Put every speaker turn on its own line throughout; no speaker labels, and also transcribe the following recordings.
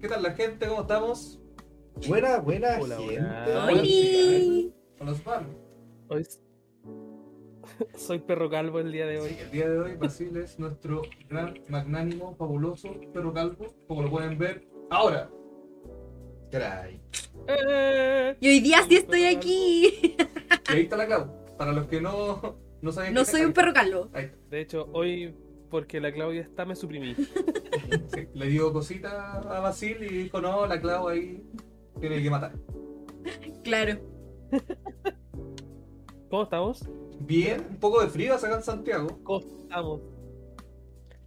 ¿Qué tal la gente? ¿Cómo estamos?
Buena, buena
Hola,
gente.
hola.
buena
¡Oli!
Con los barros.
Hoy s- soy perro calvo el día de hoy.
El día de hoy, Basil es nuestro gran, magnánimo, fabuloso perro calvo, como lo pueden ver ahora.
Caray.
¡Eh!
Y hoy día sí estoy aquí.
Y ahí está la Clau. Para los que no, no saben
No
quién es,
soy
ahí
un
está.
perro calvo.
Ahí está.
De hecho, hoy, porque la Claudia está, me suprimí.
Sí, le dio cosita a Basil y dijo, no, la Clau ahí tiene que matar.
Claro.
¿Cómo estamos?
Bien, un poco de frío acá en Santiago.
¿Cómo estamos?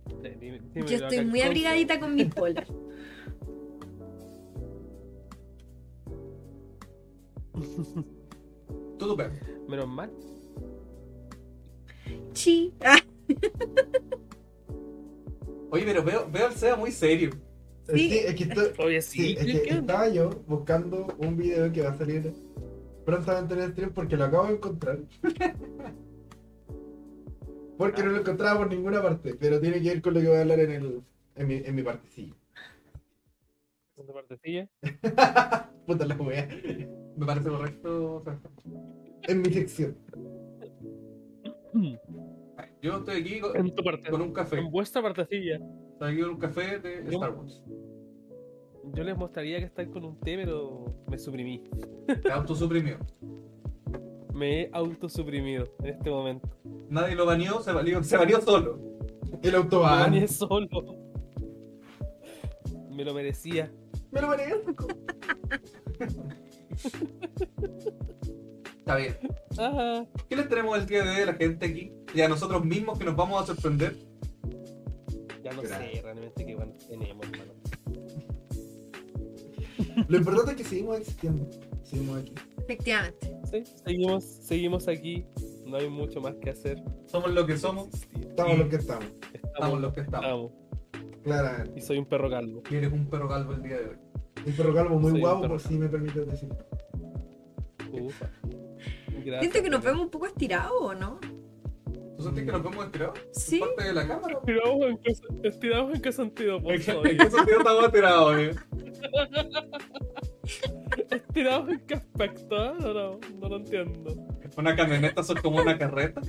Sí, Eh, dime- dímelo acá
Yo estoy
al
muy
conce.
abrigadita con mis polas.
Todo perro.
Menos mal.
Chi. Ah,
Oye, pero veo, veo al SEA muy serio.
Sí.
Sí, es que esto-
Oye,
sí,
sí.
es que estaba yo buscando un video que va a salir prontamente en el stream porque lo acabo de encontrar. Porque no lo encontraba por ninguna parte, pero tiene que ver con lo que voy a hablar en, el, en, mi, en mi partecilla.
Una partecilla.
Puta la wea.
Me parece correcto. Franco.
En mi sección.
Yo estoy aquí con,
En tu parte.
con un café.
En vuestra partecilla.
Estoy aquí con un café de Star Wars.
Yo les mostraría que estáis con un té, pero me suprimí.
Te autosuprimió.
Me he autosuprimido en este momento.
Nadie lo baneó, se baneó, se baneó solo.
El
Me
autobahn.
bañé solo. Me lo merecía.
Me lo merezco.
Está bien.
Ah,
¿Qué les tenemos el día de hoy a la gente aquí? Y a nosotros mismos que nos vamos a sorprender.
ya no sé realmente qué guan tenemos, hermano.
Lo importante es que seguimos existiendo. Seguimos aquí.
Efectivamente.
Sí, seguimos, seguimos aquí. No hay mucho más que hacer.
Somos lo que somos,
Existir.
Estamos lo que estamos.
estamos los que estamos.
estamos.
Claramente.
Y soy un perro calvo.
Y eres un perro calvo el día de hoy.
Un perro calvo
Soy
muy
un
guapo,
perro
por si me permites decirlo.
Ufa. Gracias.
Siento que nos vemos un poco estirados, ¿o ¿no?
¿Tú sentís que nos vemos estirados?
Sí.
¿Parte de la cámara?
Estirados en qué, se- estirados en qué sentido, po,
¿En qué
soy?
en qué sentido estamos estirados, eh?
Estirados en qué aspecto, ah? no, no, no lo entiendo.
Una camioneta son como una carreta.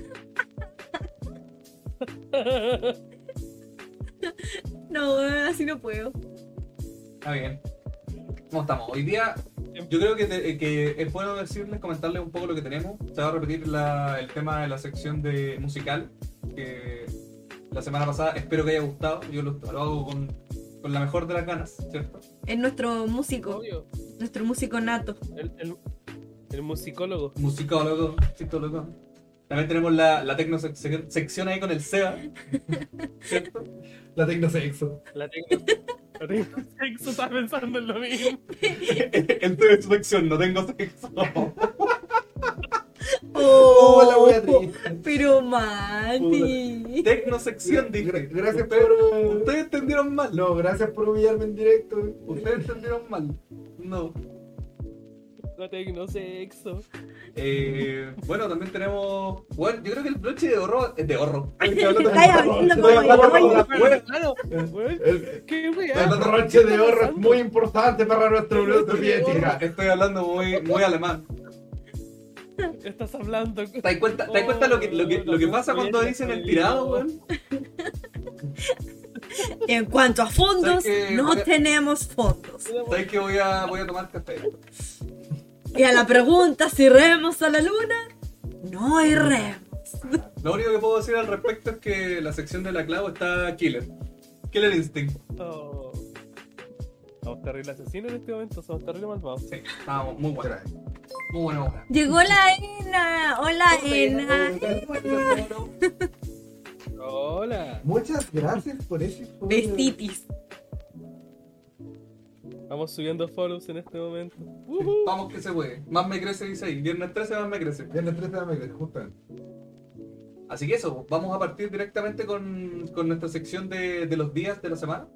No, así no puedo.
Está bien. ¿Cómo estamos? Hoy día, yo creo que, te- eh, que es bueno decirles, comentarles un poco lo que tenemos. Se va a repetir la- el tema de la sección de musical, que la semana pasada espero que haya gustado. Yo lo, lo hago con, con la mejor de las ganas, ¿cierto?
Es nuestro músico,
Obvio,
nuestro músico nato.
el, el, el musicólogo.
Musicólogo, loco. También tenemos la, la tecno sec- sec- sección ahí con el SEBA, ¿cierto?
La tecnosexo.
La tengo. La tengo sexo, está pensando en lo mismo.
Entré en su sección, no tengo sexo.
¡Oh, la wea triste!
Pero Mati.
Tecnosección, dije.
Gra- Gracias
Ustedes-
por.
Ustedes entendieron mal.
No, gracias por humillarme en directo.
Ustedes entendieron mal. No.
La tengo sexo.
Eh, bueno, también tenemos. Bueno, yo creo que el broche de oro es de oro. Estoy hablando de
Ay,
oro.
hablando
Estoy
como
hablando
yo.
como la
Bueno,
cueva.
claro, bueno,
El,
qué weá.
el roche de oro es muy importante para nuestra Unión
Mira,
Soviética.
Estoy hablando muy, muy alemán.
Estás hablando.
¿Te das cuenta, te das cuenta lo, que, lo, que, lo que pasa cuando dicen el tirado, weón?
En cuanto a fondos,
¿Sabes qué?
no
Voy a-
tenemos fondos.
¿Sabes que voy a, voy a tomar café?
Y a la pregunta si remos a la luna, no hay remos.
Lo único que puedo decir al respecto es que la sección de la clavo está killer. Killer Instinct.
Oh. Somos terribles asesinos en este momento, somos terribles malvados.
Sí, estábamos muy bueno.
Caray.
Muy bueno, muy bueno.
Llegó la Ena. Hola, Ena.
Hola,
Muchas gracias por ese apoyo.
Besitis.
vamos subiendo follows en este momento.
Vamos que se puede. Más me crece, dice ahí. Viernes 13 más me crece.
Viernes 13 de la mañana, justamente.
Así que eso, vamos a partir directamente con, con nuestra sección de, de los días de la semana.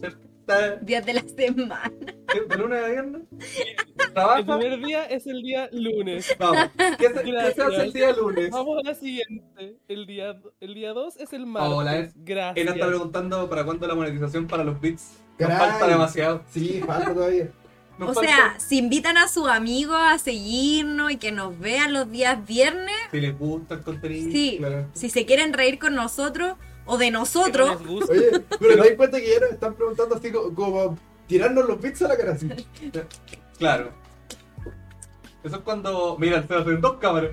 ¿Cierto? De,
Días de la semana.
de lunes a viernes.
El
Trabaja.
primer día es el día lunes.
Vamos. ¿Qué se, qué se hace el
Gracias.
día lunes?
Vamos a la siguiente. El día el día 2 es el martes.
Hola, Él
Gracias.
está preguntando para cuándo la monetización para los bits. Nos
Caray.
falta demasiado.
Sí, falta todavía.
Nos
O
falta-
sea, si invitan a sus amigos a seguirnos y que nos vean los días viernes,
Si les gusta el contenido.
Sí.
claro.
si se quieren reír con nosotros o de
Que no
nosotros,
les gusta.
Oye, pero te das cuenta que ya nos están preguntando así como, como para tirarnos los bits a la cara así.
Claro. Eso es cuando. Mira, el feo tiene dos cámaras.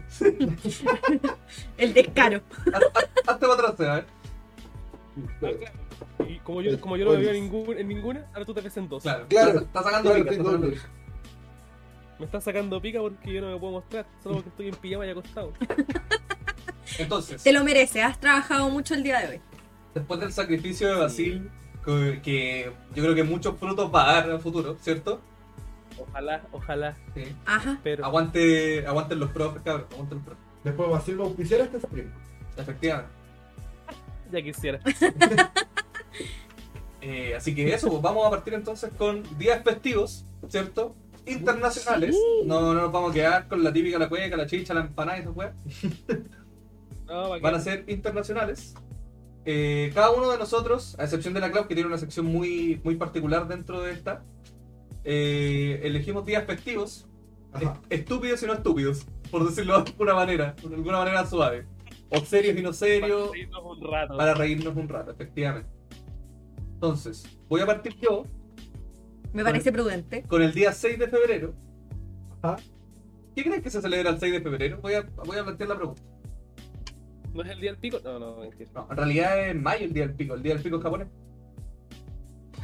el descaro.
Hazte para atrás, ¿eh? a ver.
Y como yo, como yo no me veo en, ningún- en ninguna, ahora tú te ves en dos.
Claro.
Claro.
Está, está sacando
Claro,
pica,
estoy
está sacando
doble.
pica.
Me está sacando pica porque yo no me puedo mostrar, solo porque estoy en pijama y acostado.
Entonces,
Te lo mereces, has trabajado mucho el día de hoy.
después del sacrificio de Basil, que, que yo creo que muchos frutos va a dar en el futuro, ¿cierto?
Ojalá, ojalá,
Sí.
Ajá.
pero
Ah, Aguante, aguanten los profes, cabrón. Aguanten los profes.
Después va a ser auspiciar este stream.
Efectivamente.
ya quisiera.
Eh, así que eso, pues, vamos a partir entonces con días festivos, ¿cierto? Internacionales. No, no nos vamos a quedar con la típica, la cueca, la chicha, la empanada y esas weas.
No, va
Van a ser internacionales. Eh, cada uno de nosotros, a excepción de la Clau, que tiene una sección muy, muy particular dentro de esta, eh, elegimos días festivos,
Ajá.
est- estúpidos y no estúpidos, por decirlo de alguna manera, de alguna manera suave. O serios y no serios,
un rato.
para reírnos un rato, efectivamente. Entonces, voy a partir yo
Me parece prudente.
con el día 6 de febrero.
Ajá.
¿Qué crees que se celebra el 6 de febrero? Voy a, voy a plantear la pregunta.
¿No es el día del pico? No, no, mentira.
No, en realidad es mayo el día del pico, el día del pico es japonés.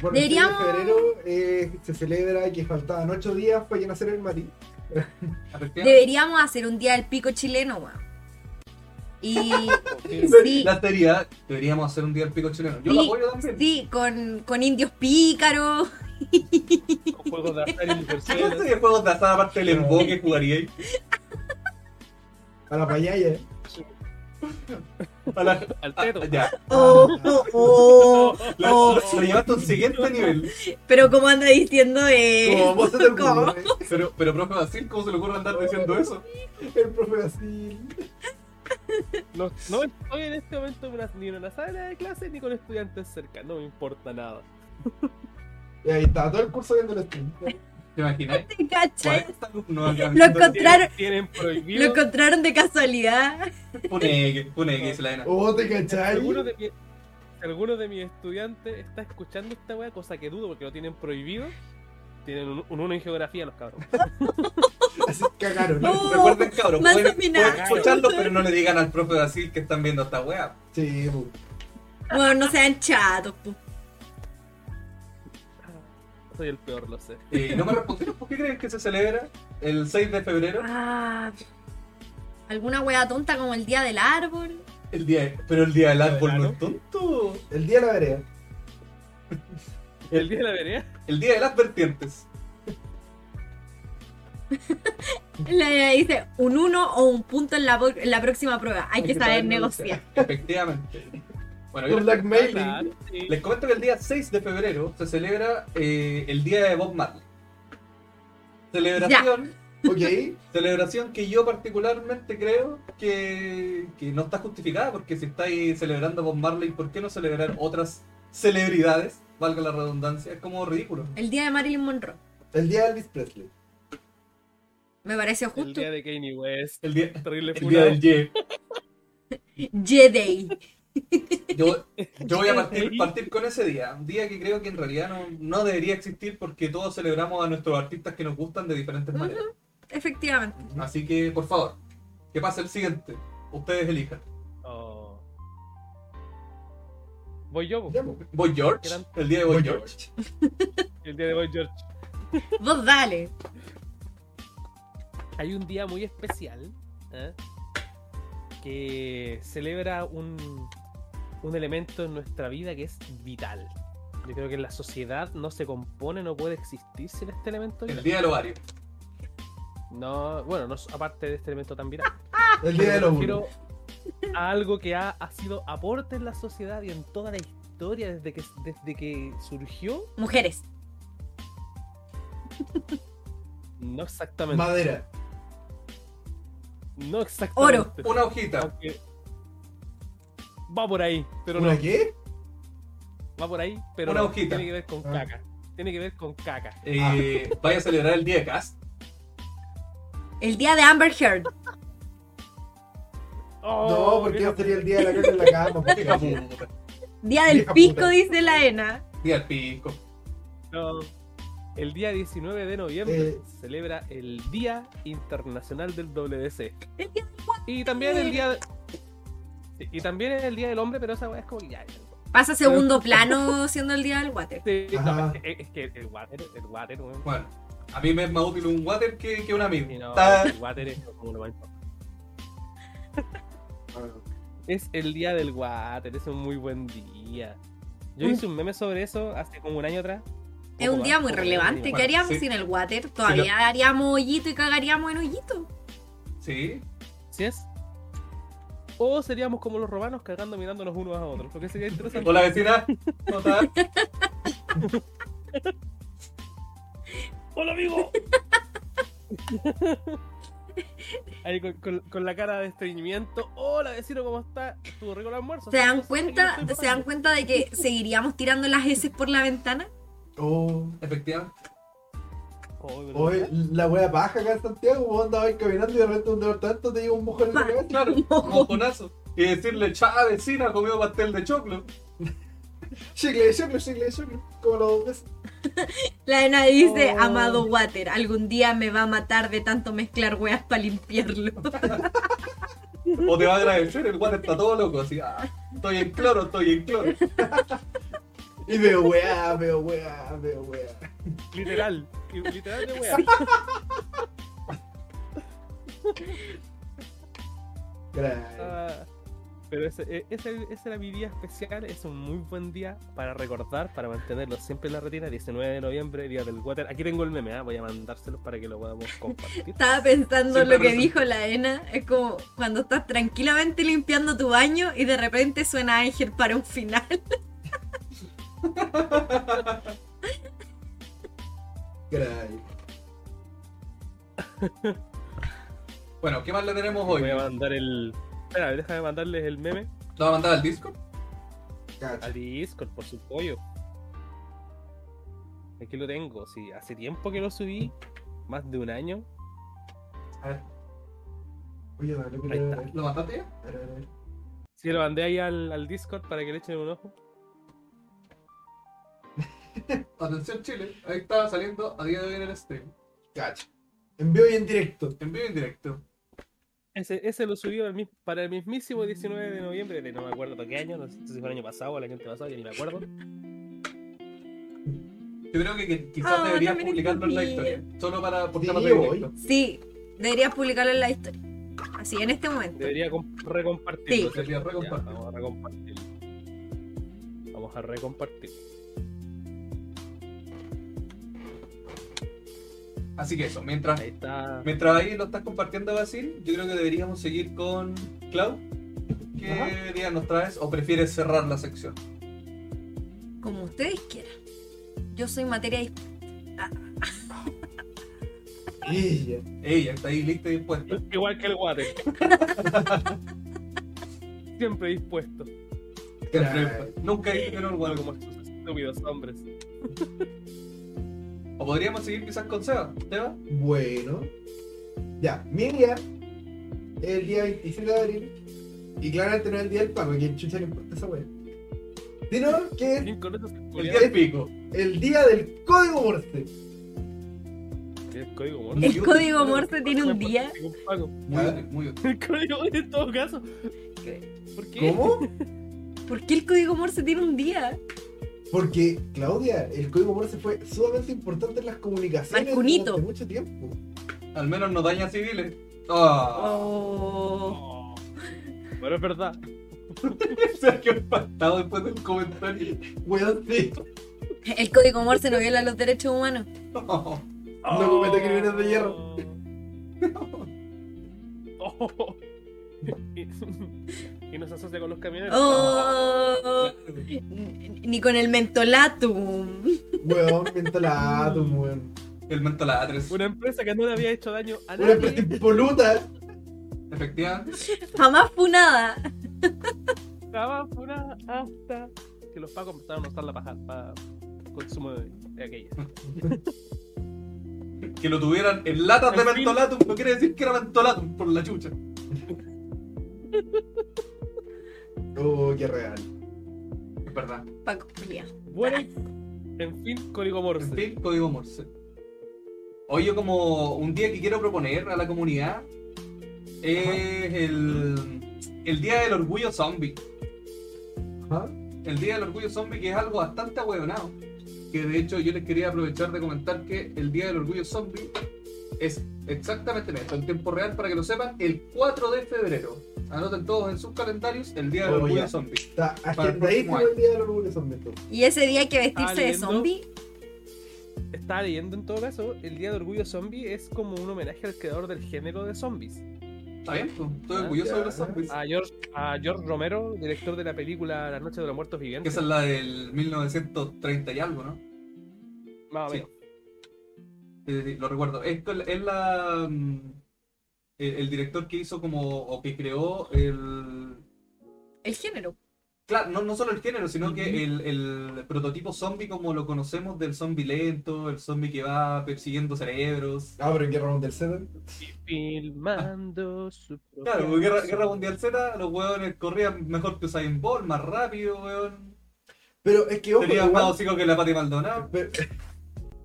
Bueno, el 6 de
Deberíamos-
febrero eh, se celebra que faltaban 8 días para llenar el marí.
Efectivamente.
Deberíamos hacer un día del pico chileno, weón. Y sí,
La teoría, deberíamos hacer un día del pico chileno. Yo
Sí,
lo apoyo también.
sí, con, con indios pícaros.
Con juegos de azar y
¿Qué clase
diversión.
de juegos de azar aparte del
No.
emboque jugaría ahí?
A la payaya. ¿eh?
A la-
Al
ah,
teto.
ya.
Oh, oh, oh.
Lo,
Oh.
lo llevaste a un siguiente nivel.
Pero como anda diciendo eh,
Como vos se te
¿Cómo?
ocurre,
Pero, pero profe Basil, ¿cómo se le ocurre andar diciendo eso?
eh, El profe así.
No, no estoy en este momento en una- ni en una sala de clase ni con estudiantes cerca. No me importa nada.
Y ahí está, todo el curso viendo el stream.
¿Te imaginas?
¿cachai?
40 alumnos acá.
Lo encontré. Claro.
Tienen
Lo
prohibido.
encontraron de casualidad.
Punegue, punegue, dice la nena.
Oh, te
Si
cachai.
alguno, de mi- si alguno de mis estudiantes está escuchando esta wea, cosa que dudo porque lo tienen prohibido, tienen un, un uno en geografía los cabros.
Así cagaron.
Oh.
Recuerden, cabros,
Más
pueden,
dominado.
pueden escucharlo, pero no le digan al profe Basil que están viendo esta wea.
Sí, pues. bu.
Bueno, no sean chatos, po.
Soy el peor, lo sé.
Eh, no me respondieron, ¿por qué creen que se celebra el 6 de febrero?
Ah, alguna wea tonta como el día del árbol.
El día, pero el día del árbol no
verano.
es tonto.
el día de la vereda.
El día de la vereda.
El día de las vertientes.
Le dice un uno o un punto en la, po- en la próxima prueba. Hay que saber negociar.
Efectivamente. Bueno, yo les-
Un blackmailing.
Claro, sí.
les comento que el día 6 de febrero se celebra eh, el día de Bob Marley. Celebración,
Ok.
celebración que yo particularmente creo que, que no está justificada, porque si estáis celebrando a Bob Marley, ¿por qué no celebrar otras celebridades? Valga la redundancia, es como ridículo.
El día de Marilyn Monroe.
El día de Elvis Presley.
Me pareció
El
justo.
día de Kanye West.
El día,
Terrible
el día
funado.
del Ye.
Jedi.
Yo, yo voy a partir, partir con ese día, un día que creo que en realidad no, no debería existir porque todos celebramos a nuestros artistas que nos gustan de diferentes
Ujú.
maneras.
Efectivamente.
Así que, por favor, que pase el siguiente. Ustedes elijan.
Oh. Voy yo, po.
Ya, pues. bu.
Boy George,
Gran-
el día de Boy,
Boy
George.
el día de Boy George.
Vos dale.
Hay un día muy especial ¿eh? que celebra un, un elemento en nuestra vida que es vital. Yo creo que la sociedad no se compone, no puede existir sin este elemento.
El
vital.
día del ovario.
No, bueno, no, aparte de este elemento tan vital.
El día de
Pero
los
me refiero a algo que ha, ha sido aporte en la sociedad y en toda la historia desde que, desde que surgió.
Mujeres.
No exactamente.
Madera.
No exactamente.
Una hojita.
Aunque va por ahí, pero
¿Una
no.
qué?
Va por ahí, pero
Una
no.
hojita.
tiene que ver con
Ah.
caca. Tiene que ver con caca.
Eh,
Ah.
Vaya a celebrar el día de cast.
El día de Amber Heard.
Oh,
no, porque
mira,
ese sería el día de la caca en la cama. pues,
Qué
porque-
caputa.
Día del
Vieja
pico,
puta.
dice la ENA.
Día del pico.
no. El día 19 de noviembre
Eh.
se celebra el Día Internacional del WC.
El día-
Y también el día. Sí, Y también el día del hombre, pero esa weá es como que ya.
Pasa a segundo plano siendo el día del water.
Sí, este, no,
Ajá.
es, que, es que el water, el water, weón.
Bueno, a mí me es más útil un water que, que un amigo.
Y no,
Está-
el water es como lo más importante. Es el día del water, es un muy buen día. Yo
Mm.
hice un meme sobre eso hace como un año atrás.
Es un
Poco
día
más,
muy
poco
relevante.
menos.
¿Qué
Bueno,
haríamos
sí.
sin el water? Todavía haríamos hoyito y cagaríamos en hoyito.
Sí.
¿Sí es? O seríamos como los romanos cagando mirándonos unos a otros. Porque sería interesante.
Hola vecina. ¿Cómo estás?
¡Hola, amigo! Ahí con, con- con la cara de estreñimiento. Hola, vecino, ¿cómo está? ¿Tuvo rico el almuerzo?
¿Se dan
Entonces,
cuenta,
aquí me estoy
¿se dan
parando.
cuenta de que seguiríamos tirando las heces por la ventana?
Oh.
Efectivamente.
Oh, ¿verdad?
Oye, la wea paja acá en Santiago, vos andabas caminando y de repente un departamento te llega un mojón en la cabeza.
Claro, un mojonazo. Y decirle, cha vecina, comió pastel de choclo.
Chicle de choclo, chicle de choclo. Como los dos veces.
La ENA dice,
Oh.
amado water, algún día me va a matar de tanto mezclar weas para limpiarlo.
O te va a agradecer, el water está todo loco. Así, ah, estoy en cloro, estoy en cloro.
Y veo weá, veo weá, veo weá.
Literal. Literal de wea.
Gran.
Ah, Pero ese, e- ese- ese era mi día especial, es un muy buen día para recordar, para mantenerlo siempre en la retina. 19 de noviembre, día del water. Aquí tengo el meme, ah, voy a mandárselos para que lo podamos compartir.
Estaba pensando
Siempre
lo que
resulta.
dijo la ENA. Es como cuando estás tranquilamente limpiando tu baño y de repente suena Ángel para un final.
Gran.
Bueno, ¿qué más le tenemos hoy?
Voy a
¿Lo
mandar el. Espera, déjame mandarles el meme
va a mandar al disco?
Cacha.
al Discord, por su pollo. Aquí lo tengo, sí, hace tiempo que lo subí, más de un año.
A ver. Oye, dale,
Ahí
pero.
está.
A ver,
¿Lo mandaste ya?
a ver, a ver.
Sí, lo mandé ahí al, al Discord para que le echen un ojo.
Atención Chile, ahí está saliendo a día de hoy en el stream.
Cacha. En vivo y en directo.
En vivo y en directo.
Ese, ese lo subí para el, mis- para el mismísimo 19 de noviembre de no me acuerdo qué año, no sé si fue el año pasado o el año pasado, ya ni me acuerdo.
Yo creo que, que quizás
Ah,
deberías
no, mira
publicarlo en la
qué
historia. Solo para
Sí,
portarlo
voy.
directo.
Sí, deberías publicarlo en la historia. Así, en este momento.
Debería com- recompartirlo.
Sí.
Debería
Ya,
recompartirlo.
vamos a recompartirlo. Vamos a recompartir.
Así que eso, mientras,
Ahí está.
mientras ahí lo estás compartiendo Basil, yo creo que deberíamos seguir con Clau. ¿Qué
Ajá.
día nos traes o prefieres cerrar la sección?
Como ustedes quieran. Yo soy materia dis-
Ella.
Ella está ahí lista y dispuesta.
Igual que el water. Siempre dispuesto.
Siempre
Ay.
dispuesta. Nunca dice que no
Bueno,
bueno,
como estos estúpidos hombres.
O podríamos seguir quizás con Seba. Seba,
Bueno. Ya, mi día es el día 27 de abril. Y claramente no es el día del pavo, que chucha le importa esa wea. Sino que es
Bien, con eso se
el
culiaron.
día del pico.
el día del código Morse.
El código morse.
El
El código Morse tiene un día.
Un pago.
Muy útil, muy útil.
El código Morse en todo caso. ¿Por qué?
¿Cómo?
¿Por qué el código Morse tiene un día?
Porque, Claudia, el código Morse fue sumamente importante en las comunicaciones
Marcunito.
durante mucho tiempo.
Al menos no daña civiles. Ah,
Oh.
Oh. Bueno, es verdad.
Sergio impactado después del comentario.
Weón, sí.
El código Morse no viola los derechos humanos.
No.
No comete crímenes de hierro.
Oh. y, y nos asocia con los camioneros.
Oh. Ni con el mentolatum.
Mm. Weón, mentolatum, weón.
El mentol a tres.
Una empresa que no le había hecho daño a
Una empresa
nadie.
impoluta.
Efectivamente.
Jamás funada.
Estaba pura hasta que los pacos empezaron a usar la paja para consumo de, de aquella.
Que lo tuvieran en latas de
En fin.
mentolatum. No quiere decir que era mentolatum por la chucha.
Oh, qué real.
Es verdad.
Paco, culiao.
Bueno, en fin, código
En
Morse.
fin, código Morse. Oye, yo como un día que quiero proponer a la comunidad es el, el Día del Orgullo Zombie.
Ajá.
El Día del Orgullo Zombie que es algo bastante ahueonado. Que de hecho yo les quería aprovechar de comentar que el Día del Orgullo Zombie es exactamente en esto, en tiempo real para que lo sepan, el 4 de febrero. Anoten todos en sus calendarios el Día del
Oh,
Orgullo
ya.
Zombie.
Está
Para el próximo
agendadísimo
año.
el día de los lunes son de todo.
Y ese día hay que
Ah,
vestirse de
leyendo.
zombie.
Estaba leyendo en todo caso, el Día de Orgullo Zombie es como un homenaje al creador del género de zombies.
¿Está bien? pues, Estoy
Ah,
orgulloso
ya.
de los zombies.
A George, a George Romero, director de la película La Noche de los Muertos
Que
Vivientes.
esa es la del 1930 y algo, ¿no?
Más o
sí.
menos.
Sí, sí, lo recuerdo. Es, con- es la mm, el, el director que hizo como o que creó el
El género.
claro, no, no solo el género, sino
Ujú.
que el, el prototipo zombie como lo conocemos del zombie lento, el zombie que va persiguiendo cerebros.
Ah, pero en Guerra Mundial Z.
Filmando su propia
Ah. Claro, porque Guerra,
sombra.
Guerra Mundial Z, los hueones corrían mejor que Usain Bolt, más rápido, hueón.
Pero es que ojo,
Tenían más
igual,
hocico que la Pati Maldonado.
pero,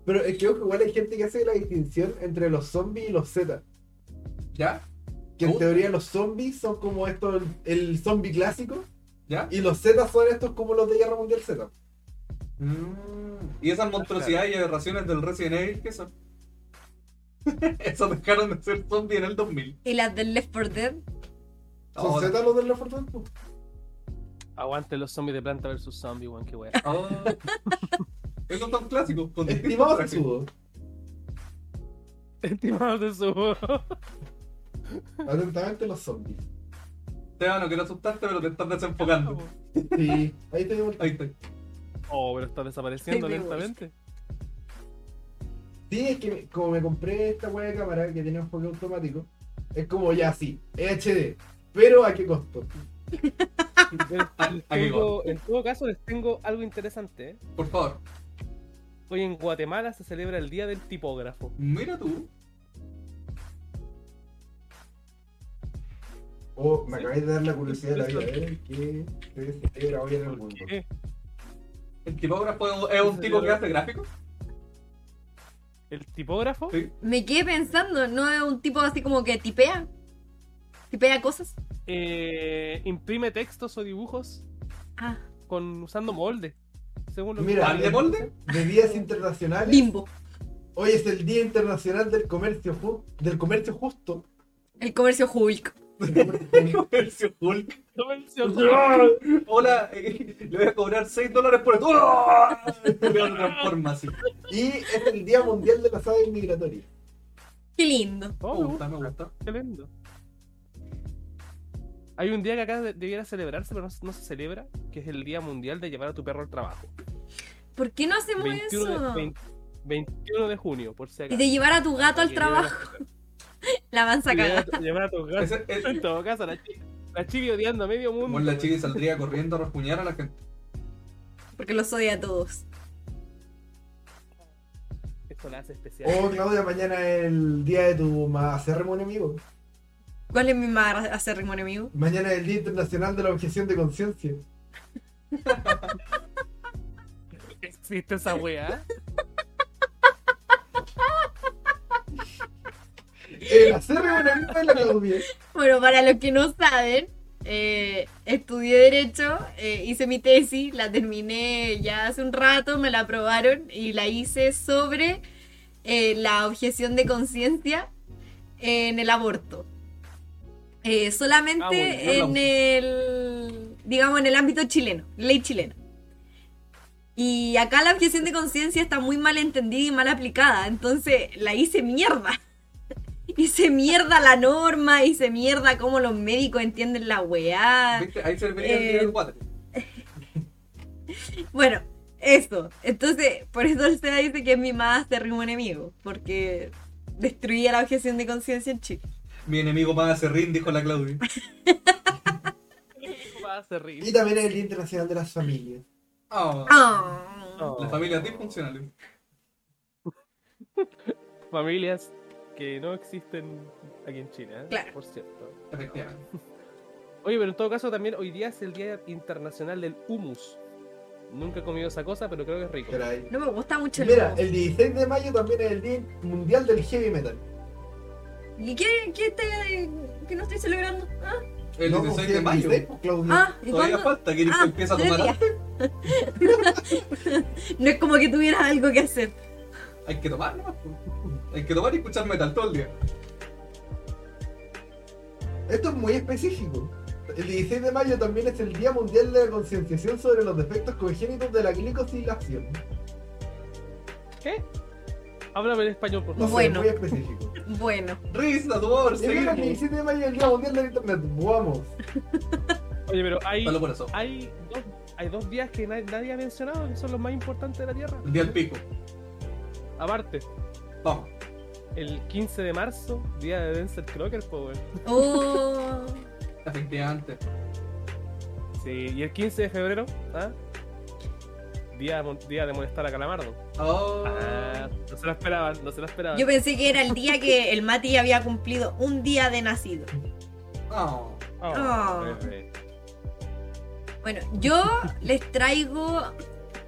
pero es que ojo, igual hay gente que hace la distinción entre los zombies y los Z.
¿Ya?
Que en
Uh.
teoría los zombies son como estos, el, el zombie clásico.
¿Ya?
Y los Z son estos como los de Guerra Mundial Z.
Mm. Y esas monstruosidades y aberraciones del Resident Evil, ¿qué son? Eso dejaron de ser zombie en el 2000.
Y las del Left 4 Dead.
¿Son
Ahora-
Z los de la Fortuna?
Aguante los zombies de planta versus zombie, weón, qué wea.
Oh. Esos son clásicos. Con distintos
Estimado
trajes.
Tetsuo,
Estimado de su.
atentamente los zombies.
Esteban, no quiero asustarte, pero te estás desenfocando.
Sí, ahí te digo el-
Ahí está.
Oh, pero está desapareciendo
Sí, me
lentamente.
Sí, es que me- como me compré esta wea de cámara que tiene enfoque automático, es como ya sí, es HD. Pero a qué costo.
Pero
Ahí
tengo- en todo caso, les tengo algo interesante. ¿eh?
Por favor,
Hoy en Guatemala se celebra el Día del Tipógrafo.
mira tú.
Oh, me acabáis de dar la curiosidad de la
Eso.
vida, ¿eh? Que se celebra hoy en el mundo.
Eh,
El tipógrafo es un tipo que hace gráficos.
¿El tipógrafo?
Sí.
Me quedé pensando, ¿no es un tipo así como que tipea? ¿Tipea cosas?
Eh, imprime textos o dibujos
Ah,
con usando molde. Según lo que-
Mira,
¿Pan de
eh,
molde?
De días internacionales,
bimbo.
hoy es el Día Internacional del Comercio, Ju- del comercio Justo.
El comercio Hulk.
Comercio Hulk.
No menciono-
Ah, Hola, eh, le voy a cobrar 6 dólares por esto. ¡Ah! León transforma así.
y es el Día Mundial de las Aves Migratorias.
Qué lindo.
Oh,
Me
me
gusta,
gusta,
me gusta.
qué lindo. Hay un día que acá de- debiera celebrarse, pero no, se- no se celebra, que es el Día Mundial de llevar a tu perro al trabajo.
¿Por qué no hacemos
21 de,
eso?
20 21 de junio, por si
Y
acaso.
de llevar a tu gato al
Que llevar a-
trabajo. La van
Llevar
sacada.
a, llevar a tus gatos.
Ese- ese-
En todo caso, la chivi, la chivi odiando a medio mundo.
Como la chica saldría corriendo a raspuñar a la gente.
Porque los odia a todos.
Esto la hace especial.
Oh, Claudia, mañana es el día de tu más acérrimo enemigo.
¿Cuál es mi más acérrimo enemigo?
Mañana es el Día Internacional de la Objeción de Conciencia.
¿Existe esa weá?
Eh.
El acérrimo enemigo de la Claudia.
Bueno, para los que no saben, eh, estudié Derecho, eh, hice mi tesis, la terminé ya hace un rato, me la aprobaron y la hice sobre eh, la objeción de conciencia en el aborto. Eh, solamente
Ah, bueno, yo
la
en el, digamos, en el ámbito chileno, ley chilena. Y acá la objeción de conciencia está muy mal entendida y mal aplicada, entonces la hice mierda. Hice mierda la norma, hice mierda cómo los médicos entienden la weá.
¿Viste? Ahí se veía el día
Eh,
del cuatro.
Bueno, eh, Eso. Entonces, por eso el SEDA dice que es mi más terrible enemigo, porque destruía la objeción de conciencia en Chile.
Mi enemigo más serrín, dijo la Claudia.
Va a ser rico.
Y también es el Día Internacional de las Familias.
Oh,
Ah.
No.
Las familias disfuncionales.
Familias que no existen aquí en China, ¿eh?
Claro.
por cierto.
Efectivamente.
Oye, pero en todo caso también hoy día es el Día Internacional del Humus. Nunca he comido esa cosa, pero creo que es rico.
Caray.
No me gusta mucho el
Mira,
humo.
el 16 de mayo también es el Día Mundial del Heavy Metal.
¿Y qué, qué está que no estoy celebrando? Ah,
El
No,
16
porque
de
el
mayo.
16, pues, Claudio.
ah, ¿y
Todavía
cuándo?
falta que
Ah,
empiece a
tres
tomar.
días. no es como que tuvieras algo que hacer.
Hay que tomar, ¿no? Hay que tomar y escuchar metal todo el día.
Esto es muy específico. El 16 de mayo también es el Día Mundial de la Concienciación sobre los Defectos Congénitos de la Glicosilación.
¿Qué? Háblame en español, por
No sé,
favor.
Bueno.
muy específico.
Bueno,
Risa, tumor,
Y mira, el
seguimos.
17 de mayo es el Día Mundial del Internet. Vamos.
Oye, pero hay,
Palo por eso.
hay, dos, hay dos días que na- nadie ha mencionado que son los más importantes de la Tierra.
El día del pico.
Aparte,
Vamos.
el 15 de marzo, día de Denzel Crocker, pues, weón.
oh,
Efectivamente.
Sí, y el 15 de febrero, ¿ah? Día, mon- día de molestar a Calamardo.
Oh.
Ah, no se lo esperaban, no se lo esperaban.
yo pensé que era el día que el Mati había cumplido un día de nacido.
Oh.
Oh,
Ah.
bebé.
Bueno, yo les traigo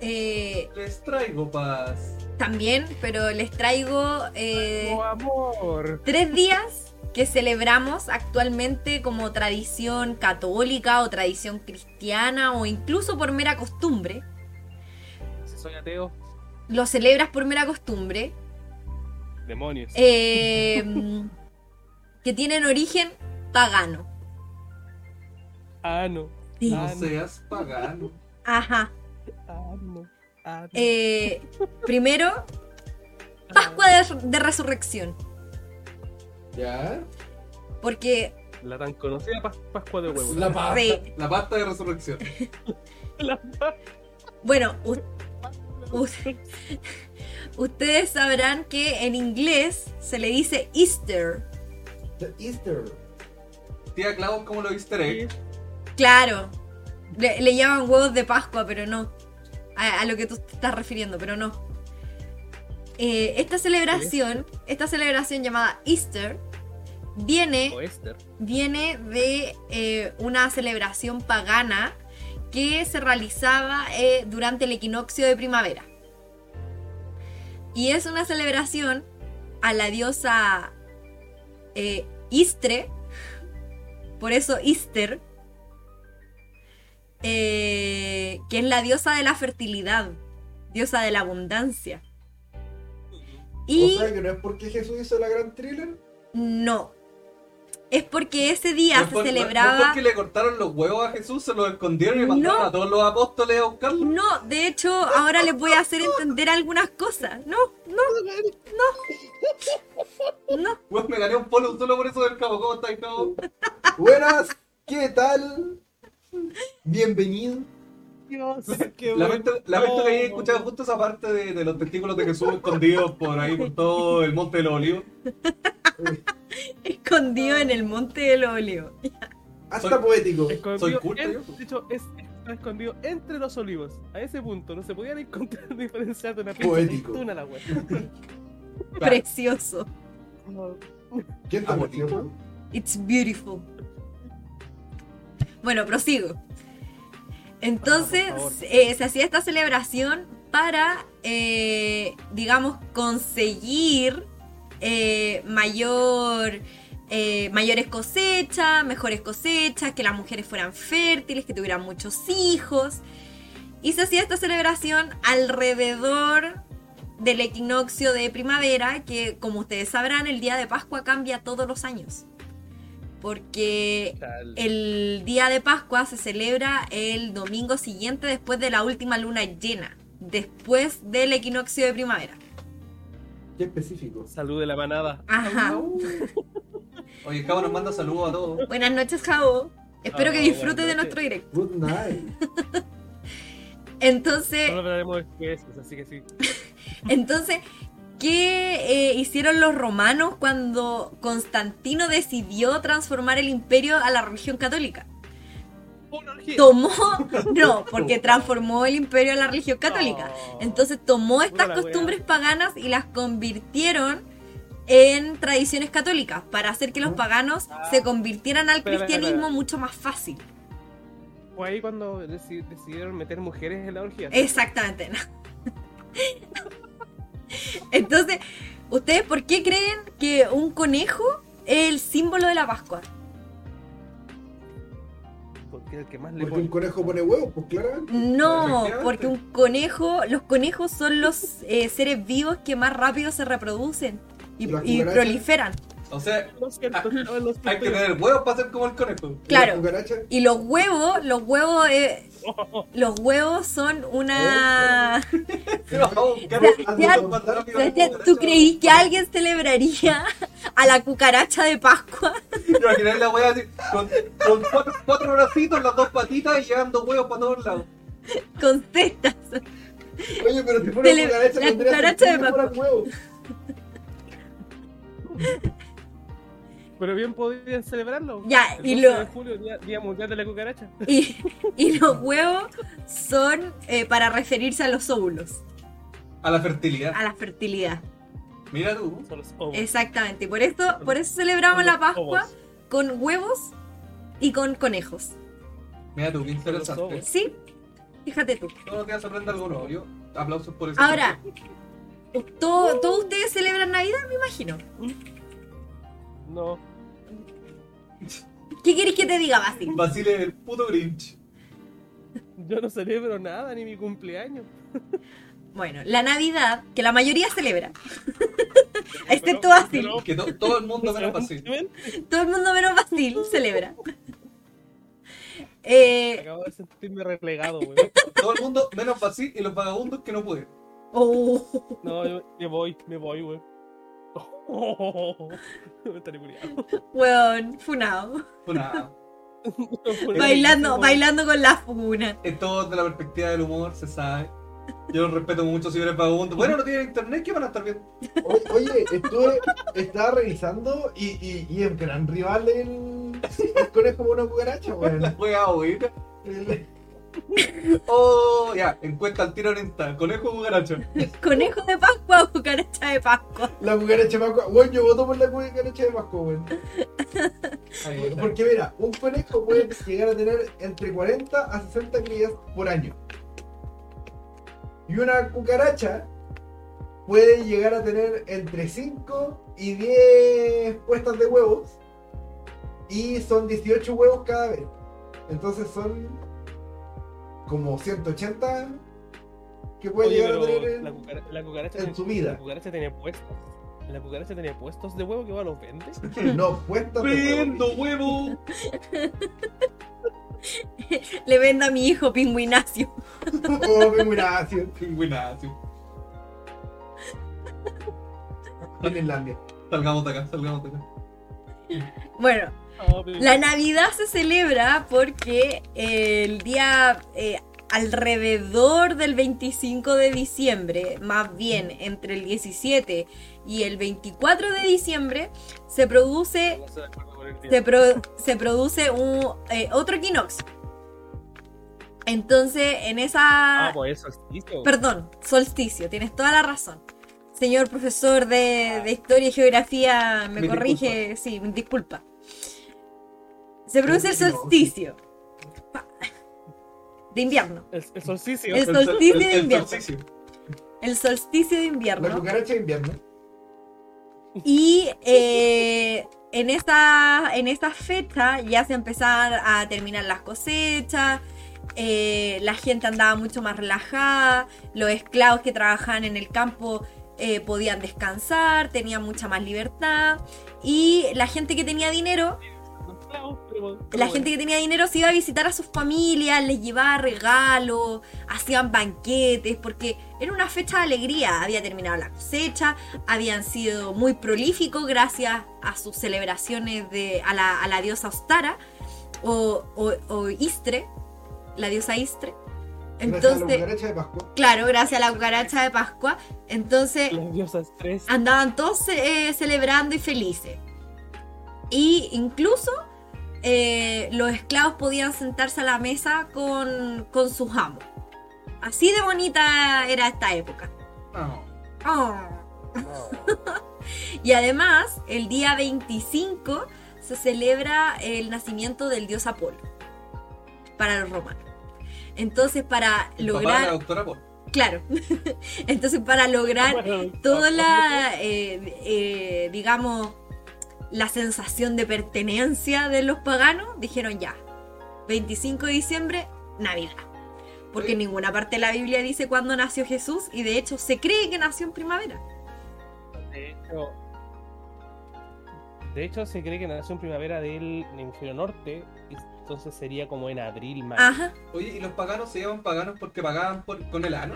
eh,
Les traigo paz.
también, pero les traigo eh,
Oh, amor.
tres días que celebramos actualmente como tradición católica o tradición cristiana o incluso por mera costumbre.
Si soy ateo,
Lo celebras por mera costumbre.
demonios.
eh, que tienen origen pagano.
Ah, no.
Sí.
No
Ah, no.
seas pagano.
Ajá.
Ah, no. Ah, no.
Eh, primero, Pascua de, de Resurrección.
Ya.
Porque
La tan conocida pas- Pascua de Huevos.
La paz.
se-
La pasta de resurrección.
La Pascua
bueno, u-
de
u- ustedes sabrán que en inglés se le dice Easter.
The Easter.
Tía Clau, ¿cómo lo viste? egg?
Huevos.
Claro. Le, le llaman huevos de Pascua, pero no. A, a lo que tú te estás refiriendo, pero no. Eh, esta celebración, esta celebración llamada Easter, viene
O Esther.
viene de eh, una celebración pagana que se realizaba eh, durante el equinoccio de primavera. Y es una celebración a la diosa eh, Istre, por eso Ister, eh, que es la diosa de la fertilidad, diosa de la abundancia. Y...
O sea que no es porque Jesús hizo la gran thriller.
No. Es porque ese
No
día
es por-
se
no-
celebraba.
No, es porque le cortaron los huevos a Jesús, se los escondieron y
No.
mandaron a todos los apóstoles a buscarlo.
No, de hecho, ahora les voy a hacer entender algunas cosas. No, no, no.
Weón, me gané un polo solo por eso del cabo. ¿Cómo estáis, cabo?
Buenas. ¿Qué tal? Bienvenido.
Dios,
Lamento, lamento que hayas escuchado justo esa parte de, de los testículos de Jesús escondidos por ahí, por todo el monte de los olivos.
Escondido en el monte del óleo.
Hasta
Soy-
poético.
Soy
Escondido
culto,
en-
yo.
de hecho, es, está escondido entre los olivos. A ese punto no se podían encontrar diferenciar de una
Poético.
pinche aceituna, la wea.
Claro.
Precioso.
¿Quién
Ah,
está
bonito.
metido?
It's beautiful. Bueno, prosigo. Entonces
Ah, por favor.
eh, se hacía esta celebración para, eh, digamos, conseguir eh, mayor, eh, mayores cosechas, mejores cosechas, que las mujeres fueran fértiles, que tuvieran muchos hijos. Y se hacía esta celebración alrededor del equinoccio de primavera, que como ustedes sabrán, el día de Pascua cambia todos los años. Porque
Chale.
el día de Pascua se celebra el domingo siguiente después de la última luna llena, después del equinoccio de primavera.
Qué específico.
Salud de la manada.
Ajá.
Oye, cabo nos manda saludos a todos.
Buenas noches, Jao. Espero
Ah,
que
buenas
disfrutes
noches.
de nuestro directo.
Good night.
Entonces,
Solo hablaremos de FPS, así que sí.
Entonces, ¿qué eh, hicieron los romanos cuando Constantino decidió transformar el imperio a la religión católica?
Una orgía.
Tomó, no, porque transformó el imperio a la religión católica.
No.
Entonces tomó estas
la wea.
costumbres paganas y las convirtieron en tradiciones católicas para hacer que los paganos se convirtieran al
¿Mm? Espera, espera,
cristianismo
espera.
mucho más fácil.
Fue ahí cuando deci- decidieron meter mujeres en la orgía.
Exactamente. no. Entonces, ¿ustedes por qué creen que un conejo es el símbolo de la Pascua?
Porque era el que más le
Porque un
pone.
conejo pone huevos, pues claramente.
No,
Efectivamente.
porque un conejo, los conejos son los eh, seres vivos que más rápido se reproducen y,
¿Y las
y
cucarachas?
proliferan.
O sea,
Lo siento,
Ah,
no, lo siento.
hay que tener huevos para ser como el conejo.
Y las
Claro.
cucarachas,
Y los huevos, los huevos, eh, los huevos son una.
Vamos a buscar
Sebastián,
algo más rápido.
Sebastián, ¿Tú creí que alguien celebraría a la cucaracha de Pascua?
Imaginar la wea así, con, con cuatro, cuatro bracitos, las dos patitas y llegando huevos para todos lados.
Con cestas.
Oye, pero si fuera
Tele-
una cucaracha,
la
tendría
cucaracha de
sentido que fueran huevos.
Pero bien podían celebrarlo.
Ya,
El
y
12
lo-
de julio, día, día mundial de la cucaracha.
Y, y los huevos son eh, para referirse a los óvulos,
A la fertilidad.
a la fertilidad.
Mira tú.
Son los ovos.
Exactamente. Y por esto, por eso celebramos
Son
la
los
Pascua
ovos.
con huevos y con conejos.
Mira tú, qué interesante.
ojos.
¿Sí? Fíjate tú.
Todos los días se aprende algo nuevo. Yo, aplausos por eso.
Ahora, ¿todo- todos ustedes celebran Navidad, me imagino.
No.
¿Qué querés que te diga, Basil?
Basile es el puto Grinch.
Yo no celebro nada, ni mi cumpleaños.
Bueno, la Navidad, que la mayoría celebra.
Pero-
Excepto Basil.
pero-
Que to- todo el mundo menos Basile.
Todo el mundo menos Basil celebra. Eh,
Acabo de sentirme relegado, weón.
Todo el mundo menos Basile y los vagabundos que no pueden.
oh.
No, yo me voy, me voy, weón. Me estaré muriendo.
Weón, funado.
Una,
Bailando, bailando con la funa.
esto de la perspectiva del humor, se sabe. Yo los respeto mucho si eres vagabundo. Bueno, no tienen internet, ¿qué van a estar viendo?
O- Oye, estuve, estaba revisando y, y, y el gran rival del el conejo para una cucaracha, weón.
Wea, oír.
El-
Oh, ya, encuesta al tiro en Insta. Conejo cucaracho.
Conejo de Pascua o cucaracha de Pascua.
La cucaracha de Pascua. Weón, yo voto por la cucaracha de Pascua, weón.
Ahí está.
Porque mira, un conejo puede llegar a tener entre 40 a 60 crías por año. Y una cucaracha puede llegar a tener entre 5 y 10 puestas de huevos. Y son 18 huevos cada vez. Entonces son como 180 que puede
Oye,
llegar
pero
a tener en-
la, cucara- la cucaracha
en
ten-
su vida.
La cucaracha tenía puestos. La cucaracha tenía puestos de huevo que va a los vende.
No, puestas de huevos.
Vendo huevo.
Le vendo a mi hijo pingüinacio.
Oh, qué gracia.
Pingüinazo.
En Islandia.
Salgamos de acá, salgamos de acá.
Bueno,
No, pero-
la Navidad se celebra porque eh, el día eh, alrededor del 25 de diciembre, más bien entre el 17 y el 24 de diciembre, se produce,
No estoy de acuerdo con el tío.
se pro- se produce un, eh, otro equinox. Entonces, en esa...
Ah, pues eso solsticio.
Perdón, solsticio, tienes toda la razón. Señor profesor de, de Historia y Geografía, me
Mil
corrige, sí, disculpa. Se produce el
No.
solsticio. Pa- De invierno.
El, el solsticio.
El-
sol-
solsticio de
el
invierno.
solsticio.
El solsticio de
La
invierno.
cucaracha de invierno.
Y eh, en, esta, en esta fecha ya se empezaban a terminar las cosechas, eh, la gente andaba mucho más relajada, los esclavos que trabajaban en el campo eh, podían descansar, tenían mucha más libertad y la gente que tenía dinero... La gente que tenía dinero se iba a visitar a sus familias, les llevaba regalos, hacían banquetes, porque era una fecha de alegría. Había terminado la cosecha, habían sido muy prolíficos gracias a sus celebraciones de, a, la, a la diosa Ostara o, o- o Istre, la diosa Istre.
Gracias a la
Entonces,
cucaracha de Pascua.
claro, gracias a la cucaracha de Pascua. Entonces,
Las diosas tres.
andaban todos eh, celebrando y felices. Y incluso eh, los esclavos podían sentarse a la mesa con, con sus amos. Así de bonita era esta época.
No.
Ah. Y además, el día 25 se celebra el nacimiento del dios Apolo para los romanos. Entonces, para
El Papá de la
lograr...
doctora Paul.
Claro. Entonces, para lograr
Bueno,
ah, toda la, eh, eh, digamos, la sensación de pertenencia de los paganos, dijeron ya, 25 de diciembre, Navidad. Porque en ninguna parte de la Biblia dice cuándo nació Jesús y de hecho se cree que nació en primavera.
De hecho, de hecho, se cree que nació en primavera del hemisferio norte, y entonces sería como en abril, mayo.
Ajá.
Oye, ¿y los paganos se llaman paganos porque pagaban por- con el ano?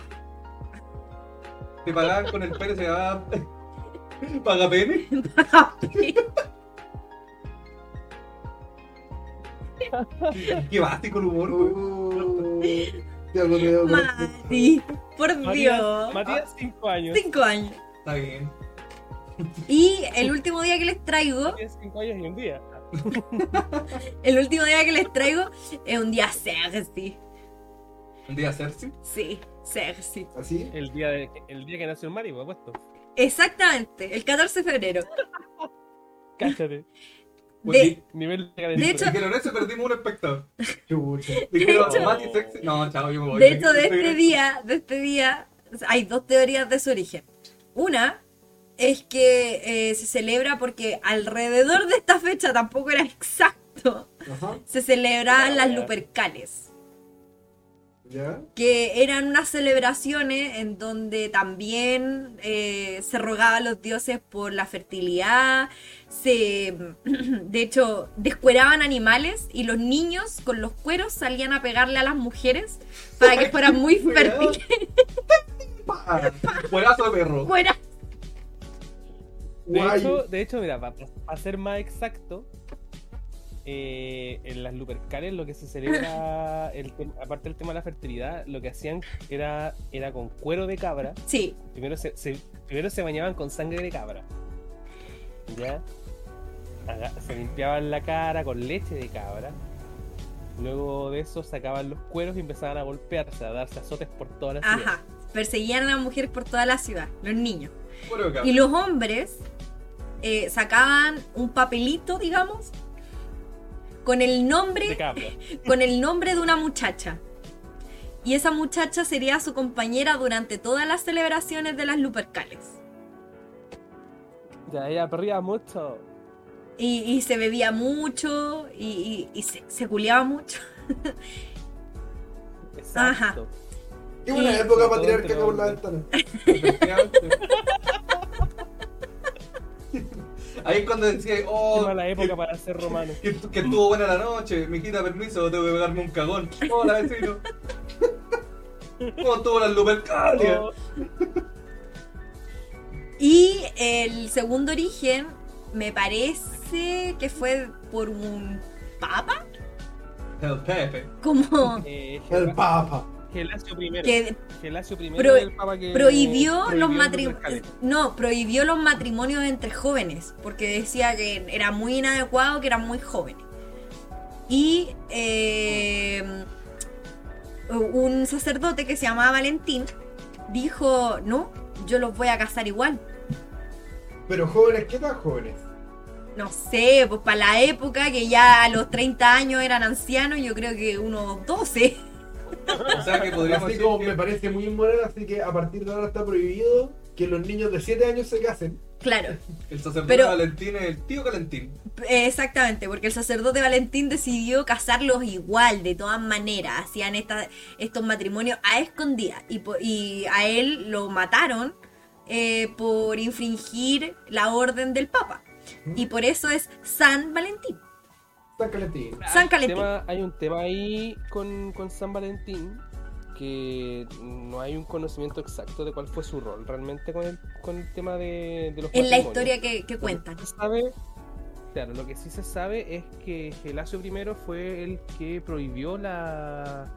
¿Se pagaban con el pene? ¿Se llamaban pagapene? Qué básico el humor, güey.
Uh, ya lo veo, gracias.
Mati, por
Matías,
Dios.
Matías, cinco años.
Cinco años.
Está bien.
Y el último día que les traigo,
Matías, cinco años y un día.
el último día que les traigo es un día sexy.
¿Un día Cersei?
Sí, sexy.
Así.
El día, de, el día que nació el Mario, por supuesto.
Exactamente, el 14 de febrero.
Cáchate.
De-
Oye,
Nivel de
De hecho-
dijeron eso, perdimos un espectador.
Chucha.
Dijeron,
hecho-
Mati Sexy. No, chao, yo me voy.
De hecho, de este día, de este día, hay dos teorías de su origen. Una es que eh, se celebra porque alrededor de esta fecha, tampoco era exacto,
Ajá.
se celebraban las
Ya.
Lupercales,
Ya.
que eran unas celebraciones en donde también eh, se rogaba a los dioses por la fertilidad, se, de hecho, descueraban animales y los niños con los cueros salían a pegarle a las mujeres para que fueran muy fértiles.
Pa- Cuerazo de perro.
Fuera.
De
Guay.
hecho, de hecho, mira, para, ser más exacto, eh, en las Lupercales lo que se celebra, el tem- aparte del tema de la fertilidad, lo que hacían era, era con cuero de cabra.
Sí,
Primero se, se- primero se bañaban con sangre de cabra. ¿Ya? Aga- Se limpiaban la cara con leche de cabra. Luego de eso sacaban los cueros y empezaban a golpearse, a darse azotes por todas las ciudad.
ajá. Perseguían a las mujeres por toda la ciudad, los niños.
Cuero de
Y
cabra.
los hombres eh, sacaban un papelito, digamos, con el
de
nombre,
cabra.
con el nombre de una muchacha. Y esa muchacha sería su compañera durante todas las celebraciones de las Lupercales.
Ya ella perría mucho.
Y, y se bebía mucho y, y- y se, se culeaba mucho.
Exacto.
Qué buena
Sí.
época para
Todo
tirar
entre
caca por la
hombres.
ventana.
Ahí es cuando decía,
Qué
oh,
mala época para ser romano.
que, que estuvo buena la noche, me quita permiso, tengo que pegarme un cagón. Hola, vecino. ¿Cómo estuvo la Lupercalia?
Oh,
Y el segundo origen me parece que fue por un papa,
El Pepe.
como
eh,
El
Gela-
Papa.
Gelasio primero.
que
Gelasio primero
pro-
es el papa que
prohibió los matrimonios
matrimonios.
no prohibió los matrimonios entre jóvenes porque decía que era muy inadecuado que eran muy jóvenes y eh, un sacerdote que se llamaba Valentín dijo no yo los voy a casar igual
Pero jóvenes, ¿qué tan jóvenes?
no sé pues para la época que ya a los 30 años eran ancianos yo creo que unos 12
O sea que podríamos
Así
decir
como
que-
me parece muy inmoral, así que a partir de ahora está prohibido que los niños de 7 años se casen.
claro
El sacerdote
Pero-
Valentín es el tío Valentín.
Eh, Exactamente, porque el sacerdote Valentín decidió casarlos igual, de todas maneras. Hacían esta- estos matrimonios a escondidas y, po- y a él lo mataron eh, por infringir la orden del Papa. Y por eso es San Valentín.
San Calentín.
San
Hay un Ah,
Valentín.
tema- hay un tema ahí con, con San Valentín que no hay un conocimiento exacto de cuál fue su rol realmente con el, con el tema de, de los
En la
matrimonios.
historia que, que
Lo
cuentan.
sí se sabe- claro, lo que sí se sabe es que Gelasio I fue el que prohibió la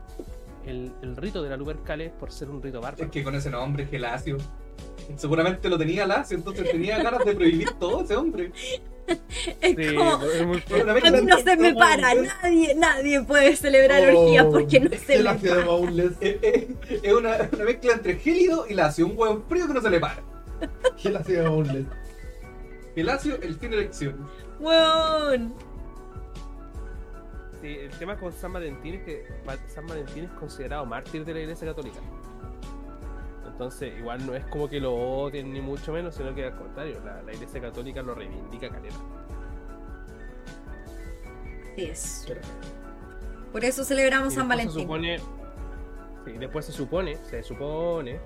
el, el rito de la Lupercalia por ser un rito bárbaro.
Es que con ese nombre, Gelacio. Seguramente lo tenía Lacio, entonces tenía ganas de prohibir todo ese hombre.
Es
Sí,
como,
es muy-
Era una
a mí no
mezcla-
se me para, nadie, nadie puede celebrar
Oh,
orgías porque no se
la
me
ciudad de
para.
Maúles.
Es es- es una, una mezcla entre gélido y lacio, un hueón frío que no se le para.
¿Qué es la ciudad de Maúles?
Gelacio, él tiene elección.
Weón.
Sí, el tema con San Valentín es que Ma- San Valentín es considerado mártir de la Iglesia Católica. Entonces, igual no es como que lo odien ni mucho menos, sino que al contrario, la, la Iglesia Católica lo reivindica caleta.
Así es. Por eso celebramos
Y
San
después se
Valentín.
supone- sí, después se supone, se supone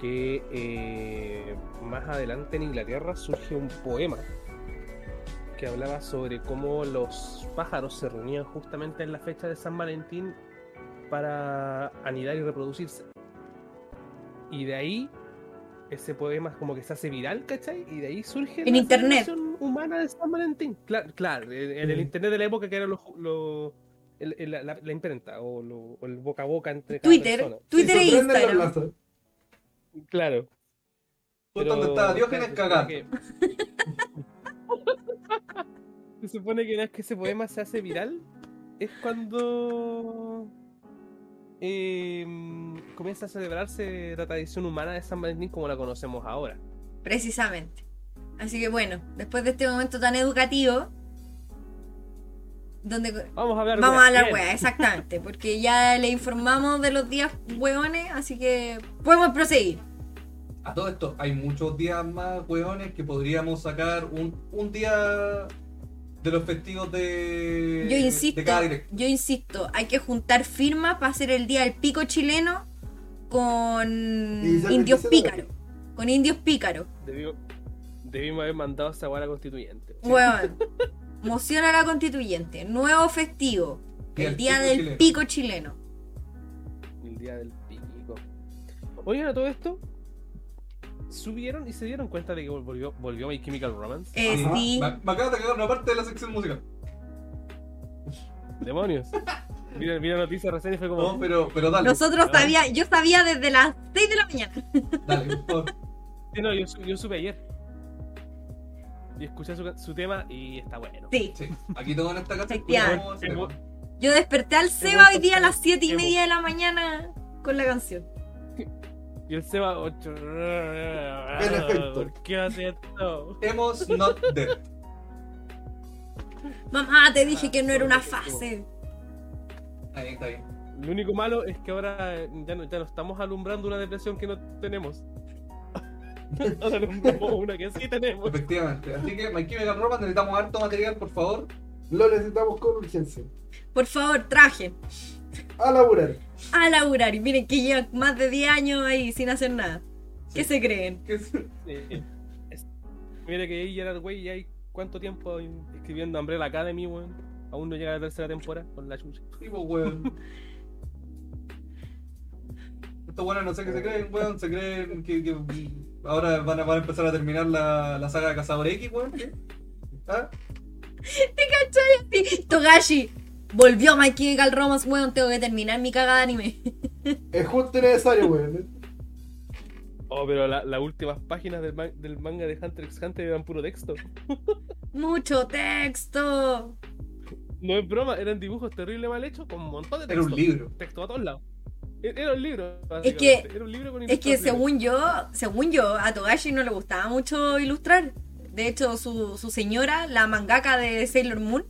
que eh, más adelante en Inglaterra surge un poema que hablaba sobre cómo los pájaros se reunían justamente en la fecha de San Valentín para anidar y reproducirse. Y de ahí ese poema como que se hace viral, ¿cachai? Y de ahí surge
En
la
internet.
celebración humana de San Valentín. Claro, claro en, en el
Mm.
internet de la época que eran los, los- el- el- la, la imprenta o, lo- o el boca a boca entre cada
Twitter,
persona.
Twitter e
Sí, sorprende la
Instagram.
plaza.
Claro.
Justo donde estaba Diógenes
claro,
cagando.
se supone que- Se supone que una vez que ese poema se hace viral, es cuando em, comienza a celebrarse la tradición humana de San Valentín como la conocemos ahora.
Precisamente. Así que bueno, después de este momento tan educativo, donde
Vamos a hablar
vamos a hablar
bien.
weá, exactamente, porque ya le informamos de los días hueones, así que podemos proseguir.
A todo esto, hay muchos días más, hueones, que podríamos sacar un, un día de los festivos Eh, de,
Yo insisto,
de cada directo.
yo insisto, hay que juntar firmas para hacer el día del pico chileno con
Y ser
indios
27
pícaros. Con indios pícaros.
Debió- debimos haber mandado esa guara constituyente.
Weón. Moción a la constituyente. Nuevo festivo.
Día
el
del
día
pico
del
chileno.
pico chileno.
El día del pico. Oigan, a todo esto, subieron y se dieron cuenta de que volvió, volvió My Chemical Romance.
Eh,
Ajá.
sí.
Ah, Me, me acabas de cagar una parte de la sección musical.
Demonios. Mira, mira la noticia recién y fue como.
No, pero, pero dale.
Oh. Nosotros
Ah.
sabía, yo sabía desde las 6 de la mañana.
Dale, por favor.
Sí, no, yo, su- yo supe ayer. Y escuché su, su tema y está bueno.
Sí.
Sí, aquí todo en esta casa.
Efectivamente.
escuchamos ese tema.
Yo desperté al Seba
buen
hoy día a las 7 y
Qué
media de la mañana con la canción.
Y el Seba 8.
efecto.
¿Por qué hace esto?
Hemos not dead.
Mamá, te dije que no era una fase.
Ahí está bien.
Lo único malo es que ahora eh, ya no, ya no estamos alumbrando una depresión que no tenemos. Ahora alumbramos una que sí tenemos.
Efectivamente. Así que, My Chemical Romance, necesitamos harto material, por favor.
Lo necesitamos con urgencia.
Por favor, traje
A laburar.
a laburar. Y miren que llevan más de 10 años ahí sin hacer nada. ¿Qué se creen?
Que es-
Sí. Eh, Es- Mira que ahí Gerard Way ya hay cuánto tiempo escribiendo Umbrella Academy, weón. Aún no llega la tercera temporada con la chucha.
Sí, pues, weón. Estos bueno, no sé qué se creen, weón. Se creen que, que ahora van a, van a empezar a terminar la, la saga de Cazador X, weón. ¿Qué? ¿Ah?
Togashi, volvió My Chemical Romance, weón. Tengo que terminar mi cagada de anime.
Es justo y necesario, weón.
Oh, pero la- las últimas páginas del, ma- del manga de Hunter x Hunter eran puro texto.
Mucho texto.
No es broma, eran dibujos terrible mal hechos con un montón de
Era
texto.
un libro.
Texto a todos lados. E- Era un libro,
Es que-
básicamente. Era un libro con
Es que
ilustraciones.
según yo, según yo, a Togashi no le gustaba mucho ilustrar. De hecho, su, su señora, la mangaka de Sailor Moon,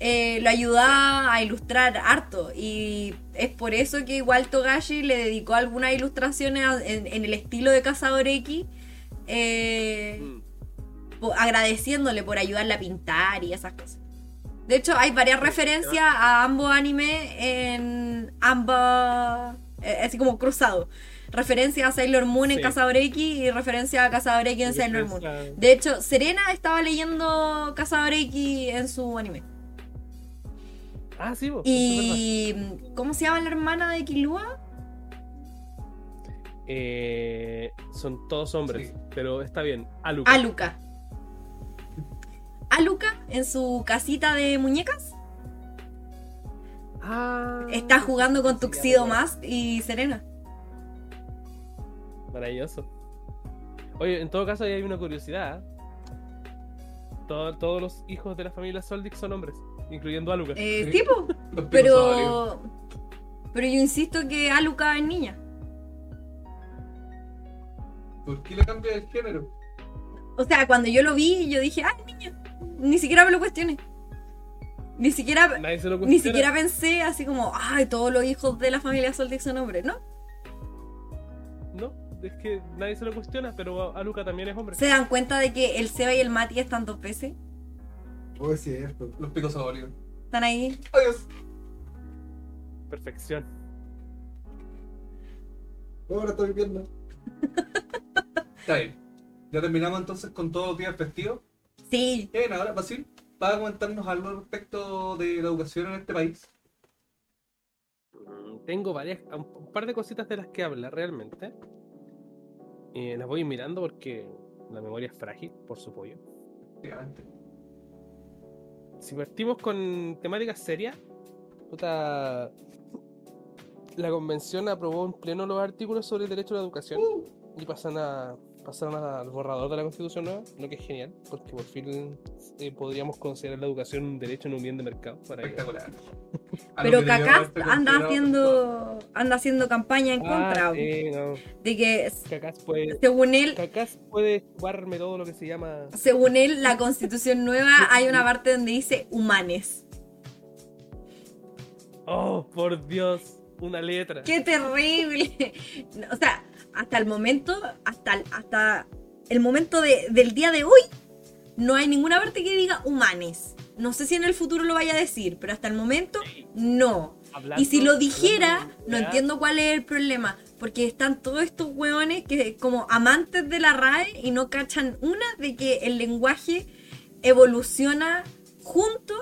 eh, lo ayudaba a ilustrar harto. Y es por eso que igual Togashi le dedicó algunas ilustraciones a- en, en el estilo de Cazador X, eh,
Mm.
po- agradeciéndole por ayudarle a pintar y esas cosas. De hecho, hay varias referencias a ambos animes en ambas, eh, así como cruzado. Referencia a Sailor Moon en
Sí.
Cazador X y referencia a Cazador X en Sailor Moon.
Esa-
De hecho, Serena estaba leyendo Cazador X en su anime.
Ah, sí, vos.
Y. ¿Cómo se llama la hermana de Kilua?
Eh, son todos hombres,
Sí.
pero está bien. Aluka.
Aluka. Aluka en su casita de muñecas.
Ah,
Está jugando con
sí, ya me
Tuxedo
acuerdo.
Mask y Serena.
Maravilloso. Oye, en todo caso, ahí hay una curiosidad. ¿eh? Todo- todos los hijos de la familia Soldic son hombres, incluyendo a Lucas.
Eh,
Sí.
sí, po,
Los dinosaurios.
pero. Pero yo insisto que Aluka es niña.
¿Por qué le cambia el género?
O sea, cuando yo lo vi, yo dije, ay, niña. Ni siquiera me lo cuestioné. Ni siquiera,
Nadie se lo
ni
cuestiona.
siquiera pensé así como, ay, todos los hijos de la familia Soldic son hombres, ¿no?
No, es que nadie se lo cuestiona, pero a, a Luca también es hombre.
¿Se dan cuenta de que el Seba y el Mati están dos veces?
Oh, es cierto.
Los picosaurio.
Están ahí.
Adiós.
Perfección.
Ahora estoy viendo.
Está bien. Ya terminamos entonces con todos los días festivos.
Sí,
Bien, ahora Basil va a comentarnos algo respecto de la educación en este país.
Mm, Tengo varias, un, un par de cositas de las que habla realmente. Eh, las voy mirando porque la memoria es frágil, por su pollo.
Efectivamente.
Si partimos con temáticas serias, puta, la convención aprobó en pleno los artículos sobre el derecho a la educación y pasan a pasaron al borrador de la constitución nueva, lo que es genial, porque por fin eh, podríamos considerar la educación un derecho en un bien de mercado. Para que-
Espectacular. A
Ah,
lo
pero
que debió
Kaká
haberse
anda
considerado todo.
haciendo, anda haciendo campaña en contra
Ah, sí, no.
de que,
Cacás puede,
según él,
Cacás puede jugarme todo lo que se llama
Según él, la constitución nueva hay una parte donde dice humanes.
Oh, por Dios, una letra.
¡Qué terrible! O sea, hasta el momento, hasta el, hasta el momento de- del día de hoy, no hay ninguna parte que diga humanes. No sé si en el futuro lo vaya a decir, pero hasta el momento, no.
Hablando-
Y si lo dijera,
hablando de
no
humanidad,
entiendo cuál es el problema. Porque están todos estos hueones que como amantes de la RAE y no cachan una de que el lenguaje evoluciona junto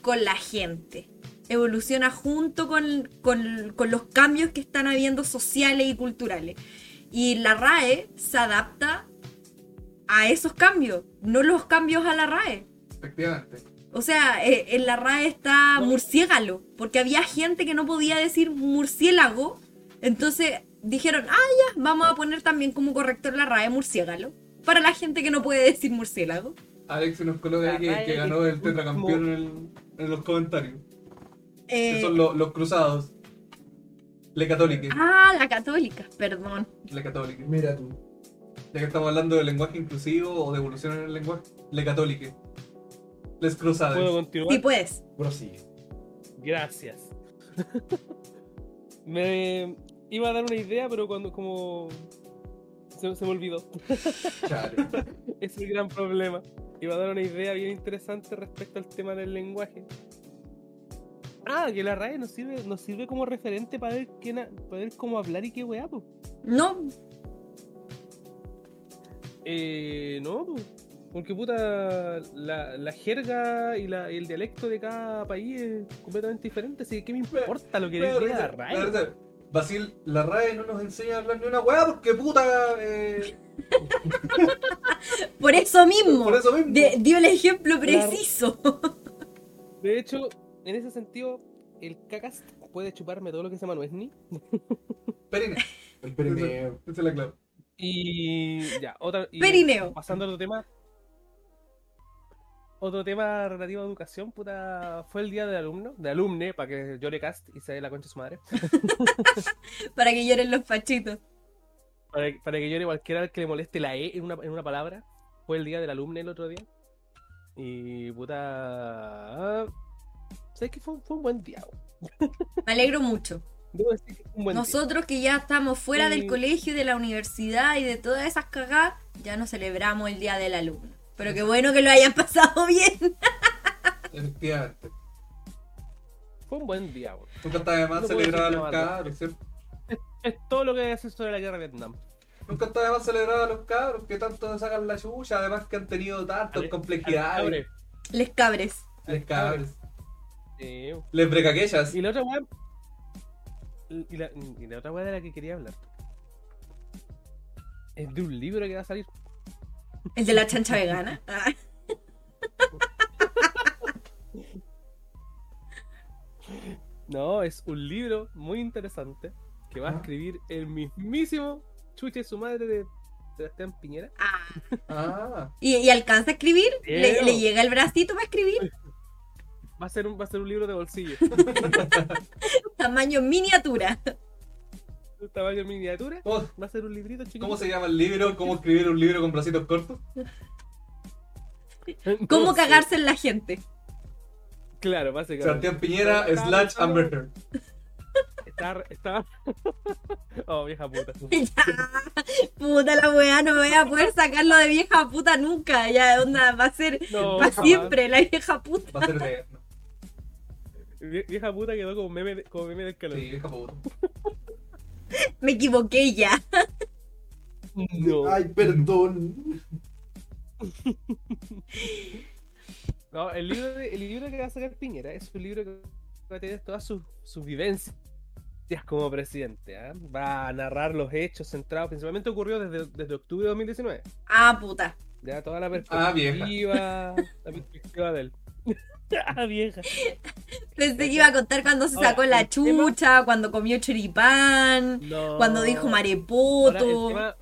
con la gente. Evoluciona junto con, con- con los cambios que están habiendo sociales y culturales. Y la RAE se adapta a esos cambios, no los cambios a la RAE.
Efectivamente.
O sea, eh, en la RAE está
No.
murciégalo, porque había gente que no podía decir murciélago, entonces dijeron, ah, ya, vamos a poner también como corrector la RAE murciégalo, para la gente que no puede decir murciélago.
Alex, un psicólogo ahí que,
Kaká
que
es
ganó el
último.
tetracampeón en, el- en los comentarios.
Eh,
Que son los, los cruzados. Le católica.
Ah, la católica, perdón.
Le católica.
Mira tú.
Ya que estamos hablando de lenguaje inclusivo o de evolución en el lenguaje, le católique. Les cruzades.
¿Puedo continuar?
Sí, pues. puedes.
Prosigue.
Gracias. me iba a dar una idea, pero cuando como... Se, se me olvidó.
Chale.
es el gran problema. Iba a dar una idea bien interesante respecto al tema del lenguaje. Ah, que la RAE nos sirve, nos sirve como referente para ver, quién ha- para ver cómo hablar y qué weá, po.
No,
Eh, no, po. porque puta, la, la jerga y la- el dialecto de cada país es completamente diferente, así que ¿qué me importa lo que
Me da
diga la
risa, me da
RAE?
risa. Basil, la RAE no nos enseña a hablar ni una weá porque puta. eh,
por eso mismo.
por eso mismo.
De- dio el ejemplo
Claro.
preciso.
De hecho, en ese sentido, el cacas puede chuparme todo lo que se llama nuezni.
Perine.
El perineo.
Esa es la clave.
Y ya, otra. y-
Perineo.
Pasando a otro tema. Otro tema relativo a educación, puta, fue el día del alumno, de alumne, para que llore cast y se dé la concha a su madre.
Para que lloren los fachitos.
Para, que- para que llore cualquiera al que le moleste la E en una, en una palabra. Fue el día del alumne el otro día. Y puta. ¿Sabes qué? Fue, fue un buen día. weón.
Me alegro mucho.
Debo decir que fue un buen día.
Nosotros que ya estamos fuera del
Sí.
colegio, de la universidad y de todas esas cagadas, ya no celebramos el Día del Alumno. Pero qué bueno que lo hayan pasado bien.
Efectivamente.
Fue un buen día. weón.
Nunca está de más
No puedo
celebrar a
decir
los
nada más.
cabros, ¿cierto?
Es todo lo que hay que hacer sobre la guerra de Vietnam.
Nunca está de más celebrar a los cabros que tanto se sacan la chucha, además que han tenido tantas
Ale-
complejidades.
Abre.
Les cabres.
Les cabros.
Sí, weón.
Les brecaquellas.
Y la otra weá. Y la, y la otra weá de la que quería hablar. Es de un libro que va a salir.
El de la chancha vegana. Ah,
No, es un libro muy interesante que va a
¿Ah?
escribir el mismísimo Chuche, su madre de Sebastián Piñera.
Ah,
Ah,
¿y, y alcanza a escribir? ¿Le,
Pero-
le llega el bracito para escribir?
Va a ser un, va a ser un libro de bolsillo.
Tamaño miniatura.
Un tamaño en miniatura.
¿cómo,
Va a ser un librito chiquito.
cómo se llama el libro? ¿Cómo escribir un libro con bracitos cortos?
¿Cómo
Entonces,
cagarse en la gente?
Claro, básicamente.
Sebastián Piñera slash Amber Heard.
Está, está... oh, vieja puta.
Ya, puta la weá, no me voy a poder sacarlo de vieja puta nunca. Ya, onda, va a ser
No,
para
jamás.
siempre la vieja puta.
Va a ser eterno.
Vie- Vieja puta quedó como meme, de- como meme del calor.
Sí, vieja puta.
Me equivoqué ya.
Ah,
No.
Ay, perdón.
No, el libro, de- el libro que va a sacar Piñera es un libro que va a tener todas sus, sus vivencias como presidente. ¿ah? Va a narrar los hechos centrados, principalmente ocurrió desde, desde octubre de 2019.
Ah, puta.
Ya toda la
Ah, vieja.
perspectiva, la perspectiva de él. ah, vieja.
Pensé que iba a contar cuando se
Ahora,
sacó la
el tema-
chucha, cuando comió choripán,
No.
cuando dijo
Ahora,
marepoto.
el, tema,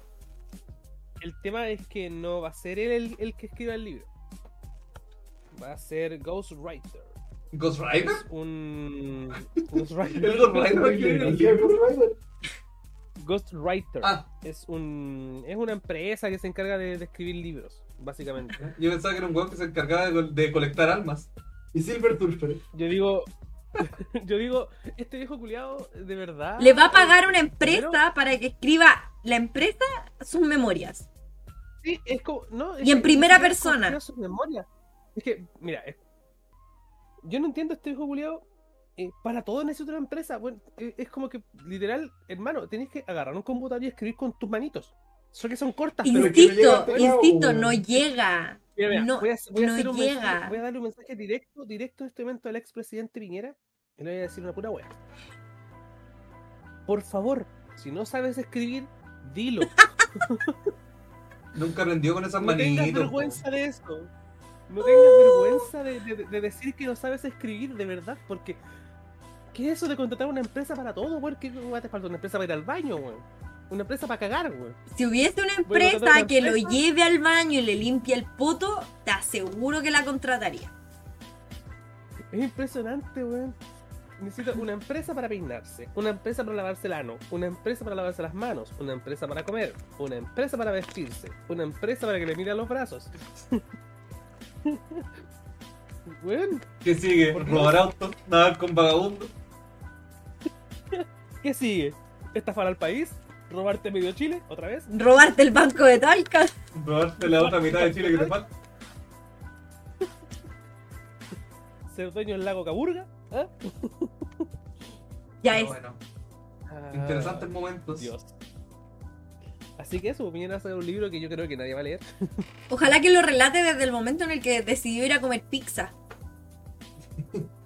el tema es que no va a ser él el, el que escriba el libro. Va a ser Ghostwriter.
¿Ghost Rider?
Es un. Ghostwriter.
¿El Ghost Rider va a escribir el libro?
Ghostwriter
Ah,
es un es una empresa que se encarga de, de escribir libros, básicamente.
yo pensaba que era un weón que se encargaba de, de colectar almas.
Y Silver Surfer.
Yo digo, yo digo, este viejo culiado de verdad
Le va a pagar una
primero-
empresa para que escriba la empresa sus memorias.
Sí, es como- no, es
Y en
que-
primera
es como
persona.
crear sus memorias. Es que, mira, es- yo no entiendo este viejo culiado. para todo necesito una empresa. Bueno, eh, es como que, literal, hermano, tienes que agarrar un computador y escribir con tus manitos. Solo que son cortas, Ah, pero
que no llega
Insisto,
al pelado,
insisto,
weón.
no llega.
Mira, mira,
No-
voy, a, voy a
no
hacer un
llega.
mensaje- voy a darle un mensaje directo, directo en este momento al expresidente Piñera y le voy a decir una pura wea. Por favor, si no sabes escribir, dilo.
Nunca aprendió con esas
No tengas
manitos.
vergüenza de eso. No
Uh.
tengas vergüenza de, de- de decir que no sabes escribir de verdad, porque ¿qué es eso de contratar una empresa para todo, weón? ¿Qué weá te falta? Una empresa para ir al baño, weón. Una empresa para cagar, weón.
Si hubiese una
Voy a contratar
empresa
una
que lo
empresa.
lleve al baño y le limpie el poto, te aseguro que la contrataría.
Es impresionante, weón. Necesito una empresa para peinarse, una empresa para lavarse el ano, una empresa para lavarse las manos, una empresa para comer, una empresa para vestirse, una empresa para que le mire a los brazos. weón,
¿Qué sigue?
¿Por qué?
¿Robar autos? ¿Nadar con vagabundo?
¿qué sigue? ¿Estafar al país? ¿Robarte medio Chile? ¿Otra vez?
Robarte el banco de Talca.
¿Robarte la otra mitad de Chile que te falta?
¿Ser dueño del lago Caburga? ¿Ah?
Ya
Ah,
es.
Bueno, Ah. interesantes momentos.
Dios. Así que eso, pues, Piñera hace un libro que yo creo que nadie va a leer.
Ojalá que lo relate desde el momento en el que decidió ir a comer pizza.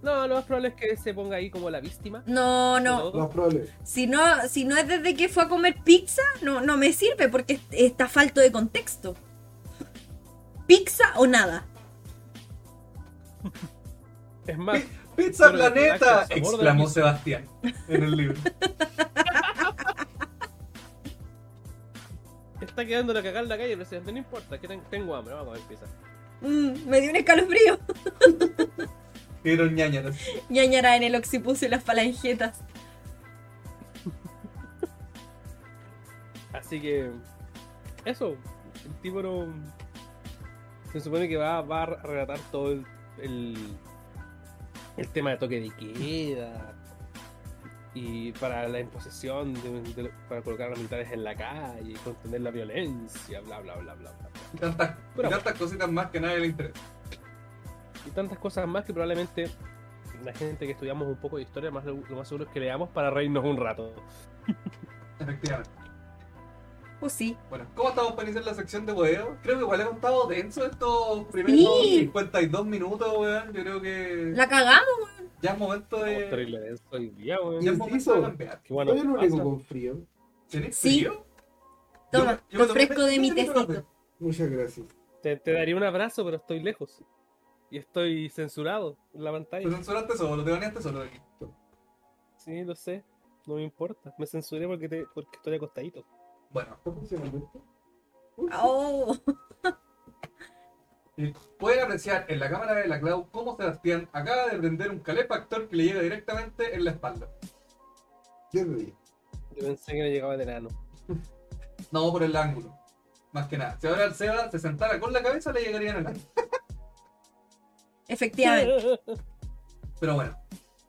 No, lo más probable es que se ponga ahí como la víctima.
No, no.
Más probable.
Si no, si no es desde que fue a comer pizza, no, no me sirve porque es- está falto de contexto. Pizza o nada.
Es más,
¡Pizza
Pero el
Planeta!
coraje, el sabor de la
exclamó
pizza.
Sebastián en el libro.
Está quedando la cagada en la calle, presidente. No importa, que ten- tengo hambre, vamos a comer pizza.
Mm, me dio un escalofrío.
Dieron ñañaras.
Ñañara en el occipucio y las falangetas.
Así que. Eso. El tipo no. Se supone que va, va a relatar todo el, el. el tema de toque de queda. Y para la imposición, de- de- para colocar a los militares en la calle, contener la violencia, bla, bla, bla, bla, bla.
Y tantas, y
Pero-
tantas cositas más que a nadie le interesa.
y tantas cosas más que probablemente la gente que estudiamos un poco de historia, más lo, lo más seguro es que leamos para reírnos un rato.
Efectivamente.
Pues sí.
Bueno, ¿cómo estamos para iniciar la sección de hueveo? Creo que igual hemos estado denso estos primeros
Sí.
52 minutos, weón. Yo creo que
La cagamos.
ya es momento
Estamos
de.
terrible denso hoy día, weón.
Ya es
¿Y
momento
eso?
de cambiar.
Que bueno,
Soy el único
pasa.
con frío.
¿Tenés
Sí.
frío? Yo
Toma,
me- yo me
lo
tomé
fresco de mi
20 minutos
tecito.
Muchas gracias.
Te, te daría un abrazo, pero estoy lejos. Y estoy censurado en la
Te
pantalla.
censuraste solo, te baneaste solo de aquí.
Sí, lo sé. No me importa. Me censuré porque, te, porque estoy acostadito.
Bueno,
¿Cómo se llama esto?
Oh,
pueden apreciar en la cámara de la Clau cómo Sebastián acaba de prender un calefactor que le llega directamente en la espalda.
Yo lo vi.
Yo pensé que no llegaba de verano.
No, por el ángulo. Más que nada. Si ahora el Seba se sentara con la cabeza, le llegaría en el ángulo.
efectivamente.
Pero bueno,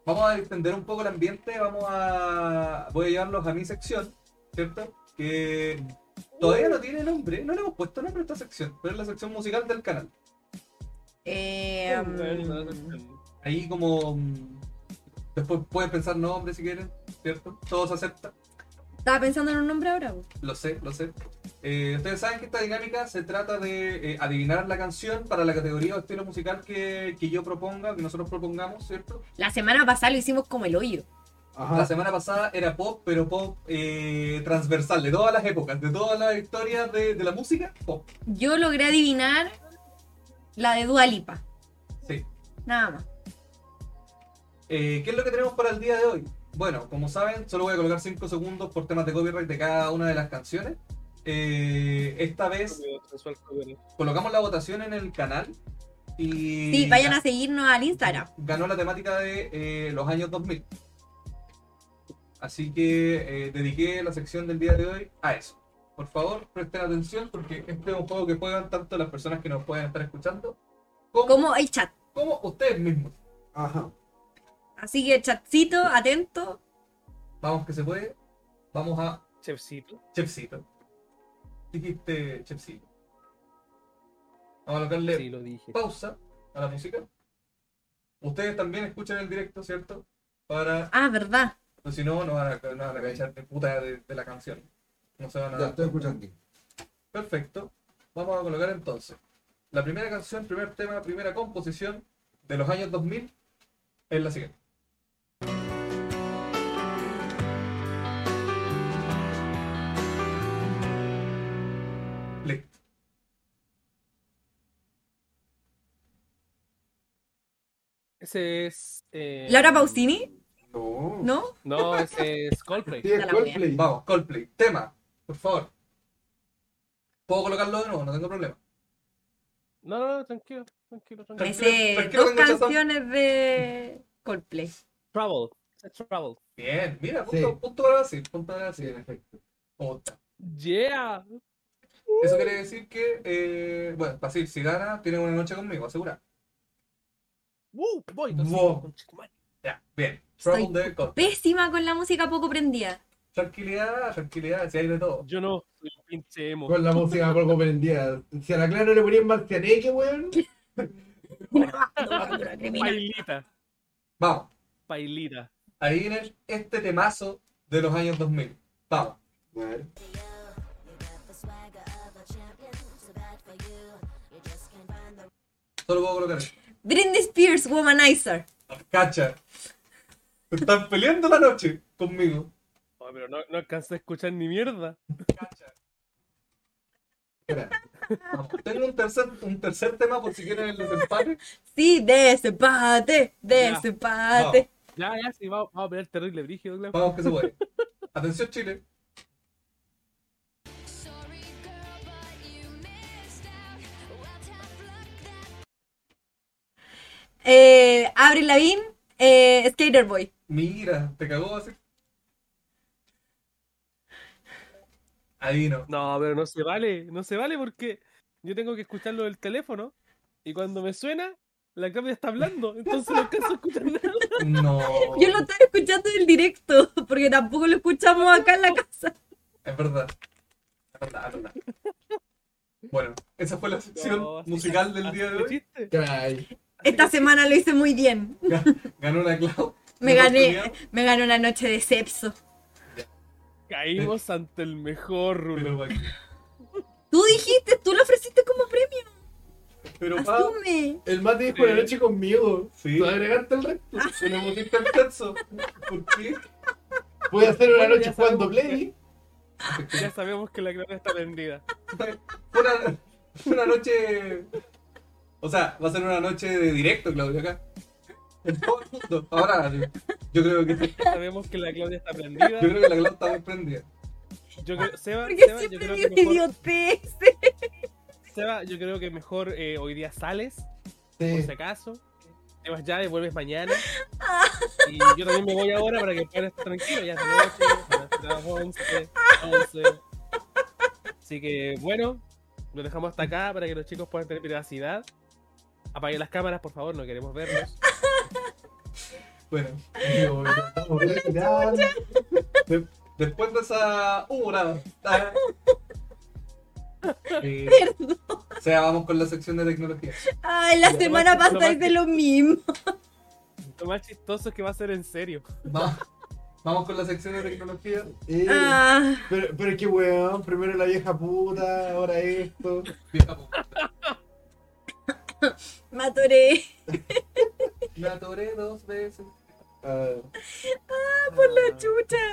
vamos a extender un poco el ambiente. Vamos a. Voy a llevarlos a mi sección, ¿cierto? Que todavía no tiene nombre. No le hemos puesto nombre a esta sección, pero es la sección musical del canal.
Eh, um,
Ahí como. mm, Después pueden pensar nombre si quieren, ¿cierto? Todo se acepta.
Estaba pensando en un nombre ahora. po.
Lo sé, lo sé. Eh, Ustedes saben que esta dinámica se trata de eh, adivinar la canción para la categoría o estilo musical que, que yo proponga, que nosotros propongamos, ¿cierto?
La semana pasada lo hicimos como el hoyo.
La
Ajá.
semana pasada era pop, pero pop eh, transversal, de todas las épocas, de todas las historias de, de la música, pop.
Yo logré adivinar la de Dua Lipa.
Sí.
Nada más.
Eh, ¿Qué es lo que tenemos para el día de hoy? Bueno, como saben, solo voy a colocar 5 segundos por temas de copyright de cada una de las canciones. Eh, esta vez colocamos la votación en el canal y
Sí, vayan a seguirnos al Instagram.
ganó la temática de eh, los años 2000. Así que eh, dediqué la sección del día de hoy a eso. Por favor, presten atención porque este es un juego que juegan tanto las personas que nos pueden estar escuchando como,
Como el chat.
como ustedes mismos.
Ajá.
Así que chatcito, atento.
Vamos que se puede. Vamos a
Chefcito.
Chefcito. Dijiste Chefcito. Vamos a colocarle
Sí, lo dije.
pausa a la música. Ustedes también escuchan el directo, ¿cierto? Para
Ah, verdad.
Pues si no, no van a, no van a cachar de puta de, de la canción. No se van a
Ya
dar.
estoy escuchando.
Perfecto. Vamos a colocar entonces. La primera canción, primer tema, primera composición de los años 2000 es la siguiente. Listo.
Ese es. eh,
Laura Pausini,
No.
¿no?
No, ese es Coldplay.
Sí, es
Ya la
Coldplay.
Vamos, Coldplay. Tema, por favor. ¿Puedo colocarlo de nuevo? No tengo problema.
No, no, no, tranquilo, tranquilo, tranquilo.
Me
Tranquilo,
sé
tranquilo,
dos
tengo chazón.
canciones de Coldplay.
Travel. es Travel.
Bien, mira,
Sí.
punto, punto para Brasil, punto para
Sí,
Brasil.
en efecto.
Puta.
Yeah.
Eso quiere decir que, eh, bueno, Basil, si gana, tiene una noche conmigo, asegura.
Woo, Uh, voy. entonces,
Wow.
conchetumare.
Ya, bien.
Soy
Trouble de Coldplay.
Pésima con la música poco prendida.
Tranquilidad, tranquilidad, si hay de todo.
Yo no, soy un pinche emo.
Con la música poco prendida. Si a la Clara le ponían Marcianeque, weón.
Pailita,
Vamos,
pailita.
adivinen este temazo de los años 2000. Vamos.
A ver.
Solo puedo colocar esto.
Britney Spears, Womanizer.
Cacha. Se Están peleando la noche conmigo.
Oh, pero no, no alcancé a escuchar ni mierda.
Cacha. Espera. Vamos, Tengo un tercer, un tercer tema por si quieren el desempate.
Sí, desempate, desempate.
Ya, ya, sí, vamos, vamos a pelear terrible brígido, Clau.
Vamos que se puede. Atención, Chile.
Eh, Avril Lavigne, eh, Skater Boy.
Mira, te cagó así. Adivino.
No, pero no se vale, no se vale porque yo tengo que escucharlo del teléfono y cuando me suena, la cámara está hablando, entonces no alcanzo a escuchar nada.
No.
Yo lo estaba escuchando en el directo, porque tampoco lo escuchamos acá en la casa.
Es verdad. Es verdad, es verdad. Bueno, esa fue la sección
No, así-
musical del
así
día de
de
hoy.
chiste.
Caray.
Así
Esta
que-
semana lo hice muy bien.
Ga- Ganó la Clau.
Me
La
gané,
oportunidad,
me gané una noche de sepso.
Caímos ante el mejor
Pero,
rulo.
bueno.
Tú dijiste, tú lo ofreciste como premio.
pero pa,
Asume.
El Mati dijo la
Sí.
noche conmigo.
Sí.
Tú agregaste el resto.
se le pusiste el calzo. ¿Por qué?
Voy a hacer una
Bueno,
noche
ya
jugando
sabemos
Play.
Ya sabemos que la cámara está prendida.
Fue una, fue una noche. O sea, va a ser una noche de directo, Claudio, acá. En todo el mundo. Ahora, Yo creo que, yo
Sabemos que la Claudia está prendida.
creo que la Glau está muy prendida.
Yo creo, Seba,
Porque
Seba, yo
siempre
creo
vi
que mejor,
idiotes.
Seba, yo creo que mejor eh, hoy día sales, por
Sí.
si acaso. este Te vas ya y vuelves mañana. Y yo también me voy ahora para que puedas estar tranquilo. Ya es noche, a las 11, 11. Así que bueno, lo dejamos hasta acá para que los chicos puedan tener privacidad. Apaguen las cámaras, por favor, no queremos verlos.
Bueno,
Digo, estamos retirando.
de- después de esa hora. ah, eh, o sea, vamos con la sección de tecnología.
Ay, la
Lo
semana
más- lo
pasada
más-
hice lo mismo.
Lo más chistoso es que va a ser en serio.
Va- vamos con la sección de tecnología.
Eh,
Ah,
Pero, pero es que weón, primero la vieja puta, ahora esto.
Vieja puta.
me atoré.
Me atoré dos veces.
Ah,
Por la
Chucha.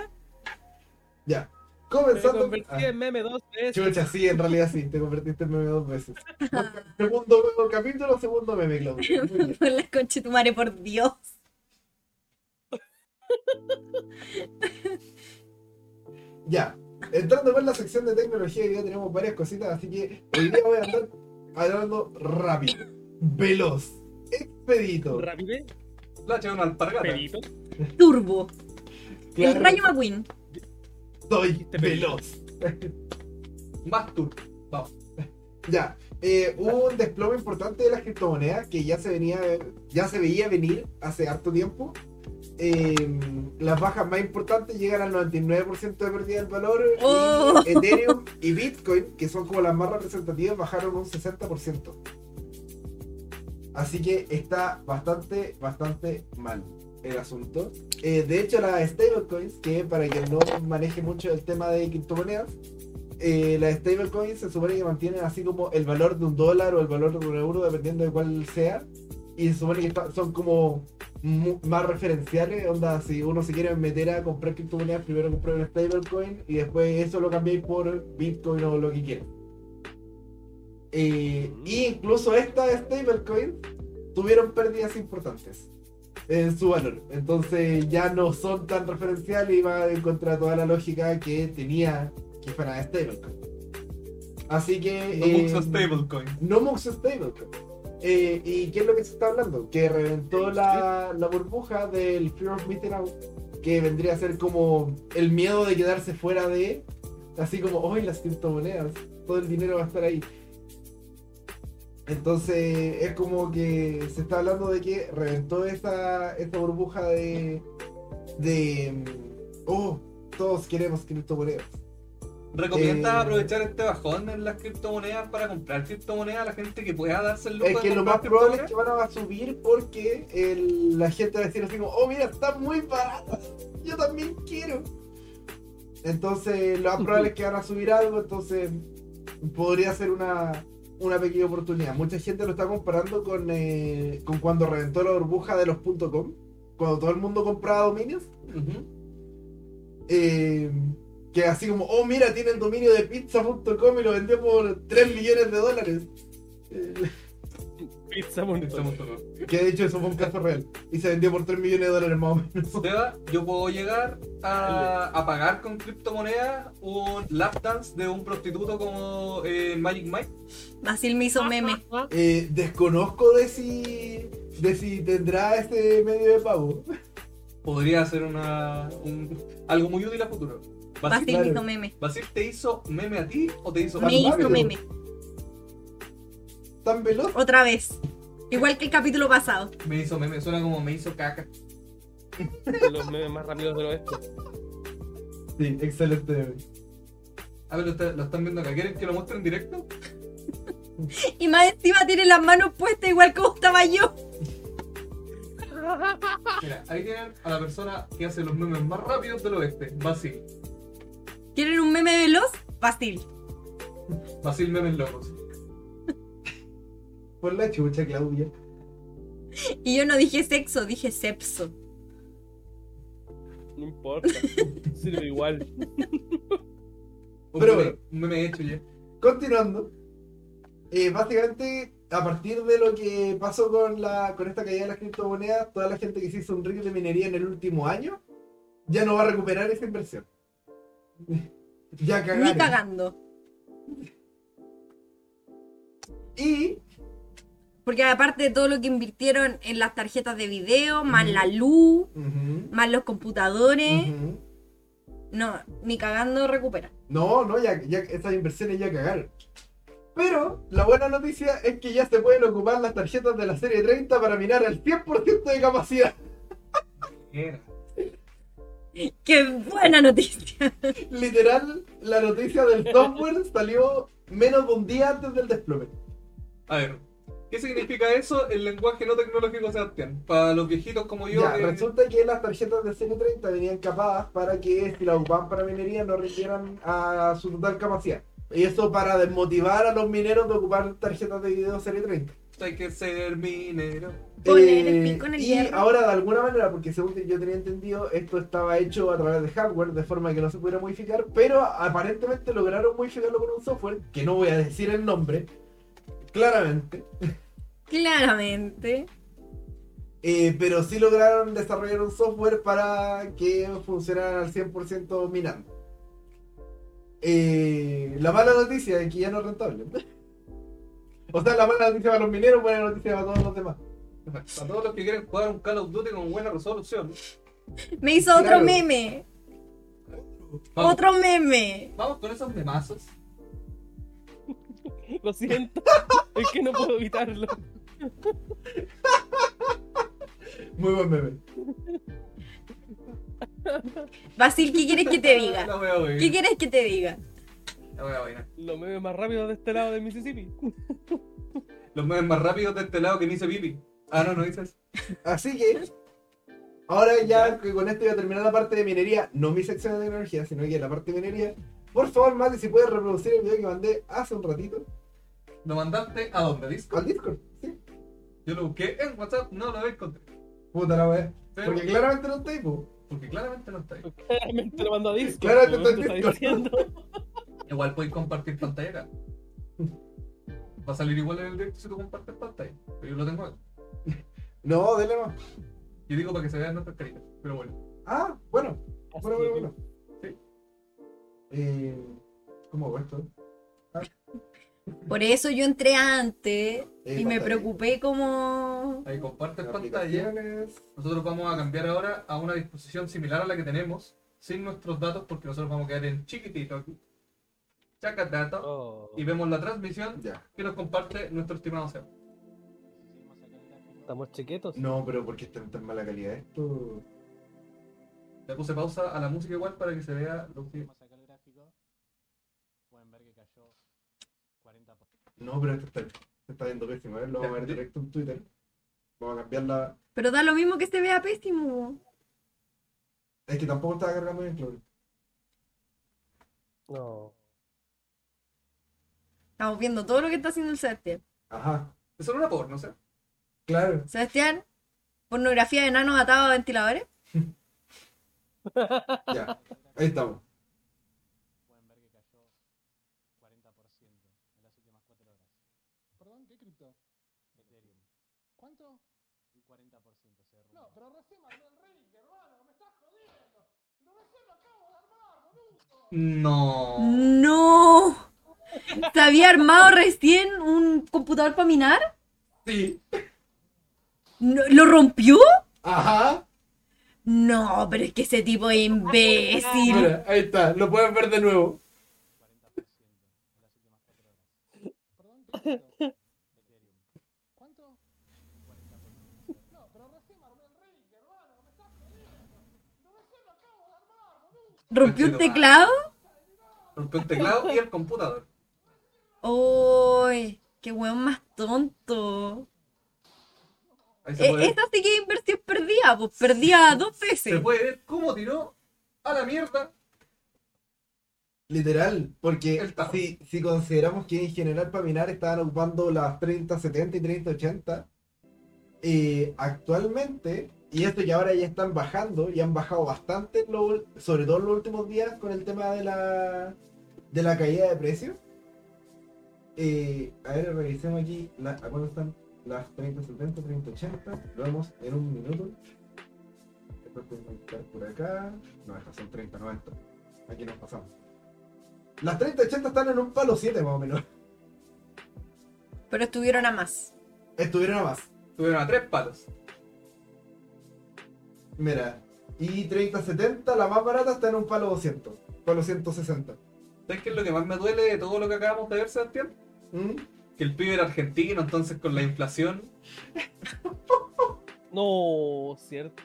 ya.
Me
Comenzando.
convertí
Ah,
en meme dos veces.
chucha, sí, en realidad sí, te convertiste en meme dos veces. Segundo capítulo, segundo meme, Claudia. Muy bien.
Por la concha de tu madre, por Dios.
Ya, entrando por la sección de tecnología, hoy día tenemos varias cositas, así que hoy día voy a andar hablando rápido, veloz, expedito.
Rápido,
La eché una alpargata.
pedito.
Turbo.
Claro,
El rayo McQueen.
soy veloz.
Más tú. Vamos.
Ya, eh, hubo un desplome importante de las criptomonedas que ya se, venía, ya se veía venir hace harto tiempo. Eh, las bajas más importantes llegan al 99% de pérdida del valor. y
Oh.
Ethereum y Bitcoin, que son como las más representativas, bajaron un 60%. Así que está bastante, bastante mal el asunto. Eh, de hecho, las stablecoins, que para quien no maneje mucho el tema de criptomonedas, eh, las stablecoins se supone que mantienen así como el valor de un dólar o el valor de un euro, dependiendo de cuál sea. Y se supone que está- son como mu- más referenciales. Onda, si uno se quiere meter a comprar criptomonedas, primero comprar un stablecoin y después eso lo cambiáis por Bitcoin o lo que quieran. Eh,
Mm.
y incluso estas stablecoins tuvieron pérdidas importantes en su valor. Entonces ya no son tan referenciales y va en contra de toda la lógica que tenía que fuera stablecoin. Así que...
No
eh,
mucho stablecoin.
no mucho stablecoin. Eh, ¿Y qué es lo que se está hablando? Que reventó la, la burbuja del Fear of Missing Out, que vendría a ser como el miedo de quedarse fuera de, así como, hoy las criptomonedas, todo el dinero va a estar ahí. Entonces es como que se está hablando de que reventó esta, esta burbuja de, de, mm, oh, todos queremos criptomonedas.
¿Recomiendas
Eh,
aprovechar este bajón en las criptomonedas para comprar criptomonedas a la gente que pueda darse el lujo de
Es que lo
comprar
más probable es
criptomonedas?
que van a subir porque el- la gente va a decir así como, oh mira, está muy barata, yo también quiero. Entonces lo más probable es que van a subir algo, entonces podría ser una, una pequeña oportunidad. Mucha gente lo está comparando con, eh, con cuando reventó la burbuja de los .com, cuando todo el mundo compraba dominios.
Ujú.
eh, que así como, oh mira, tiene el dominio de pizza.com y lo vendió por 3 millones de dólares. Eh,
Pizza Moon.
Estamos todos.
Que de hecho eso fue un caso real. Y se vendió por 3 millones de dólares más o menos.
Seba, yo puedo llegar a, a pagar con criptomonedas un lapdance de un prostituto como eh, Magic Mike.
Basil me hizo meme.
Eh, desconozco de si, de si tendrá este medio de pago.
Podría ser una, un- algo muy útil a futuro. Basil,
Basil me
claro.
hizo meme.
Basil, ¿te hizo meme a ti o te hizo
Me hizo
rápido.
meme.
Tan veloz.
Otra vez. Igual que el capítulo pasado.
Me hizo meme, suena como me hizo caca.
Los memes más rápidos del oeste.
Sí, excelente meme.
A ver, lo, está- lo están viendo acá. ¿Quieren que lo muestre en directo?
Y más encima tiene las manos puestas igual como estaba yo.
Mira, ahí tienen a la persona que hace los memes más rápidos del oeste, Basil.
¿Quieren un meme veloz? Basil.
Basil Memes Locos.
Por la chucha, Claudia.
Y yo no dije sexo, dije sepso.
No importa. Sirve igual.
Un
Pero
meme-
bueno.
un meme hecho ya.
Continuando. eh, básicamente a partir de lo que pasó con, la, con esta caída de las criptomonedas, toda la gente que se hizo un rig de minería en el último año ya no va a recuperar esa inversión. ya
Ni
cagaron.
cagando.
Y
Porque aparte de todo lo que invirtieron en las tarjetas de video, más la luz,
ujú,
más los computadores,
ujú.
no, ni cagando recupera.
No, no, ya, ya esas inversiones ya cagaron. Pero la buena noticia es que ya se pueden ocupar las tarjetas de la serie 30 para minar al 100% de capacidad.
Era.
¡Qué buena noticia!
Literal, la noticia del software salió menos de un día antes del desplome.
A ver, ¿qué significa eso en lenguaje no tecnológico, Sebastián? Para los viejitos como yo.
Ya,
que-
resulta que las tarjetas de serie 30 venían capadas para que si las ocupaban para minería no rindieran a su total capacidad. Y eso para desmotivar a los mineros de ocupar tarjetas de video serie 30.
Hay que ser minero.
Poner el pico en el
Eh, y
hierro.
ahora de alguna manera, porque según yo tenía entendido, esto estaba hecho a través de hardware de forma que no se pudiera modificar, pero aparentemente lograron modificarlo con un software, que no voy a decir el nombre, claramente,
Claramente.
eh, pero sí lograron desarrollar un software para que funcionara al 100% minando. Eh, la mala noticia es que ya no es rentable. O sea, la mala noticia para los mineros, buena noticia para todos los demás.
Para todos los que quieren jugar un Call of Duty con buena resolución.
Me hizo
Claro.
otro meme.
Vamos,
Otro meme.
vamos con esos demazos.
Lo siento, es que no puedo evitarlo.
Muy buen meme.
Basil, ¿qué quieres que te diga?
La voy a oír,
¿Qué quieres que te diga?
la voy a oír.
Lo memes más rápido de este lado del Mississippi.
Los memes más rápidos de este lado que ni dice pipi. Ah, no, no dices.
Así que ahora ya que con esto voy a terminar la parte de minería, no mi sección de tecnología, sino que la parte de minería. Por favor, Mati, si puedes reproducir el video que mandé hace un ratito
¿Lo mandaste a dónde, Disco?
al Discord. Sí.
Yo lo busqué en WhatsApp, no lo encontré.
Puta la wea.
Pero-
Porque claramente no está ahí, po.
porque claramente no está ahí.
Claramente lo mando a Discord.
Claramente
como
está en
tú
Discord.
estás diciendo.
Igual podéis compartir pantalla acá. Va a salir igual en el directo si tú compartes pantalla. Pero yo lo tengo acá.
No, dele más.
Yo digo para que se vean nuestras caritas. Pero bueno.
Ah, bueno,
Así
bueno, bueno,
que-
bueno.
Sí.
Eh, ¿Cómo hago esto?
Por eso yo entré
Eh,
antes y me
pantalla.
preocupé como...
Ahí compartes pantalla.
Aplicaciones.
Nosotros vamos a cambiar ahora a una disposición similar a la que tenemos, sin nuestros datos, porque nosotros vamos a quedar en chiquitito aquí. Chaca datos.
Oh,
Y vemos la transmisión
Ya.
que nos comparte nuestro estimado Seba.
estamos chiquetos.
No, pero ¿por qué está en tan mala calidad esto?
Le puse pausa a la música igual para que se vea lo que.
Vamos a sacar el gráfico. Pueden ver que cayó 40%.
No, pero esto está, se está viendo pésimo, ¿eh? Lo vamos a ver directo en Twitter. Vamos a cambiar la,
Pero da lo mismo que se vea pésimo.
Es que tampoco estaba cargando bien, claro.
No.
Estamos viendo todo lo que está haciendo el Sebastián.
Ajá,
Es solo una porno, sé.
claro.
Sebastián, pornografía de enanos atados a ventiladores.
Ya, ahí estamos.
Pueden ver que cayó 40% en las últimas 4 horas. ¿Perdón? ¿Qué cripto? Ethereum. ¿Cuánto? Un 40% se No, pero recién mandó Enrique, hermano, me estás jodiendo. Lo recién lo acabo de armar, boludo.
No.
No. ¿Se había armado recién un computador para minar?
Sí.
¿No- ¿Lo rompió?
Ajá.
No, pero es que ese tipo es imbécil.
Mira, ahí está. Lo pueden ver de nuevo.
40% en las últimas 4 horas. ¿Perdón? ¿Qué cripto? Ethereum. ¿Cuánto? Un 40%. No, pero recién mandó Enrique, hermano, me estás jodiendo. Lo recién lo acabo de armar, boludo.
¿Rompió un teclado?
Rompió el teclado y el computador.
¡Uy! ¡Qué weón más tonto!
Ahí se
E-
puede,
esta sí que es inversión perdida, pues perdía dos
se
veces.
puede ver cómo tiró a la mierda.
Literal, porque
El tarro.
si, si consideramos que en general para minar estaban ocupando las 3070 y 3080, eh, actualmente, y esto que ahora ya están bajando, y han bajado bastante, en lo ul- sobre todo en los últimos días con el tema de la, de la caída de precios, Eh, a ver, revisemos aquí la, a cuánto están las 3070, 3080. Lo vemos en un minuto. Después podemos estar por acá. No, estas son 3090. Aquí nos pasamos. Las 3080 están en un palo 7 más o menos.
Pero estuvieron a más.
Estuvieron a más.
Tuvieron a tres palos.
Mira, y 3070, la más barata, está en un palo 200. Palo 160.
¿Sabes qué es lo que más me duele de todo lo que acabamos de ver, Sebastián?
¿Mm?
Que el pibe era argentino, entonces con la inflación.
No, cierto.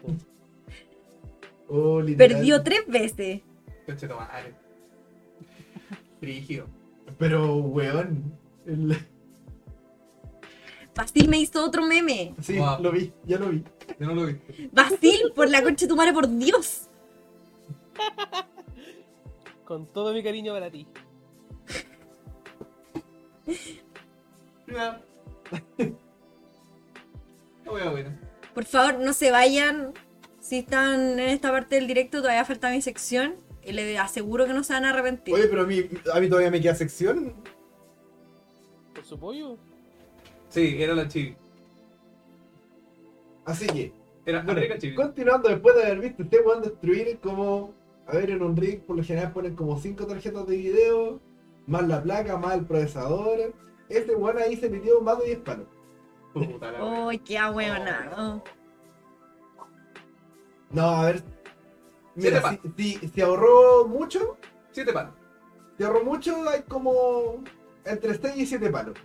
Oh, literal.
Perdió tres veces.
Coche tu madre. Rígido.
Pero, weón. el-
Basil me hizo otro meme.
Sí,
Wow.
lo vi, ya lo vi.
Yo no lo viste.
Basil, por la concha de tu madre, por Dios.
Con todo mi cariño para ti.
Ya. No voy a bueno.
Por favor, no se vayan. Si están en esta parte del directo, todavía falta mi sección. Y les aseguro que no se van a arrepentir.
Oye, pero a mí, a mí todavía me queda sección.
Por su pollo.
Sí, era la chibi.
Así que,
Era
bueno,
América Chibi.
continuando después de haber visto este weón destruir como. A ver, en un rig por lo general ponen como 5 tarjetas de video, más la placa, más el procesador. Este weón ahí se metió más de 10 palos.
Puta la wea.
Ay, qué ahueonado.
No, a ver.
Siete
Mira,
palos.
si, si, si ahorró mucho,
Siete palos.
si ahorró mucho, hay como entre 6 y 7 palos.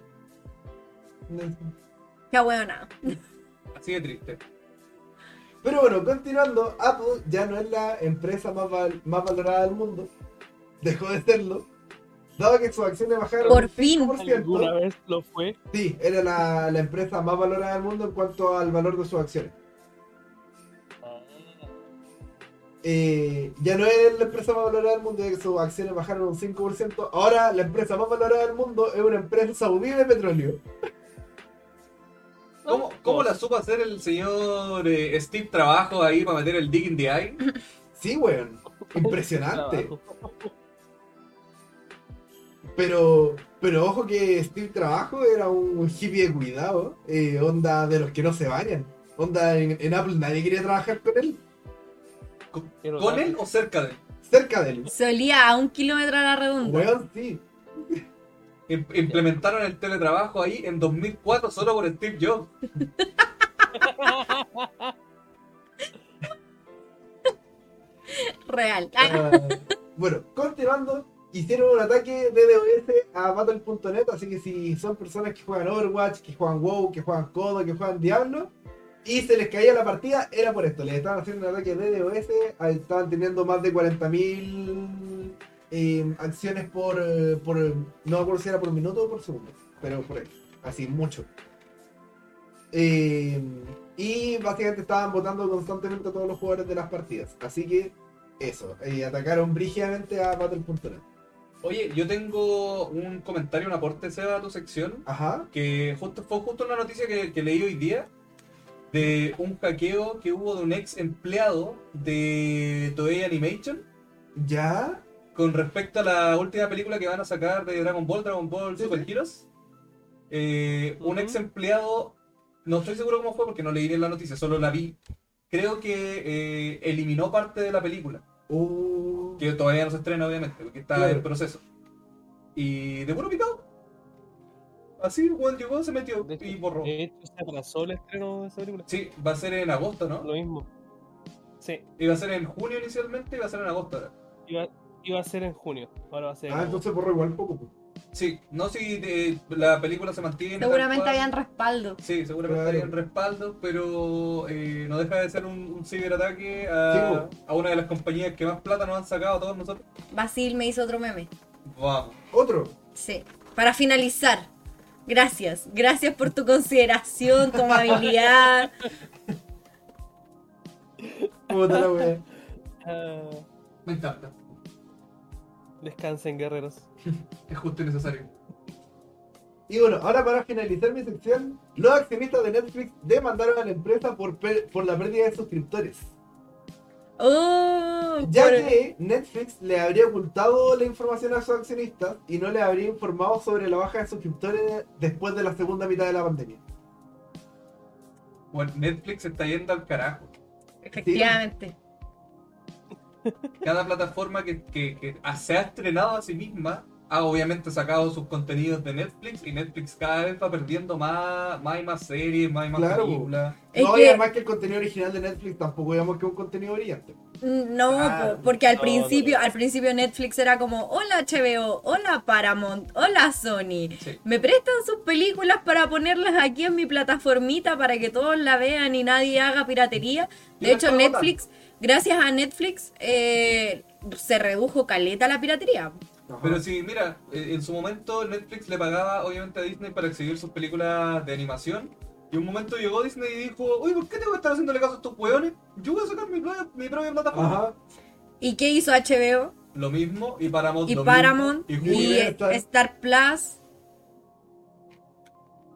Qué ahueonado.
Así de triste.
Pero bueno, continuando, Apple ya no es la empresa más, val- más valorada del mundo. Dejó de serlo. Dado que sus acciones bajaron
Por
un
fin.
5%,
¿Alguna vez lo fue?
Sí, era la, la empresa más valorada del mundo en cuanto al valor de sus acciones. Eh, ya no es la empresa más valorada del mundo, ya que sus acciones bajaron un 5%. Ahora la empresa más valorada del mundo es una empresa saudí de petróleo.
¿Cómo, cómo la supo hacer el señor eh, Steve Trabajo ahí para meter el dig in the eye?
Sí, weón. Impresionante.
Trabajo.
Pero, pero ojo que Steve Trabajo era un hippie de cuidado, eh, onda de los que no se bañan. Onda en, en Apple nadie quería trabajar con él,
Quiero
¿Con
dar-
él o cerca de él?
cerca de él.
Solía a un kilómetro a la redonda.
Weón, sí.
Im- Implementaron el teletrabajo ahí en 2004 solo por Steve Jobs.
Real. Ah,
Ah, bueno, continuando, hicieron un ataque de DOS a Battle.net, así que si son personas que juegan Overwatch, que juegan WoW, que juegan Codo, que juegan Diablo, y se les caía la partida, era por esto, les estaban haciendo un ataque de DOS, ah, estaban teniendo más de 40.000 eh, acciones por, eh, por, no me acuerdo si era por minuto o por segundo, pero por ahí, así, mucho. Eh, y básicamente estaban votando constantemente a todos los jugadores de las partidas, así que eso, eh, atacaron brígidamente a Battle.net.
Oye, yo tengo un comentario, un aporte, Seba, a tu sección.
Ajá.
que justo, fue justo una noticia que, que leí hoy día de un hackeo que hubo de un ex empleado de Toei Animation
¿Ya?
con respecto a la última película que van a sacar de Dragon Ball, Dragon Ball
Sí,
Super Heroes. Eh, Un
Ujú.
ex empleado, no estoy seguro cómo fue porque no leí bien la noticia, solo la vi. Creo que eh, eliminó parte de la película,
Uh,
que todavía no se estrena obviamente, porque está
Claro.
en proceso. Y de puro picado. Así, Juan llegó, se metió
De hecho- eh,
y borró.
de hecho, se atrasó el estreno de esa película.
Sí, va a ser en agosto, ¿no?
Lo mismo. Sí,
Iba a ser en junio inicialmente y va a ser en agosto. ahora.
iba, iba a ser en junio. Ahora va a ser. en
ah, entonces borró igual poco. pues.
Sí, no si eh, la película se mantiene. tal
seguramente
cual.
habían respaldo.
Sí, seguramente
Claro.
habían respaldo, pero eh, no deja de ser un, un ciberataque a,
Sí,
a una de las compañías que más plata nos han sacado a todos nosotros.
Basil me hizo otro meme.
Vamos.
Otro.
Sí. Para finalizar, gracias. Gracias por tu consideración, tu amabilidad.
Puta la wea.
Ah,
Me encanta.
descansen, guerreros.
Es justo y necesario.
Y bueno, ahora para finalizar mi sección, los accionistas de Netflix demandaron a la empresa por, per- por la pérdida de suscriptores.
Oh,
Ya
por-
que Netflix le habría ocultado la información a sus accionistas y no le habría informado sobre la baja de suscriptores después de la segunda mitad de la pandemia.
Bueno, Netflix se está yendo al carajo.
Efectivamente.
Cada plataforma que, que- que se ha estrenado a sí misma ha obviamente sacado sus contenidos de Netflix y Netflix cada vez va perdiendo más, más y más series, más y más
Claro.
películas.
Es
no, y
que-
además que el contenido original de Netflix tampoco digamos que es un contenido brillante.
No,
Claro,
po, porque al
no,
principio,
no.
al principio Netflix era como, hola HBO, hola Paramount, hola Sony.
Sí.
Me prestan sus películas para ponerlas aquí en mi plataformita para que todos la vean y nadie haga piratería.
Y
De
la
hecho,
están
Netflix, gracias a Netflix, eh, se redujo caleta la piratería.
Pero sí, mira, eh, en su momento Netflix le pagaba obviamente a Disney para exhibir sus películas de animación. Y un momento llegó Disney y dijo, oye, ¿por qué tengo que estar haciéndole caso a estos hueones? Yo voy a sacar mi, pla- mi propia plataforma.
Ajá.
¿Y qué hizo HBO?
Lo mismo, y Paramount
Y
lo mismo,
Paramount,
y
y,
Hulu.
Universal.
eh, Star Plus.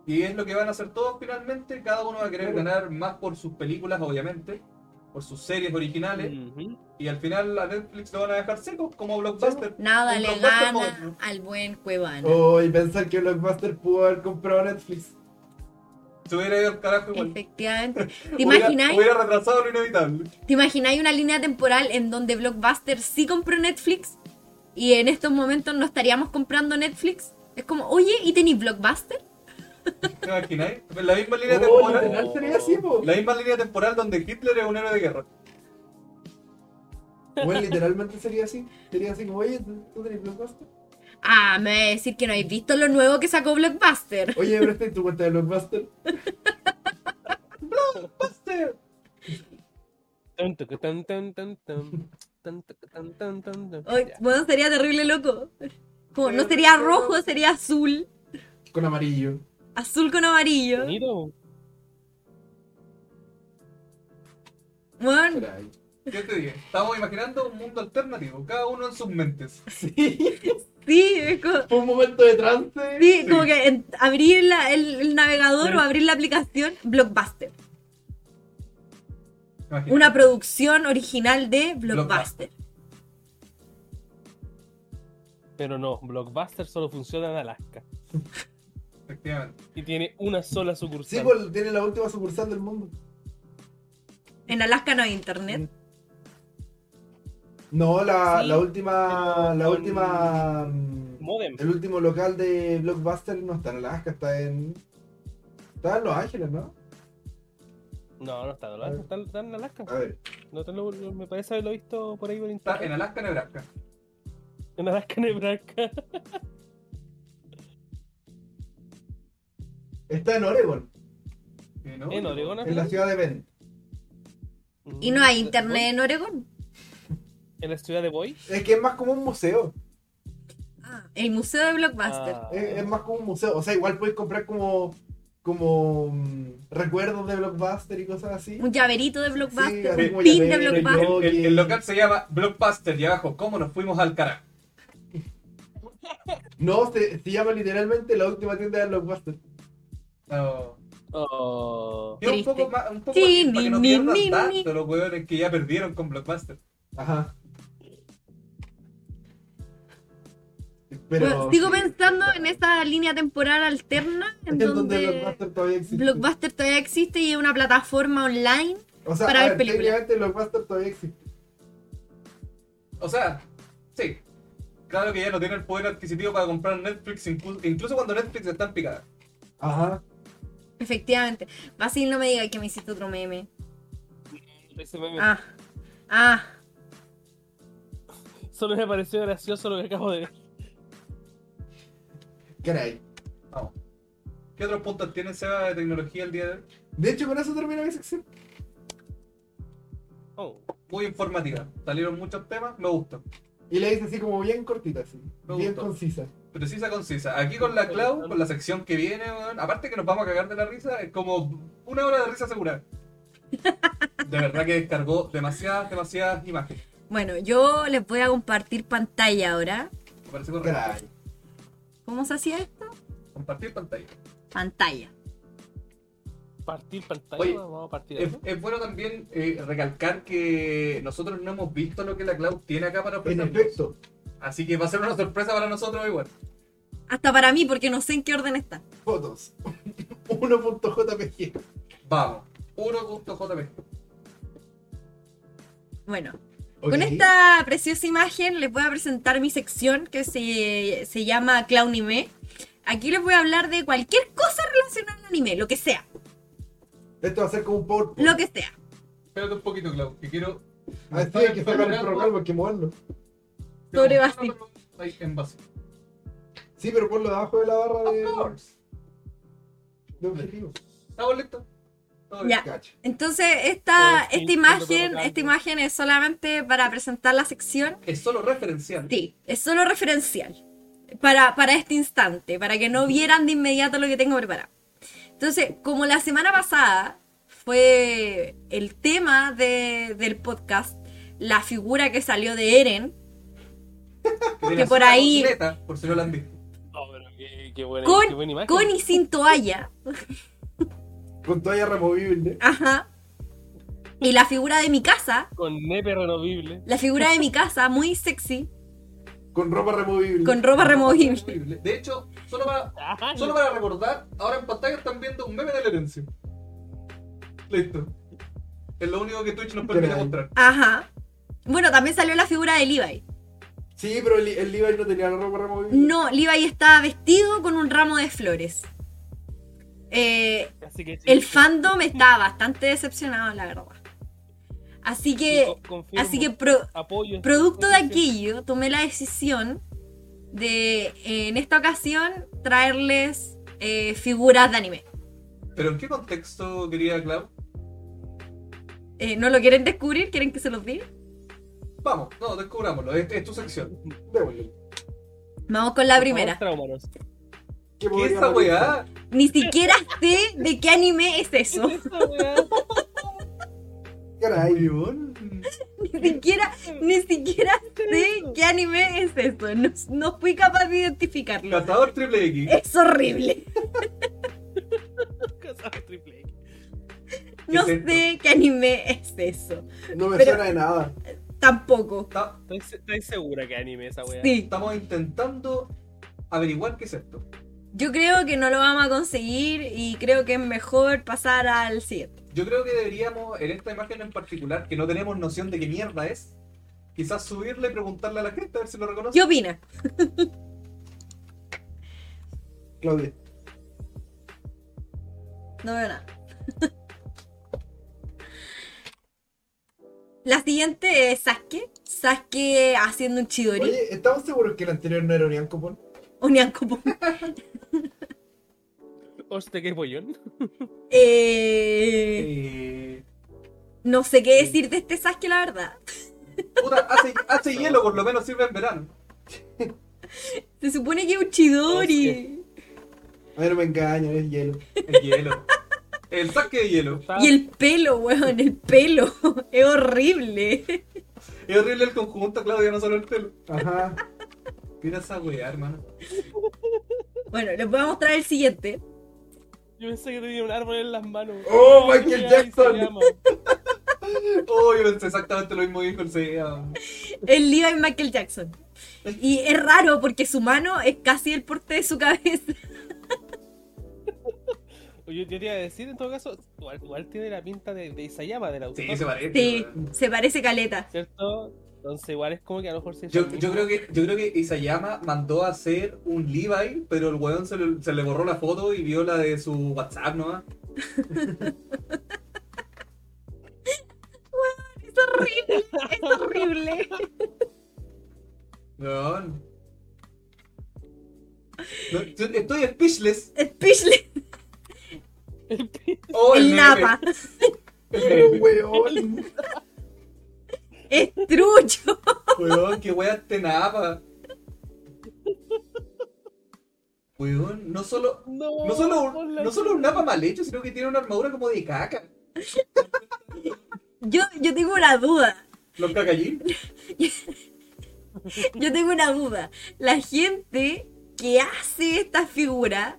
Y es lo que van a hacer todos finalmente. Cada uno va a querer
Claro.
ganar más por sus películas, obviamente. Por sus series originales.
Mm.
Ujú.
Y al final a Netflix lo van a dejar seco como Blockbuster.
Nada
Un
le
blockbuster
gana
moderno.
al buen Cuevana.
Oh, y pensar que Blockbuster pudo haber comprado Netflix.
Se hubiera ido al carajo igual.
Efectivamente. ¿Te
Hubiera-
imagináis?
Hubiera retrasado lo inevitable.
¿Te imagináis una línea temporal en donde Blockbuster sí compró Netflix y en estos momentos no estaríamos comprando Netflix? Es como, oye, ¿y tenéis Blockbuster?
¿Te imagináis? La misma línea
Oh,
temporal.
literal sería así, po.
La misma línea temporal donde Hitler es un héroe de guerra.
Bueno, literalmente sería así. Sería así como, oye, ¿tú, tú tenés Blockbuster?
Ah, me vais a decir que no habéis visto lo nuevo que sacó Blockbuster.
Oye, ¿me prestas tu cuenta de Blockbuster?
¡Buster!
Tan, tucu, tan, tan, tan, tan. Tan, tucu, tan, tan, tan, tan.
Oye,
Ya.
bueno, sería terrible loco. Como, no sería rojo, sería azul.
Con amarillo.
Azul con amarillo.
Bonito.
Bueno,
Caray.
¿Qué te dije? Estamos imaginando un mundo alternativo, cada uno en sus mentes.
Sí,
sí, es como...
fue un momento de trance.
sí, como que en- abrir la- el, el navegador o abrir la aplicación Blockbuster.
Imagina.
Una producción original de Blockbuster.
Pero no, Blockbuster solo funciona en Alaska.
Efectivamente.
Y tiene una sola sucursal.
Sí, pues tiene la última sucursal del mundo.
En Alaska no hay internet.
No, la,
Sí.
la última. La
Con-
última. mm,
Modem.
El último local de Blockbuster no está en Alaska, está en. Está en Los Ángeles, ¿no?
No, no está en Alaska. Está, está en Alaska.
A ver.
No te lo- lo- me parece haberlo visto por ahí por
Está en
internet.
Alaska, Nebraska.
En Alaska, Nebraska.
Está en Oregon,
Sí, ¿no?
En Oregón.
en la ciudad de Bend.
Y no hay internet en Oregón.
En la ciudad de Boy.
Es que es más como un museo. Ah.
El museo de Blockbuster.
Ah.
Eh,
Es, es más como un museo. O sea, igual puedes comprar como. Como. mm, recuerdos de Blockbuster y cosas así.
Un llaverito de
Sí,
Blockbuster.
así
un
como
pin de
llavero,
El,
Blockbuster.
yo-
el- el local se llama Blockbuster y abajo, ¿cómo nos fuimos al carajo?
No, se, se llama literalmente la última tienda de Blockbuster.
No.
Oh.
Es un poco
Triste.
más, un poco
Sí,
así, para que no
ni,
pierdan
ni, ni,
tanto los hueones que ya perdieron con Blockbuster.
Ajá. Pero.
Bueno, sigo pensando en esta línea temporal alterna en
Es donde
donde
Blockbuster todavía existe.
Blockbuster todavía existe y es una plataforma online.
O sea,
para
a
ver
ver,
películas.
técnicamente Blockbuster todavía existe.
O sea, sí. Claro que ya no tiene el poder adquisitivo para comprar Netflix, incluso, incluso cuando Netflix está en picada.
Ajá.
Efectivamente. Basil, no me diga que me hiciste otro meme.
Ese
Oh.
meme.
Ah. Ah.
Solo me pareció gracioso lo que acabo de ver.
Caray.
Vamos. ¿Qué otros puntos tiene Seba de tecnología el día de hoy?
De hecho, con eso termina mi sección.
Oh.
Muy informativa. Salieron muchos temas, me gusta.
Y la hice así como bien cortita, así.
Me
bien
gustó.
concisa.
Precisa, concisa. Aquí con la Clau, con la sección que viene, weón, aparte que nos vamos a cagar de la risa, es como una hora de risa segura. De verdad que descargó demasiadas, demasiadas imágenes.
Bueno, yo les voy a compartir pantalla ahora.
Me parece correcto.
Caray.
¿Cómo se hacía esto?
Compartir pantalla.
Pantalla.
partir pantalla,
Oye, eh,
vamos a partir.
Es,
acá.
es bueno también eh, recalcar que nosotros no hemos visto lo que la Cloud tiene acá para
En
ofrecernos.
efecto,
Así que va a ser una sorpresa para nosotros igual.
Hasta para mí, porque no sé en qué orden está.
fotos. 1.jpg.
Vamos. 1.jpg.
Bueno,
Ok.
con esta preciosa imagen les voy a presentar mi sección que se, se llama Clownime. Aquí les voy a hablar de cualquier cosa relacionada al anime, lo que sea,
Esto va a ser como un PowerPoint.
lo que sea.
Espérate un poquito, Cloud, que quiero.
Así Ah, hay que sacar el programa, hay que moverlo.
quiero
Sobre
mostrarlo,
Basil.
pero está ahí En base.
Sí, pero ponlo debajo de la barra de,
course.
de objetivos.
¿Estamos listos? Todo bien.
Ya.
Cacha.
Entonces, esta,
Todo el
esta
filtro
imagen,
propaganda.
esta imagen es solamente para presentar la sección.
Es solo referencial.
Sí, es solo referencial para, para este instante, para que no vieran de inmediato lo que tengo preparado. Entonces, como la semana pasada fue el tema de- del podcast, la figura que salió de Eren,
Que, tiene
que por
una
ahí-
completa, por si no la han visto.
Oh, pero qué, qué buena,
Con-
qué buena imagen.
con y sin toalla,
Con toalla removible.
ajá, y la figura de mi casa,
Con nepe removible.
la figura de mi casa, muy sexy,
Con ropa removible.
con ropa removible.
De hecho, solo para,
Ay,
solo para recordar, ahora en pantalla están viendo un meme de la herencia. Listo. Es lo único que Twitch nos permite
Caray.
mostrar.
Ajá. Bueno, también salió la figura de Levi.
Sí, pero el, el Levi no tenía la ropa removible.
No, Levi está vestido con un ramo de flores. Eh,
Así que, sí,
el fandom está bastante decepcionado, la verdad. Así que,
co- confirmo,
así que pro-
apoyo en
producto de
tus
aquello, tomé la decisión de, eh, en esta ocasión, traerles eh, figuras de anime.
¿Pero en qué contexto quería Cloud?
Eh, ¿No lo quieren descubrir? ¿Quieren que se los diga?
Vamos, no, descubrámoslo. Es, es tu sección.
Démosle.
Vamos con la
Por favor,
primera.
traumanos.
¿Qué,
¿Qué es
podría
esa
realizar?
weá?
Ni siquiera sé de qué anime es eso.
¿Qué es esa weá?
Caray.
Weón.
Ni siquiera, ni siquiera sé qué anime es eso. No, no fui capaz de identificarlo.
Cazador triple X.
Es horrible.
Casado triple X.
No
¿Qué es
sé qué anime es eso.
No me
Pero-
suena de nada.
Tampoco.
Está-
Estoy se- estoy segura que anime esa weá.
Sí.
estamos intentando averiguar qué es esto.
Yo creo que no lo vamos a conseguir y creo que es mejor pasar al siguiente.
Yo creo que deberíamos, en esta imagen en particular, que no tenemos noción de qué mierda es, quizás subirle y preguntarle a la gente a ver si lo reconoce.
¿Qué opina?
Claudia.
No veo nada. La siguiente es Sasuke. Sasuke haciendo un chidori.
Oye, ¿estamos seguros que el anterior no era un Yankopon?
Un Nyankopon.
Hostia, qué pollón.
Eh,
Eh,
no sé qué decir de este Sasuke, la verdad.
puta, hace, hace hielo, por lo menos sirve en verano.
Se supone que es un chidori.
A ver, no me engañan, es hielo.
El hielo. El saque de hielo.
Está-
Y el pelo, weón, el pelo. Es horrible.
Es horrible el conjunto, Claudia, no solo el pelo.
Ajá.
Mira esa weá, hermano.
Bueno, les voy a mostrar el siguiente.
Yo pensé que tenía un árbol en las manos.
¡Oh, Michael
Ay,
Jackson!
se llama.
Oh, yo pensé exactamente lo mismo que dijo el CEA.
El Levi Michael Jackson. Y es raro porque su mano es casi el porte de su cabeza.
Yo, yo te iba a decir, en todo caso, igual, igual tiene la pinta de, de Isayama, del autor,
Sí, se parece.
Sí,
weón.
se parece caleta.
¿cierto? Entonces igual es como que a lo mejor se
Yo, yo creo que yo creo que Isayama mandó a hacer un Levi, pero el weón se le, se le borró la foto y vio la de su WhatsApp nomás.
Es horrible, es horrible.
Weón. No, yo estoy speechless.
Speechless,
Oh,
el
meme.
napa.
El
Pero,
meme.
weón.
Es trucho.
Weón, qué wea este napa. Weón, no solo,
No,
no solo, un-
ponla
no
aquí.
solo un napa mal hecho, sino que tiene una armadura como de caca.
Yo, yo tengo una duda.
Los cacallín.
Yo tengo una duda. La gente que hace esta figura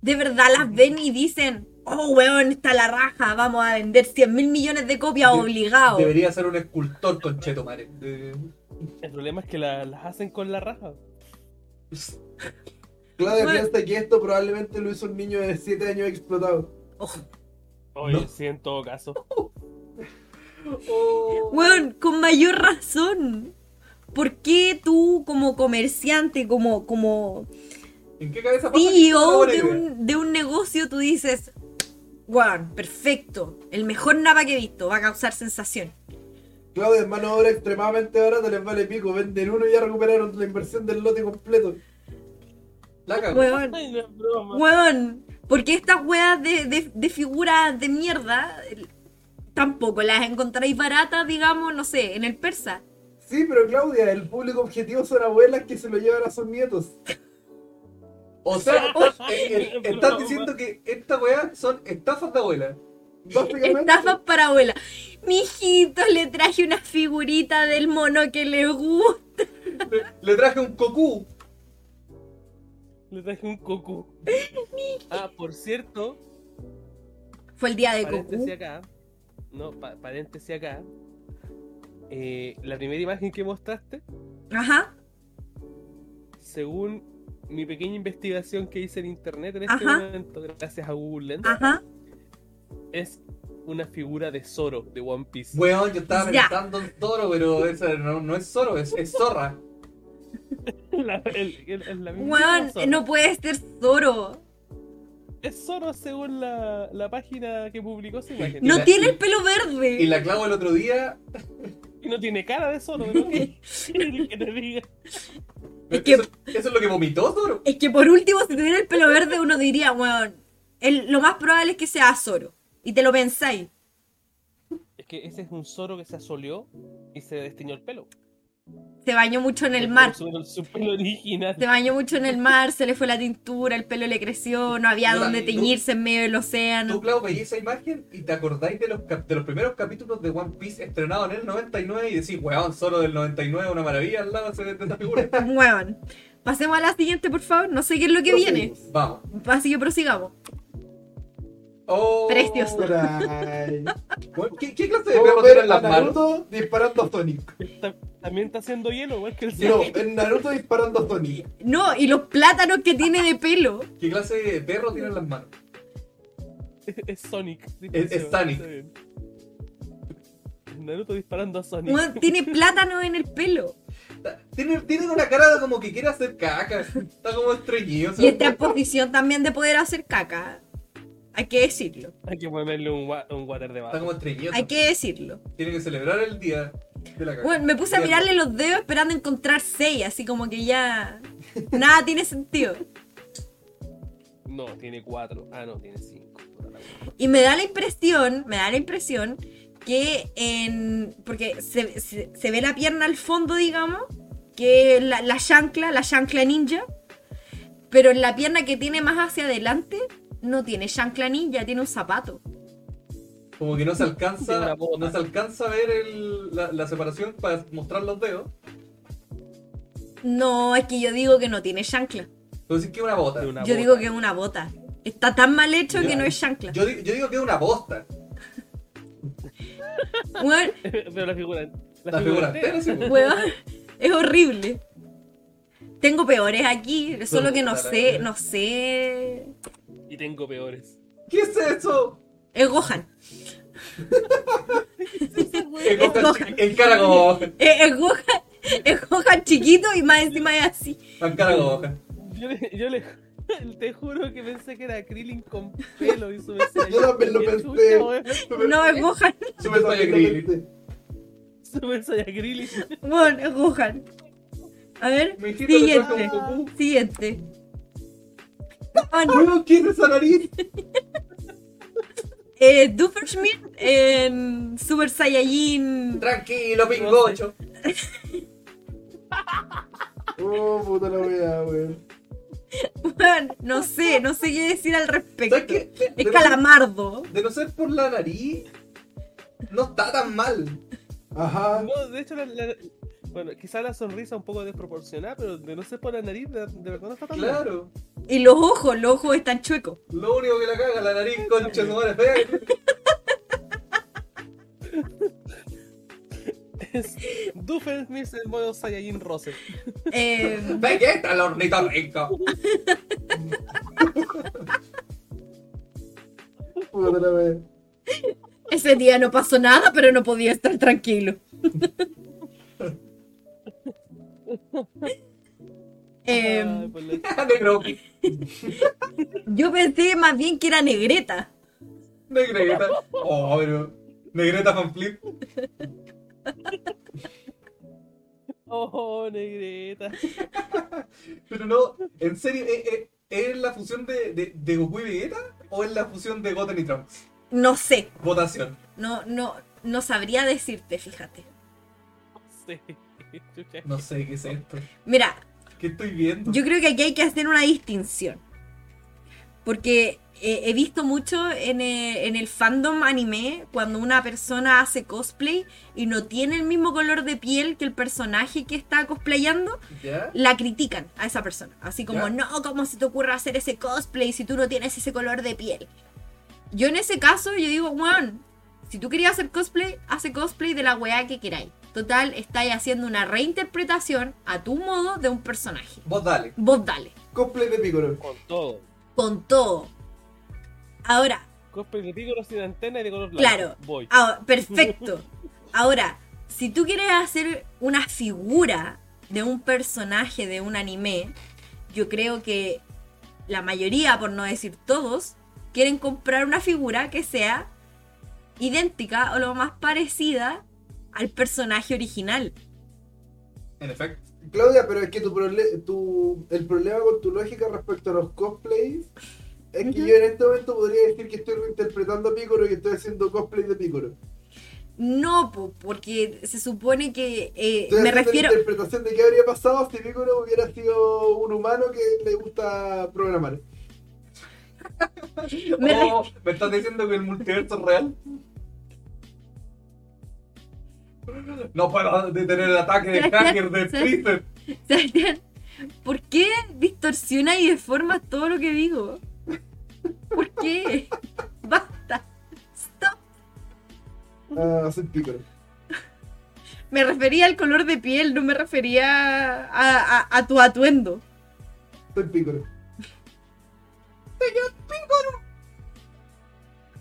de verdad las ven y dicen, oh, weón, está la raja, vamos a vender 100 mil millones de copias
De-
obligado.
Debería ser un escultor concheto, madre. Eh,
El problema es que la- las hacen con la raja.
Claudia
Bueno.
piensa que esto probablemente lo hizo un niño de 7 años explotado.
Oye,
No.
sí, en todo caso.
Weón, con mayor razón. ¿Por qué tú como comerciante, como, como
¿En qué cabeza pasa? que esto es
CEO
una
oh, de
buena idea?
un, de un negocio, tú dices, weón, perfecto, el mejor napa que he visto, va a causar sensación?
Claudia, hermano, mano de obra extremadamente barata, les vale pico. Venden uno y ya recuperaron la inversión del lote completo.
La cagó.
Weón.
Ay, no es broma.
Weón, porque estas weas de, de- de figuras de mierda el- tampoco las encontráis baratas, digamos, no sé, en el persa.
Sí, pero Claudia, el público objetivo son abuelas que se lo llevan a sus nietos.
O sea, eh, eh, estás diciendo que esta weá son estafas de abuela.
Básicamente.
Estafas para abuela. Mijito, le traje una figurita del mono que le gusta.
Le, le traje un cocú.
Le traje un cocu. Ah, por cierto,
Fue el día de
paréntesis
Goku.
acá. No, pa- paréntesis acá. Eh, la primera imagen que mostraste,
Ajá,
según mi pequeña investigación que hice en internet en este
Ajá.
momento, gracias a Google Lens,
ajá.
es una figura de Zoro de One Piece.
Weón, yo estaba
Ya.
pensando en Zoro, pero esa no, no es Zoro, es, es Zorra.
La- el- el- es la misma
Weón, eh,
Zoro.
no puede ser Zoro.
Es Zoro según la, la página que publicó esa imagen.
No
la-
tiene el pelo
Y
verde.
la clavo el otro día.
Y no tiene cara de Zoro, ¿no? que te diga.
Es que-
Eso, eso es lo que vomitó Zoro.
Es que por último, si tuviera el pelo verde, uno diría, weón, el- lo más probable es que sea Zoro. Y te lo pensáis.
Es que ese es un Zoro que se asoleó y se desteñó el pelo.
Se bañó mucho en el mar.
Su, su pelo original.
Se bañó mucho en el mar, se le fue la tintura, el pelo le creció, no había
Hola, ¿y
dónde
tú?
teñirse en medio del
Tú,
océano.
Clau, veías esa imagen y te acordáis de los, cap- de los primeros capítulos de One Piece estrenados en el 99 y decís, weón, Zoro del 99 es una maravilla al lado de esta figura.
Muevan. Pasemos a la siguiente, por favor. No sé qué es lo que viene.
Vamos.
Así que prosigamos.
Oh,
Precioso.
Caray.
weón, Oh, ¿Qué, qué clase de perro
Vamos a ver
tienen
a
las manos?
Naruto disparando a Sonic.
Ta- También está haciendo hielo, igual que el
No,
Zoro.
en Naruto disparando a Sonic.
No, y los plátanos que tiene de pelo.
¿Qué clase de perro tienen las manos?
Es, es Sonic.
Es- es Sonic.
Está bien. Naruto disparando a Sonic.
Weón, tiene plátano en el pelo.
Tienen, tienen una cara de como que quiere hacer caca. Está como estreñido. o sea,
Y está en posición también de poder hacer caca. Hay que decirlo.
Hay que ponerle un, wa- un water
Está
debajo.
como estreñido.
Hay que decirlo.
Tiene que celebrar el día de la caca.
Bueno, me puse a mirarle los dedos esperando encontrar seis, así como que ya. Nada tiene sentido.
No, tiene cuatro. Ah, no, tiene cinco. Puta la wea.
Y me da la impresión, me da la impresión que en. Porque se, se- se ve la pierna al fondo, digamos, que es la, la chancla, la chancla ninja. Pero en la pierna que tiene más hacia adelante, no tiene chancla ninja, tiene un zapato.
Como que no se
Tiene
alcanza,
una bota.
no se alcanza a ver el- la, la separación para mostrar los dedos.
No, es que yo digo que no tiene chancla.
Entonces, que es una bota?
De una
yo
bota.
digo que es una bota. Está tan mal hecho
Ya.
que no es chancla.
Yo, di- yo digo que es una bosta.
Weón,
Pero la figura.
La, figura entera, sí, pues.
weón, es horrible. Tengo peores aquí, solo que no
puta la
sé,
wea.
no sé.
Y tengo peores.
¿Qué es eso?
Es Gohan.
En,
Es
Gohan,
Gohan.
en cara como Gohan.
Es, es Gohan. es Gohan chiquito y más encima es así.
En cara como Gohan.
Yo le, yo le te juro que pensé que era Krillin con pelo y su vez se
Yo también lo
Qué
pensé.
chucha, weón.
No, es Gohan.
Super Saiyan Grill.
Super Saiyan Krillin.
Bueno, es Gohan. A ver,
Me hiciste
siguiente.
pensar como Goku.
Siguiente. Ah, no.
Bueno, ¿quién es esa nariz?
Eh, Doofenshmirtz en Super Saiyajin.
Tranquilo, pingocho.
Oh, puta la weá, weón.
Bueno, no sé, no sé qué decir al
¿Sabes
respecto.
qué? De-
Es
de-
calamardo.
De no ser por la nariz, no está tan mal.
Ajá.
No, de hecho, la, la- bueno, quizá la sonrisa un poco desproporcionada, pero de no ser por la nariz, de, de verdad no está tan mal.
Claro.
Y los ojos, los ojos están chuecos.
Lo único que la caga la nariz, concha, su madre, pega.
Es Doofenshmirtz en modo Saiyajin Rose.
Eh,
Vegeta, el ornitorrinco.
Puta la wea.
ese día no pasó nada, pero no podía estar tranquilo.
Ay,
Em,
por la-
De croquis.
yo pensé más bien que era negreta.
Negreta. Oh, pero. Negreta fanflip.
Oh, negreta.
Pero no, en serio, ¿es, es, es la fusión de, de, de Goku y Vegeta? ¿O es la fusión de Goten y Trunks?
No sé,
Votación.
no, no, no sabría decirte, fíjate.
Sí. chucha.
No sé qué es esto.
Mira,
¿Qué estoy viendo?
Yo creo que aquí hay que hacer una distinción. Porque eh, he visto mucho en el, en el fandom anime cuando una persona hace cosplay y no tiene el mismo color de piel que el personaje que está cosplayando,
¿Ya?
la critican a esa persona. Así como,
Ya.
no, ¿cómo se te ocurre hacer ese cosplay si tú no tienes ese color de piel? Yo en ese caso, yo digo, weón, si tú querías hacer cosplay, hace cosplay de la weá que queráis. Total, estáis haciendo una reinterpretación a tu modo de un personaje.
Vos dale.
Vos dale
Cosplay de Piccolo.
Con todo.
con todo. Ahora,
Cosplay de Piccolo sin antena y de color blanco.
Claro.
Voy.
ah, perfecto. Ahora, si tú quieres hacer una figura de un personaje de un anime, yo creo que la mayoría, por no decir todos, quieren comprar una figura que sea idéntica o lo más parecida al personaje original.
En efecto.
Claudia, pero es que tu proble- tu- el problema con tu lógica respecto a los cosplays es que
Ujú.
yo en este momento podría decir que estoy reinterpretando a Piccolo y que estoy haciendo cosplay de Piccolo.
No, po- porque se supone que eh,
Estoy
me
haciendo
refiero...
la interpretación de qué habría pasado si Piccolo hubiera sido un humano que le gusta programar.
Me re-
Oh, me estás diciendo que el multiverso es real. No puedo detener el ataque de hacker de Freezer.
Sebastián, ¿por qué distorsiona y deforma todo lo que digo? ¿Por qué? Basta. Stop.
Ah, soy Piccolo.
Me refería al color de piel, no me refería a, a- a tu atuendo.
Soy Piccolo.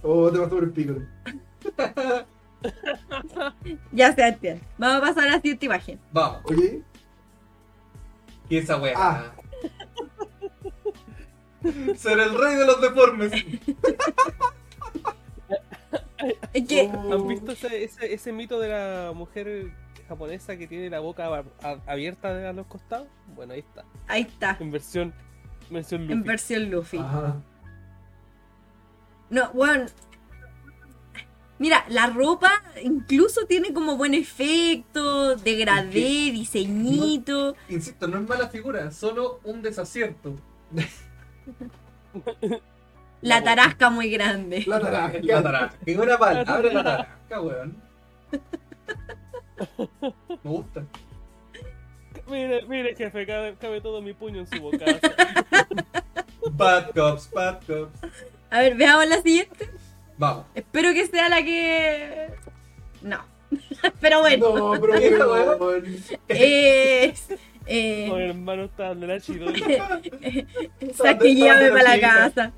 Oh, te pasó por el Piccolo.
Ya, Sebastián. Vamos a pasar a la siguiente imagen.
Vamos.
¿Ok?
Y esa wea.
Ah.
Ser el rey de los deformes.
Es que
Oh.
¿Han visto ese, ese- ese mito de la mujer japonesa que tiene la boca ab- ab- abierta a los costados? Bueno, ahí está.
ahí está,
En versión. en Versión Luffy.
en versión Luffy.
Ajá.
No, bueno. Mira, la ropa incluso tiene como buen efecto, degradé, diseñito.
Insisto, no es mala figura, solo un desacierto.
La tarasca muy grande.
La tarasca.
La tarasca. Ninguna palabra abre la tarasca, weón. Me gusta.
Mire, mire, jefe, cabe, cabe todo mi puño en su boca.
Bad cops, bad cops.
A ver, veamos la siguiente.
Vamos.
Espero que sea la que. No. Pero bueno.
No, pero weón.
Es.
Con
Eh,
hermano está de la chido.
saque y llévame para la casa.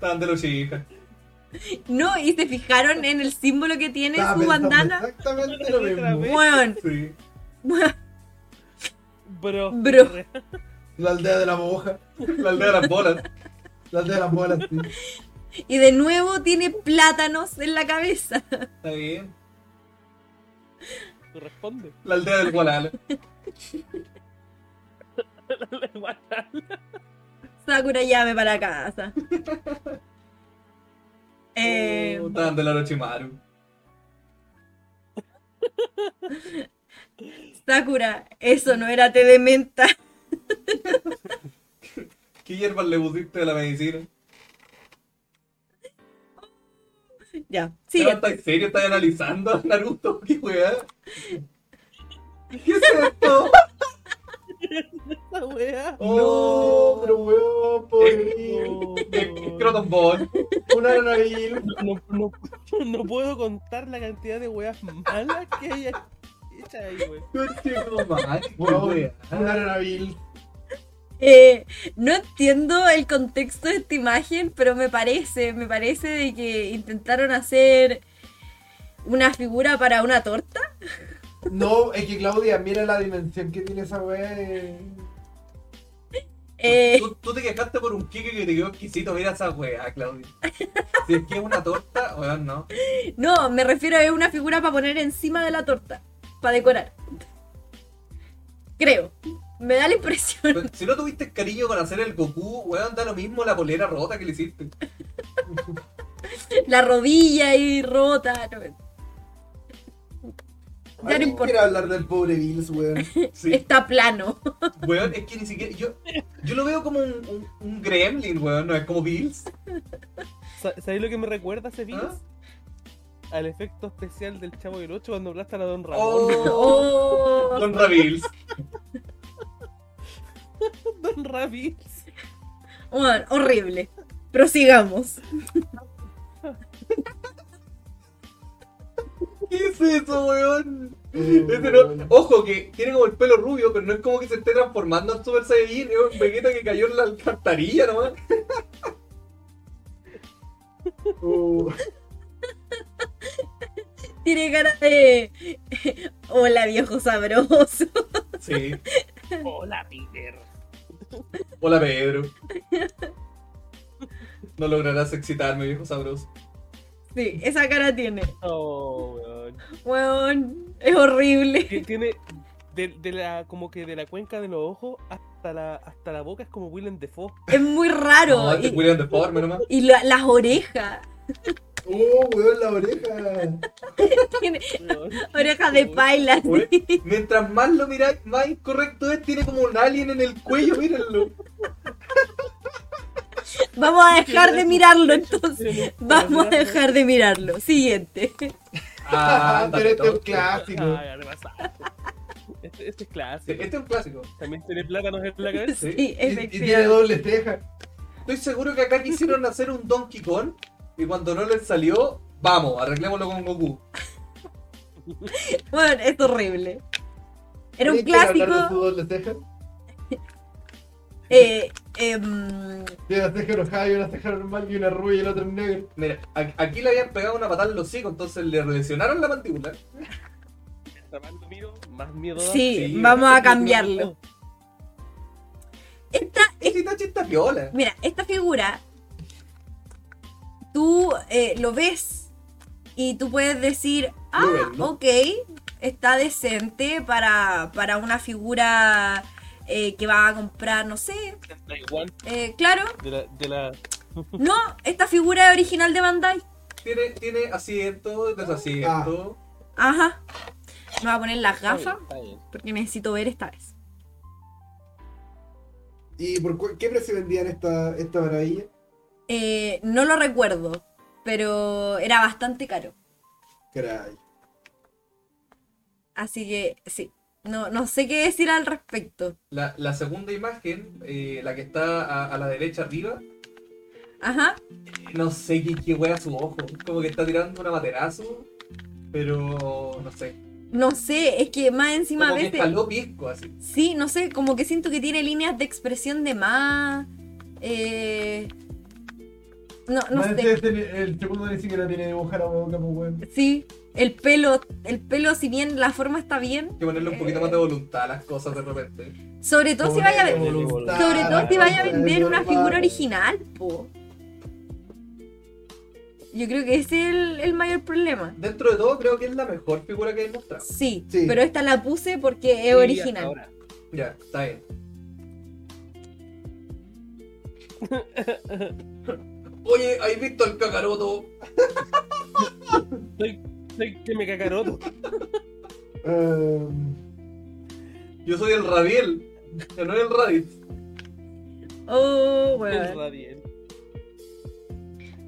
Tan de los chicas.
No, y se fijaron en el símbolo que tiene
Estaba
su
pensando
bandana.
Exactamente lo mismo.
Weón.
Sí.
Bro.
Bro.
La aldea de la boja.
La aldea de las bolas.
La aldea de las bolas. sí.
Y de nuevo tiene plátanos en la cabeza.
Está bien.
Corresponde.
La aldea del Gualal.
Sakura, llame para la casa. Eh,
Tan del Orochimaru.
Sakura, eso no era té de menta.
¿Qué hierbas le pusiste de la medicina?
Ya,
Sí.
sí.
¿Estás en serio? ¿Estás analizando, Naruto? ¿Qué weá? ¿Qué es esto?
Esa weá.
Oh.
No, pero weón, pobre.
No, no.
Croton Ball.
Un aeronavil.
No, no- no puedo contar la cantidad de weas malas que hay hecha ahí, weón.
Weón, un aeronavil.
Eh, no entiendo el contexto de esta imagen, pero me parece, me parece de que intentaron hacer una figura para una torta.
No, es que Claudia, mira la dimensión que tiene esa weá. eh.
Eh,
Tú, tú te quejaste por un kike que te quedó exquisito. Mira esa weá, Claudia. Si es que es una torta, weón, no.
no, me refiero a una figura para poner encima de la torta, para decorar. Creo, me da la impresión.
Pero Si no tuviste cariño para hacer el Goku, weón, da lo mismo la polera rota que le hiciste.
La rodilla ahí rota. no- Ya no
Ay,
importa.
Quiero hablar del pobre Bills, weón.
Sí.
Está plano.
Weón, es que ni siquiera. Yo, yo lo veo como un, un, un gremlin, weón, no es como Bills.
Sa- ¿Sabéis lo que me recuerda ese video?
¿Ah?
Al efecto especial del Chavo del 8 cuando aplasta a la Don Ramón.
Oh,
Oh,
Don Bills.
Don Ravi.
Oh, bueno, horrible. Prosigamos.
¿Qué es eso, weón?
Mm,
Este no-
weón.
ojo, que tiene como el pelo rubio, pero no es como que se esté transformando en Super Saiyajin, es un Vegeta que cayó en la alcantarilla nomás.
Uh,
Tiene cara de. Hola, viejo sabroso.
Sí.
Hola, Peter.
Hola, Pedro. No lograrás excitarme, viejo sabroso.
Sí, esa cara tiene.
Oh, weón.
Weón, es horrible.
Que Tiene de, de la, como que de la cuenca de los ojos hasta la, hasta la boca es como Willem Dafoe.
Es muy raro.
No,
Ah,
este
Y,
William deforme nomás.
y la- las orejas.
oh, weón, la oreja.
Tiene
weón.
orejas de paila.
Weón, Mientras más lo miráis, más incorrecto es. Tiene como un alien en el cuello, mírenlo.
Vamos a dejar de mirarlo entonces.
Tiene-
Vamos a dejar de mirarlo. Siguiente.
Ah, ándale,
pero este es un
todo.
clásico.
Ah, ya te pasaste. Este, este es
Sí,
clásico.
Este es un clásico.
También tiene plátanos en la cabeza.
Sí.
Sí,
Y- y, tiene
efectivamente.
doble ceja.
Estoy seguro que acá quisieron hacer un Donkey Kong y cuando no les salió, vamos, arreglémoslo con Goku.
Bueno, es horrible. Era un
¿Sí? ¿Quiere hablar de
clásico.
su doble ceja?
Eh, em,
Tiene una ceja enojada y una ceja normal y una rubia y la otra en negro.
Mira, a- aquí le habían pegado una patada en los hocico, entonces le lesionaron la mandíbula.
Tapando miro, más miedo. da.
sí,
sí,
vamos a cambiarlo. Esta,
Es Itachi está piola.
Mira, esta figura, tú eh, lo ves y tú puedes decir, ah,
verlo.
ok, está decente para, para una figura eh, que va a comprar, no sé,
Taiwán,
eh, claro,
de la, de la,
no, esta figura es original de Bandai.
Tiene, tiene asiento, desasiento.
Ajá. Me voy a poner las gafas
Está bien,
porque necesito ver esta vez.
¿Y por cu- qué precio vendían esta, esta maravilla?
Eh, no lo recuerdo, pero era bastante caro.
Caray.
Así que sí, no, no sé qué decir al respecto.
La, la segunda imagen, eh, la que está a, a la derecha arriba,
Ajá.
no sé qué, qué wea su ojo. Como que está tirando una materazo, pero no sé.
No sé, es que más encima
Como
a
que
veces.
escaló pisco así.
Sí, no sé, como que siento que tiene líneas de expresión de más. eh, No, no
Más
sé.
este- este- el segundo ni siquiera tiene dibujar a boca, pues, weón.
Sí, el pelo, el pelo, si bien la forma está bien,
Hay que ponerle un poquito más de voluntad a las cosas de repente.
sobre todo si vaya a,
Pobre
ve-
voluntad,
sobre todo si vaya a
weón,
vender una
weón.
figura original, po. Yo creo que ese es el, el mayor problema.
Dentro de todo, creo que es la mejor figura que he mostrado.
Sí,
Sí.
pero esta la puse porque
Sí,
es original.
hasta ahora.
Ya, está bien. Oye, ¿hay visto el cacaroto?
Soy que me cacaroto.
Ehm,
Yo soy el Rabiel. Ya no es el Raditz.
Oh,
El
weón.
Radiel.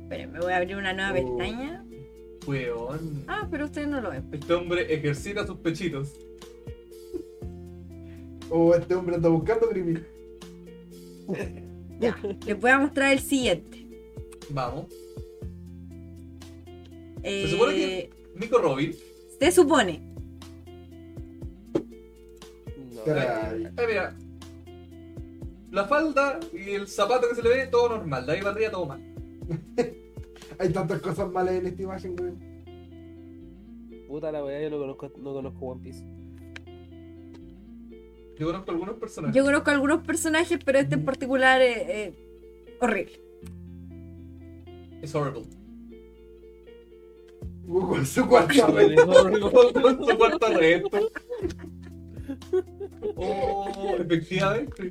Esperen, me voy a abrir una nueva
Oh.
pestaña.
Weón.
Ah, pero ustedes no lo ven.
Este hombre ejercita sus pechitos.
O este hombre anda buscando crimen.
Ya, les voy a mostrar el siguiente.
Vamos.
Eh,
Se supone que Nico Robin.
se supone.
No.
Caray.
Ay, mira. La falda y el zapato que se le ve, todo normal. De ahí para arriba, todo mal.
Hay tantas cosas malas en esta imagen, güey.
Puta la weá, yo no conozco, no conozco One Piece.
Yo conozco algunos personajes.
Yo conozco algunos personajes, pero este en particular es horrible.
Es horrible.
Con su cuarta
Weón,
vez.
es horrible.
Con su cuarto reto. Oh, efectivamente.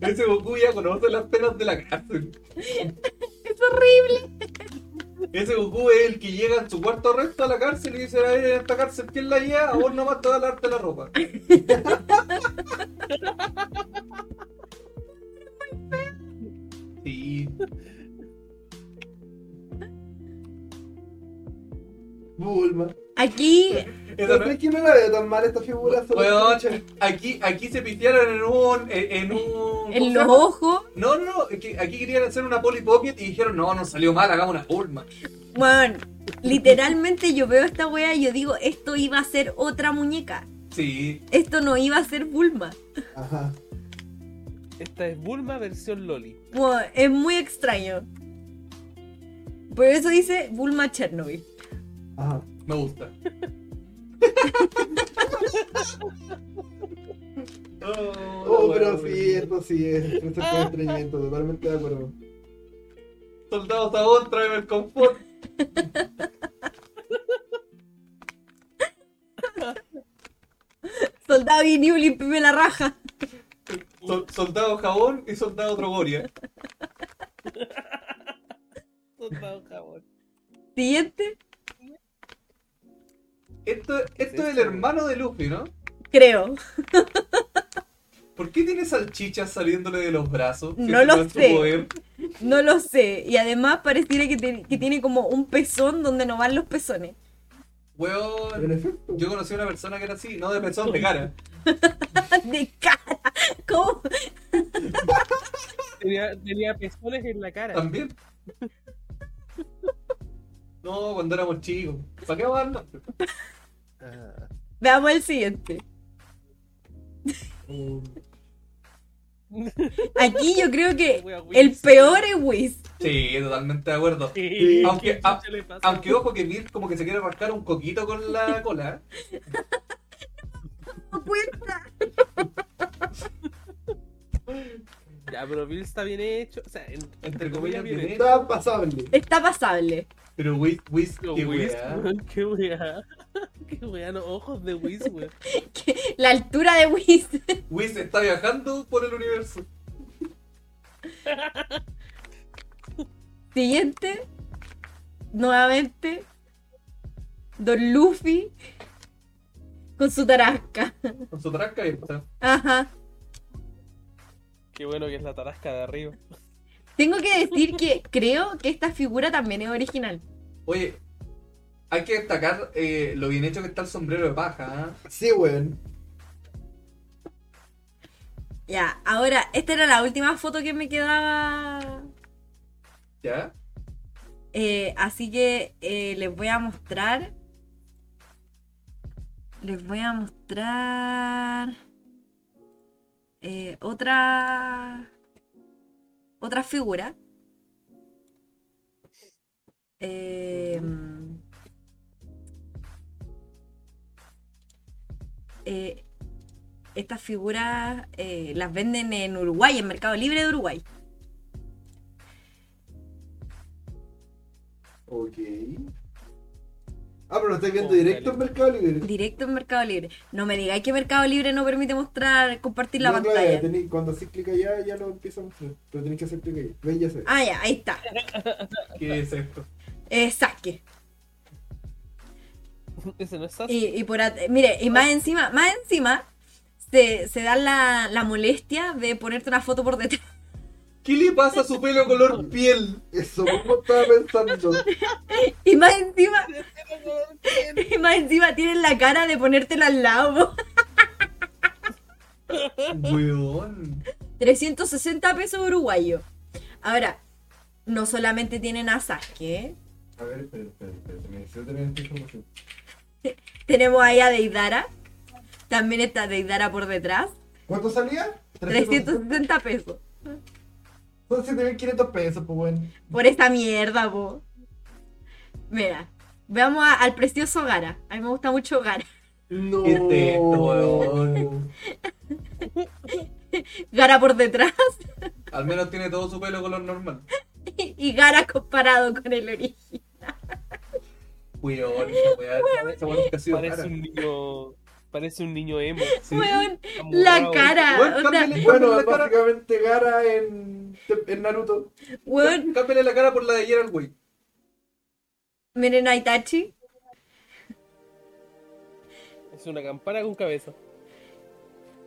Ese Goku ya conoce las penas de la cárcel.
Es horrible.
Ese Goku es el que llega en su cuarto arresto a la cárcel y dice, "Ay, en esta cárcel, ¿quién la lleva? A vos nomás te va a lavarte la ropa. Sí.
Bulma.
Aquí,
Esa
Pero
no
es que no la veo tan mal esta figura. solo
Weón,
escucha.
aquí, aquí se pistearon en un... En, en un ¿cómo
en
se
los
llama?
ojos,
No, no, no, es que aquí querían hacer una Polly Pocket y dijeron, no, no salió mal, hagamos una Bulma.
bueno, literalmente yo veo esta wea y yo digo, esto iba a ser otra muñeca.
Sí,
Esto no iba a ser Bulma.
Ajá.
Esta es Bulma versión Loli.
Bueno, es muy extraño. Por eso dice Bulma Chernobyl.
Ajá.
me gusta. oh,
Oh,
la
pero
wea,
sí, esto sí es. Esto es un estreñimiento, totalmente de acuerdo.
Soldado Sabón, tráeme el confort.
Soldado y Newly me la raja.
Sol- soldado Jabón y Soldado Trogoria.
Soldado jabón.
Siguiente,
Esto, esto es el
esto?
hermano de Luffy, ¿no?
creo.
¿Por qué tiene salchichas saliéndole de los brazos? Que
No
se
lo
dan su
sé.
poder.
No lo sé. Y además pareciera que, te- que tiene como un pezón donde no van los pezones.
Weón,
En efecto.
yo conocí a una persona que era así, no de pezón, de cara.
De cara. ¿Cómo?
Tenía, tenía pezones en la cara.
También. No, cuando éramos chicos. ¿Para qué vamos a darnos?
Ah.
Veamos el siguiente.
Oh,
Aquí yo creo que
Wea, Whis.
el peor es Whis.
Sí, totalmente de acuerdo.
Sí,
Sí.
Aunque-
¿qué
a-
chucha le pasa?
Aunque ojo que Bill como que se quiere rascar un coquito con la cola.
No cuenta.
Ya, pero Bill está bien hecho. O sea, en- entre, comillas, bien hecho.
Está pasable.
Está pasable.
Pero Whis, Whis,
Pero
qué
Whis,
weá.
weón, qué weá. Qué weá, los ojos de Whis, weón.
La altura de Whis.
Whis está viajando por el universo.
Siguiente. Nuevamente. Don Luffy. Con su tarasca.
Con su tranca abierta.
Ajá.
Qué bueno que es la tarasca de arriba.
Tengo que decir que creo que esta figura también es original.
Oye, hay que destacar eh, lo bien hecho que está el sombrero de paja. ¿ah?
Sí, weón.
Ya, ahora, esta era la última foto que me quedaba.
¿Ya?
Eh, así que eh, les voy a mostrar. Les voy a mostrar. eh, otra. Otra figura. Eh, eh, estas figuras eh, las venden en Uruguay, en Mercado Libre de Uruguay.
Ok. Ah, pero lo estáis viendo
Oh,
directo
dale.
en Mercado Libre.
Directo en Mercado Libre. No me digáis que Mercado Libre no permite mostrar, compartir la
No, no,
pantalla.
ya, tení- cuando haces clic allá, ya lo empieza a mostrar. Pero tenéis que hacer clic allá. Ve, ya sé.
Ah, ya, ahí está.
¿Qué es esto?
Eh, saque.
Ese no es Sasuke.
Y, y por at- mire, y más encima, más encima, se, se da la, la molestia de ponerte una foto por detrás.
¿Qué le pasa a su pelo color piel?
Eso mismo estaba pensando.
Y más encima, y más encima tienen la cara de ponértela al lado. po.
Weón.
360 pesos uruguayo. Ahora, no solamente tienen a Sasuke, ¿eh?
A ver, espera, espera, espera. Me deseo tener esta información.
tenemos ahí a Deidara. También está Deidara por detrás.
¿Cuánto salía?
360 pesos.
Son 7500 pesos, pues bueno.
Por esta mierda, po. Mira, veamos a- al precioso Gara. A mí me gusta mucho Gara.
No.
Qué teto, weón.
Gara por detrás
Al menos tiene todo su pelo color normal.
y Gara comparado con el origen.
Weón, esa weá. Esa weá nunca ha sido
Parece
cara.
un niño. Parece un niño emo.
Sí.
Weón,
Está
la
morado.
cara.
Weón,
onda,
cámbiale,
Bueno,
cámbiale la cara.
básicamente Gara en, en Naruto.
weón,
Cámbiale la cara por la de Geralt, güey.
miren a Itachi.
Es una campana con cabeza.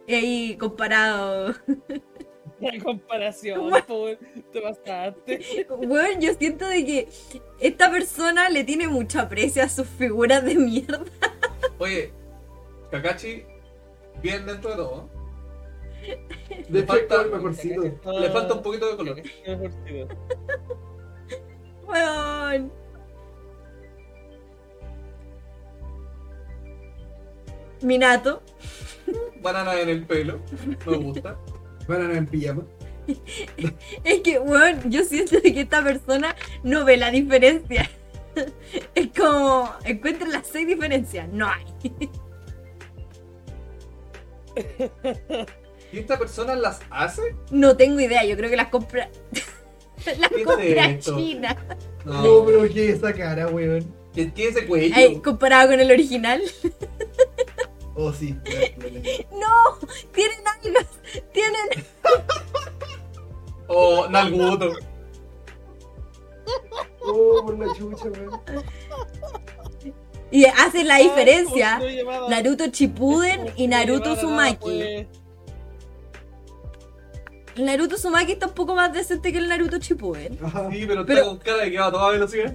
Y comparado.
La comparación, po, te pasaste.
Weón, yo siento de que esta persona le tiene mucho aprecio a sus figuras de mierda.
Oye, Kakashi, bien dentro de todo. ¿no?
De hecho,
falta-
es el mejorcito.
Le falta un poquito de
Ah.
color.
Weón. Minato.
Banana en el pelo, me gusta.
Banana en pijama.
Es que, weón, yo siento de que esta persona no ve la diferencia. Es como, encuentra las seis diferencias. No hay.
¿Y esta persona las hace?
No tengo idea, yo creo que las compra. las
¿Qué es
compra
esto?
China.
No,
No, pero qué esa cara, weón.
¿Qué qué es ese cuello?
Ay, Eh, comparado con el original.
Oh, sí.
¡No! ¡Tienen algas! ¡Tienen
O Nalguto.
Oh, por la chucha, weón.
Y hace
Ah,
la
Ah,
diferencia.
pues, Naruto
Naruto Chipuden y Naruto Uzumaki. El Naruto Uzumaki está un poco más decente que el Naruto Chipuden.
Ajá.
Sí, pero,
Pero-
está con cara de que va a toda velocidad.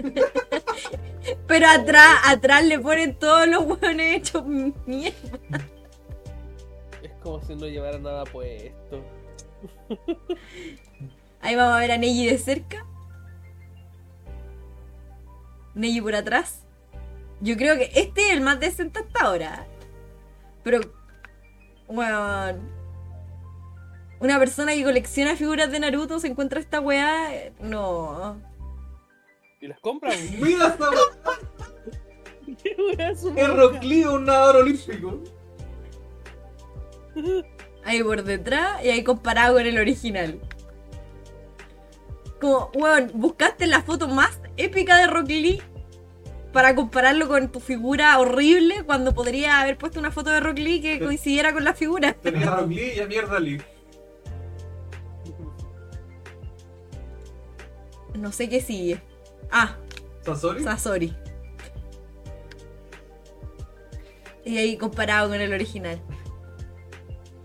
Pero atrás, atrás le ponen todos los hueones hechos mierda.
Es como si no llevara nada puesto.
Ahí vamos a ver a Neji de cerca. Neji por atrás. Yo creo que este es el más decente hasta ahora. Pero, weón. Una persona que colecciona figuras de Naruto se encuentra esta weá. eh, No.
¿Y las compran?
Mira esta
¿Qué weá es un
es Rockley, un nadador olímpico.
ahí por detrás y ahí comparado con el original. Como, weón, buscaste la foto más épica de Rock Lee para compararlo con tu figura horrible cuando podría haber puesto una foto de Rock Lee que coincidiera con la figura.
Tenía Rockley y a mierda Lee.
No sé qué sigue. Ah,
¿Sasori?
Sasori. Y ahí comparado con el original.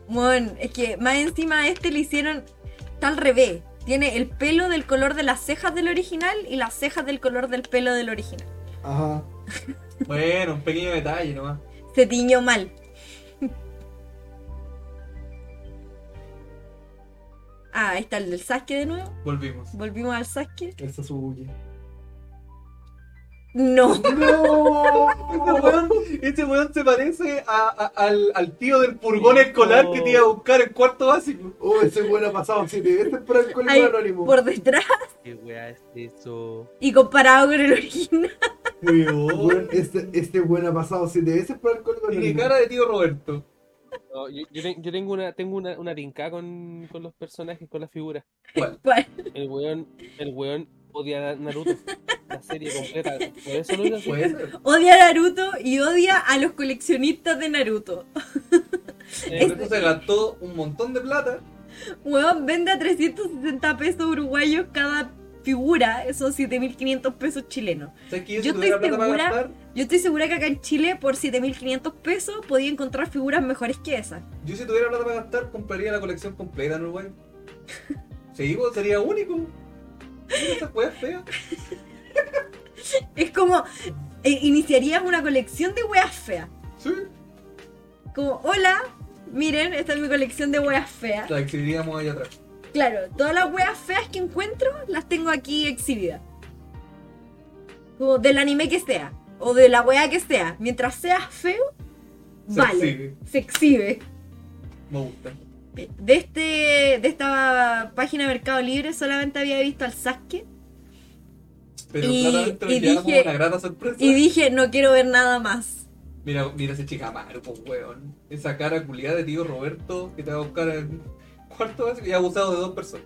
Bueno, es que más encima a este le hicieron tal revés. Tiene el pelo del color de las cejas del original y las cejas del color del pelo del original.
Ajá.
Bueno, un pequeño detalle nomás.
Se tiñó mal. Ah, ahí está el del Sasuke de nuevo.
Volvimos.
Volvimos al Sasuke.
El Sasuke.
No.
¡No!
Este weón, este weón se parece a- a- al, al tío del furgón escolar que te iba a buscar en cuarto básico.
Oh, ese weón ha pasado siete veces por alcohólico
Ahí,
anónimo.
por detrás
¿Qué weá es eso?
y comparado con el original.
Weón,
Weón.
este, este weón ha pasado siete veces por alcohólico
Tiene
anónimo.
cara de tío Roberto.
No, yo, yo ten- yo tengo una tengo una, una tincada con, con los personajes, con las figuras.
¿Cuál?
El weón, el weón odia a Naruto, la serie completa. Por eso lo hizo.
Puede ser.
Odia a Naruto y odia a los coleccionistas de Naruto.
Eh,
Por eso se gastó un montón de plata.
Weón, vende a 360 pesos uruguayos cada figura. Eso 7.500 pesos chilenos.
¿Sabes que yo,
Yo
si tuviera
estoy
plata para
segura-
gastar,
Yo estoy segura que acá en Chile por 7.500 pesos podía encontrar figuras mejores que esas.
yo si tuviera plata para gastar, compraría la colección completa en Uruguay. Sí, pues, sería único. Mira esa weá fea.
Es como... eh, iniciarías una colección de weas feas.
Sí.
Como, hola, miren, esta es mi colección de weas feas.
La exhibiríamos ahí atrás.
Claro, todas las weas feas que encuentro las tengo aquí exhibidas. Como del anime que sea, o de la wea que sea. Mientras seas feo,
Se
vale.
exhibe.
Se exhibe.
Me gusta.
De, este, de esta página de Mercado Libre solamente había visto al Sasuke.
Pero
Y-
claramente nos
y
llevamos
dije-
una grata sorpresa.
Y dije, no quiero ver nada más.
Mira, mira ese chicamaro, pues weón. Esa cara culiada de tío Roberto que te va a buscar en cuarto básico y ha abusado de dos personas.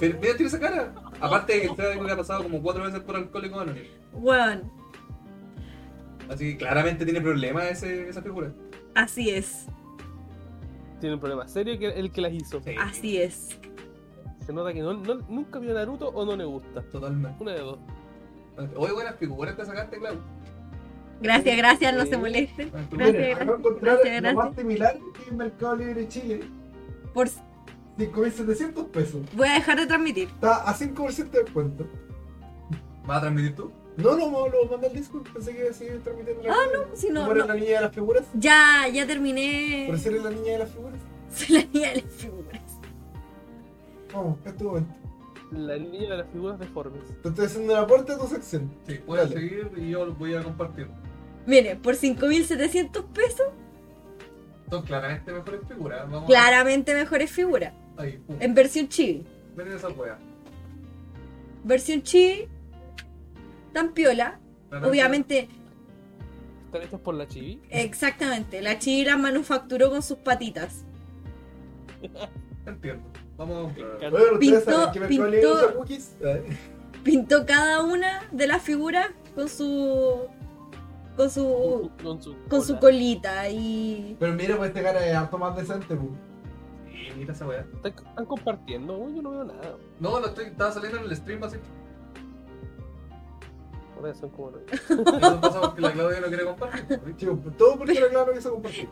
Pero mira, tiene esa cara. Aparte de que este amigo que ha pasado como cuatro veces por alcohólico anónimo.
Weón,
Así que claramente tiene problemas ese, esa figura.
así es,
Tiene un problema serio que el que las hizo.
Sí,
así es.
Se nota que no, no- nunca vio Naruto o no le gusta.
Totalmente.
Una de dos.
Oye, buenas figuras te sacaste, Clau. Ah,
Gracias, gracias, no se molesten.
Buenas
Gracias,
figuras.
Acabo de encontrar
gracias,
lo más
gracias.
similar que es Mercado Libre Chile.
Por,
5.700 pesos.
voy a dejar de transmitir.
Está a 5% de descuento.
¿Vas a transmitir tú?
No, no, no, lo mandé al Discord. Pensé que iba a seguir transmitiendo la
Ah, Si no,
¿Cómo era
no. Eh.
la niña de las figuras?
Ya, ya terminé.
¿Por ser la niña de las figuras?
Soy la niña de las figuras.
Vamos, acá estuvo. Te
La niña de las figuras deformes.
estoy haciendo el aporte a tu sección.
Sí, puedes
Dale.
seguir y yo lo voy a compartir.
Miren, por 5.700 pesos,
Son claramente mejores figuras. Vamos
claramente mejores figuras.
Ahí, pum.
En versión chibi.
Ven esa wea.
Versión chibi, tan piola.
Claramente-
Obviamente,
Están hechas por la chibi.
exactamente. La chibi las manufacturó con sus patitas.
Entiendo. Vamos a claro.
Oye, ¿ustedes
Pintó-
saben que Mercado Libre
pintó-
usa cookies? Eh,
Pintó cada una de las figuras con su. con su.
Con su,
Oh, con su
cola.
colita y.
Pero mira, pues esta cara es harto más decente, pues. pu.
Sí, mira esa wea.
¿Están, están compartiendo. Uy, yo no veo nada.
No, lo estoy, estaba saliendo en el stream así.
Por eso son como no.
Eso pasa porque la Claudia no quiere compartir. ¿viste?
Chico, todo porque era claro que se compartió.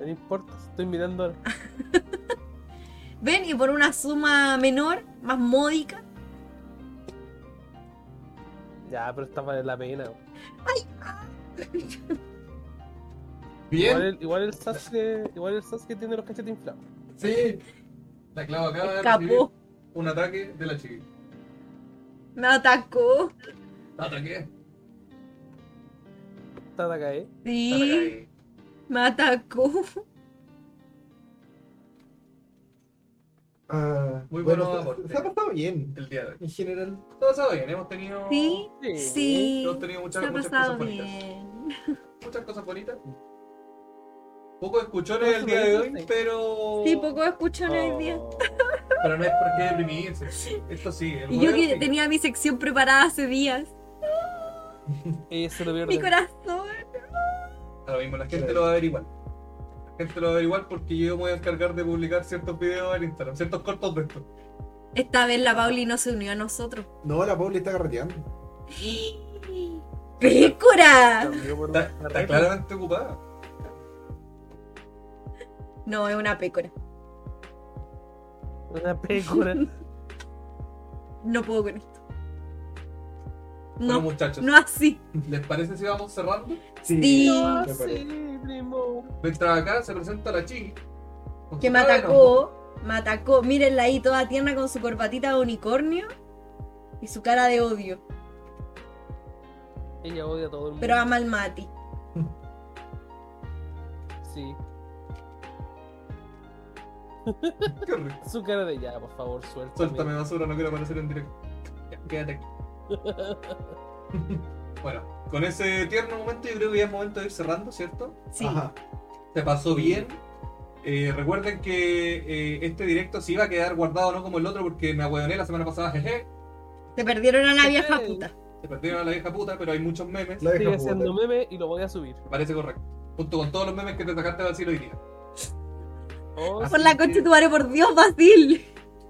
No importa, estoy mirando ahora.
Ven, y por una suma menor, más módica.
Ya, pero esta vale la pena. Igual
Bien.
el, igual el Sasuke, igual el Sasuke tiene los cachetes inflados.
Sí. La Clau acaba de recibir
Escapó,
un ataque de la chica.
me atacó.
¿La ataqué?
Está de acá, eh.
La
Sí,
ataqué.
me atacó.
Ah,
Muy bueno
se-
aporte.
Se ha pasado bien,
El día de hoy.
en general.
Todo está bien. Hemos tenido.
Sí, sí.
Hemos tenido
Se ha
muchas, muchas
pasado
cosas bonitas.
bien.
Muchas cosas bonitas. Poco escuchones el día de hoy, pero.
Sí, poco escucho en el día.
Oh,
Pero no es por qué deprimirse. Esto sigue. el
Y yo
juego
que
sigue.
tenía mi sección preparada hace días.
Eso lo
Mi
pierden.
corazón.
A lo mismo, la gente lo va a ver igual. La gente lo va a ver igual porque yo me voy a encargar de publicar ciertos videos en Instagram, ciertos cortos de esto.
Esta vez la Pauli no se unió a nosotros.
No, la Pauli está carreteando.
¡Pécora!
Cambió por
Está,
una
está
carreta.
claramente ocupada.
No, es una pécora.
Una pécora.
No puedo con esto.
Bueno,
No,
muchachos,
no así.
¿les parece si vamos cerrando?
Sí.
me
Ah,
parece.
sí, primo.
Mientras acá se presenta la Chi. con
Que
su
me
cara,
atacó. Me atacó. Mírenla ahí toda tierna con su corbatita de unicornio. Y su cara de odio.
Ella odia a todo el mundo.
Pero ama al Mati.
Sí.
¿no? Qué rico.
Su cara de ya, por favor, suéltame.
Suéltame basura, no quiero aparecer en directo. Ya, quédate aquí. bueno, con ese tierno momento yo creo que ya es momento de ir cerrando, ¿cierto?
Sí.
Ajá.
se pasó bien. Eh, recuerden que eh, este directo se iba a quedar guardado, no como el otro, porque me ahueoné la semana pasada, jeje.
Te perdieron a la
Sí.
vieja puta.
Se perdieron a la vieja puta, pero hay muchos memes.
La
Sigue
deja puta.
haciendo meme y lo voy a subir.
Me parece correcto. Junto con todos los memes que te sacaste del cielo hoy día. Ah,
Oh,
Por la
sí.
concha de tu madre, por Dios, Basil.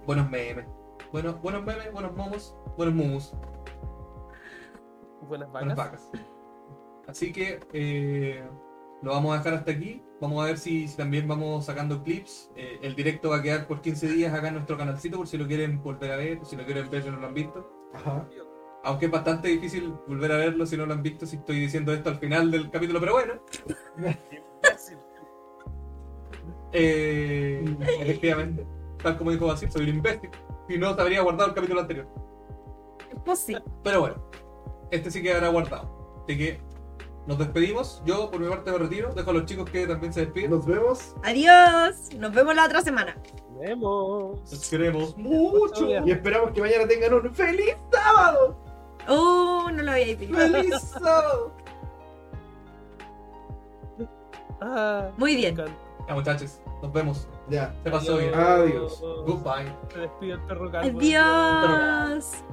Buenos memes. Buenos, buenos memes, buenos momos, buenos mumus,
Buenas
buenas
vacas.
vacas. Así que eh, lo vamos a dejar hasta aquí. Vamos a ver si, si también vamos sacando clips. Eh, el directo va a quedar por 15 días acá en nuestro canalcito, por si lo quieren volver a ver, si lo quieren ver si no lo han visto.
Ajá.
Aunque es bastante difícil volver a verlo si no lo han visto, si estoy diciendo esto al final del capítulo, pero bueno. Eh, efectivamente. Tal como dijo Basil, soy un imbécil. Si no, se habría guardado el capítulo anterior.
Pues sí.
Pero bueno, este sí quedará guardado. Así que nos despedimos. Yo, por mi parte, me retiro. Dejo a los chicos que también se despiden.
Nos vemos
Adiós. Nos vemos la otra semana.
Nos vemos.
Los queremos
mucho y esperamos que mañana tengan un feliz sábado.
Oh, no lo había visto.
¡Feliz sábado!
Ah,
Muy bien.
me encanta.
Ya, muchachos, nos vemos.
Ya.
Se pasó bien.
Adiós.
Goodbye.
Se despide el perro calvo.
Adiós.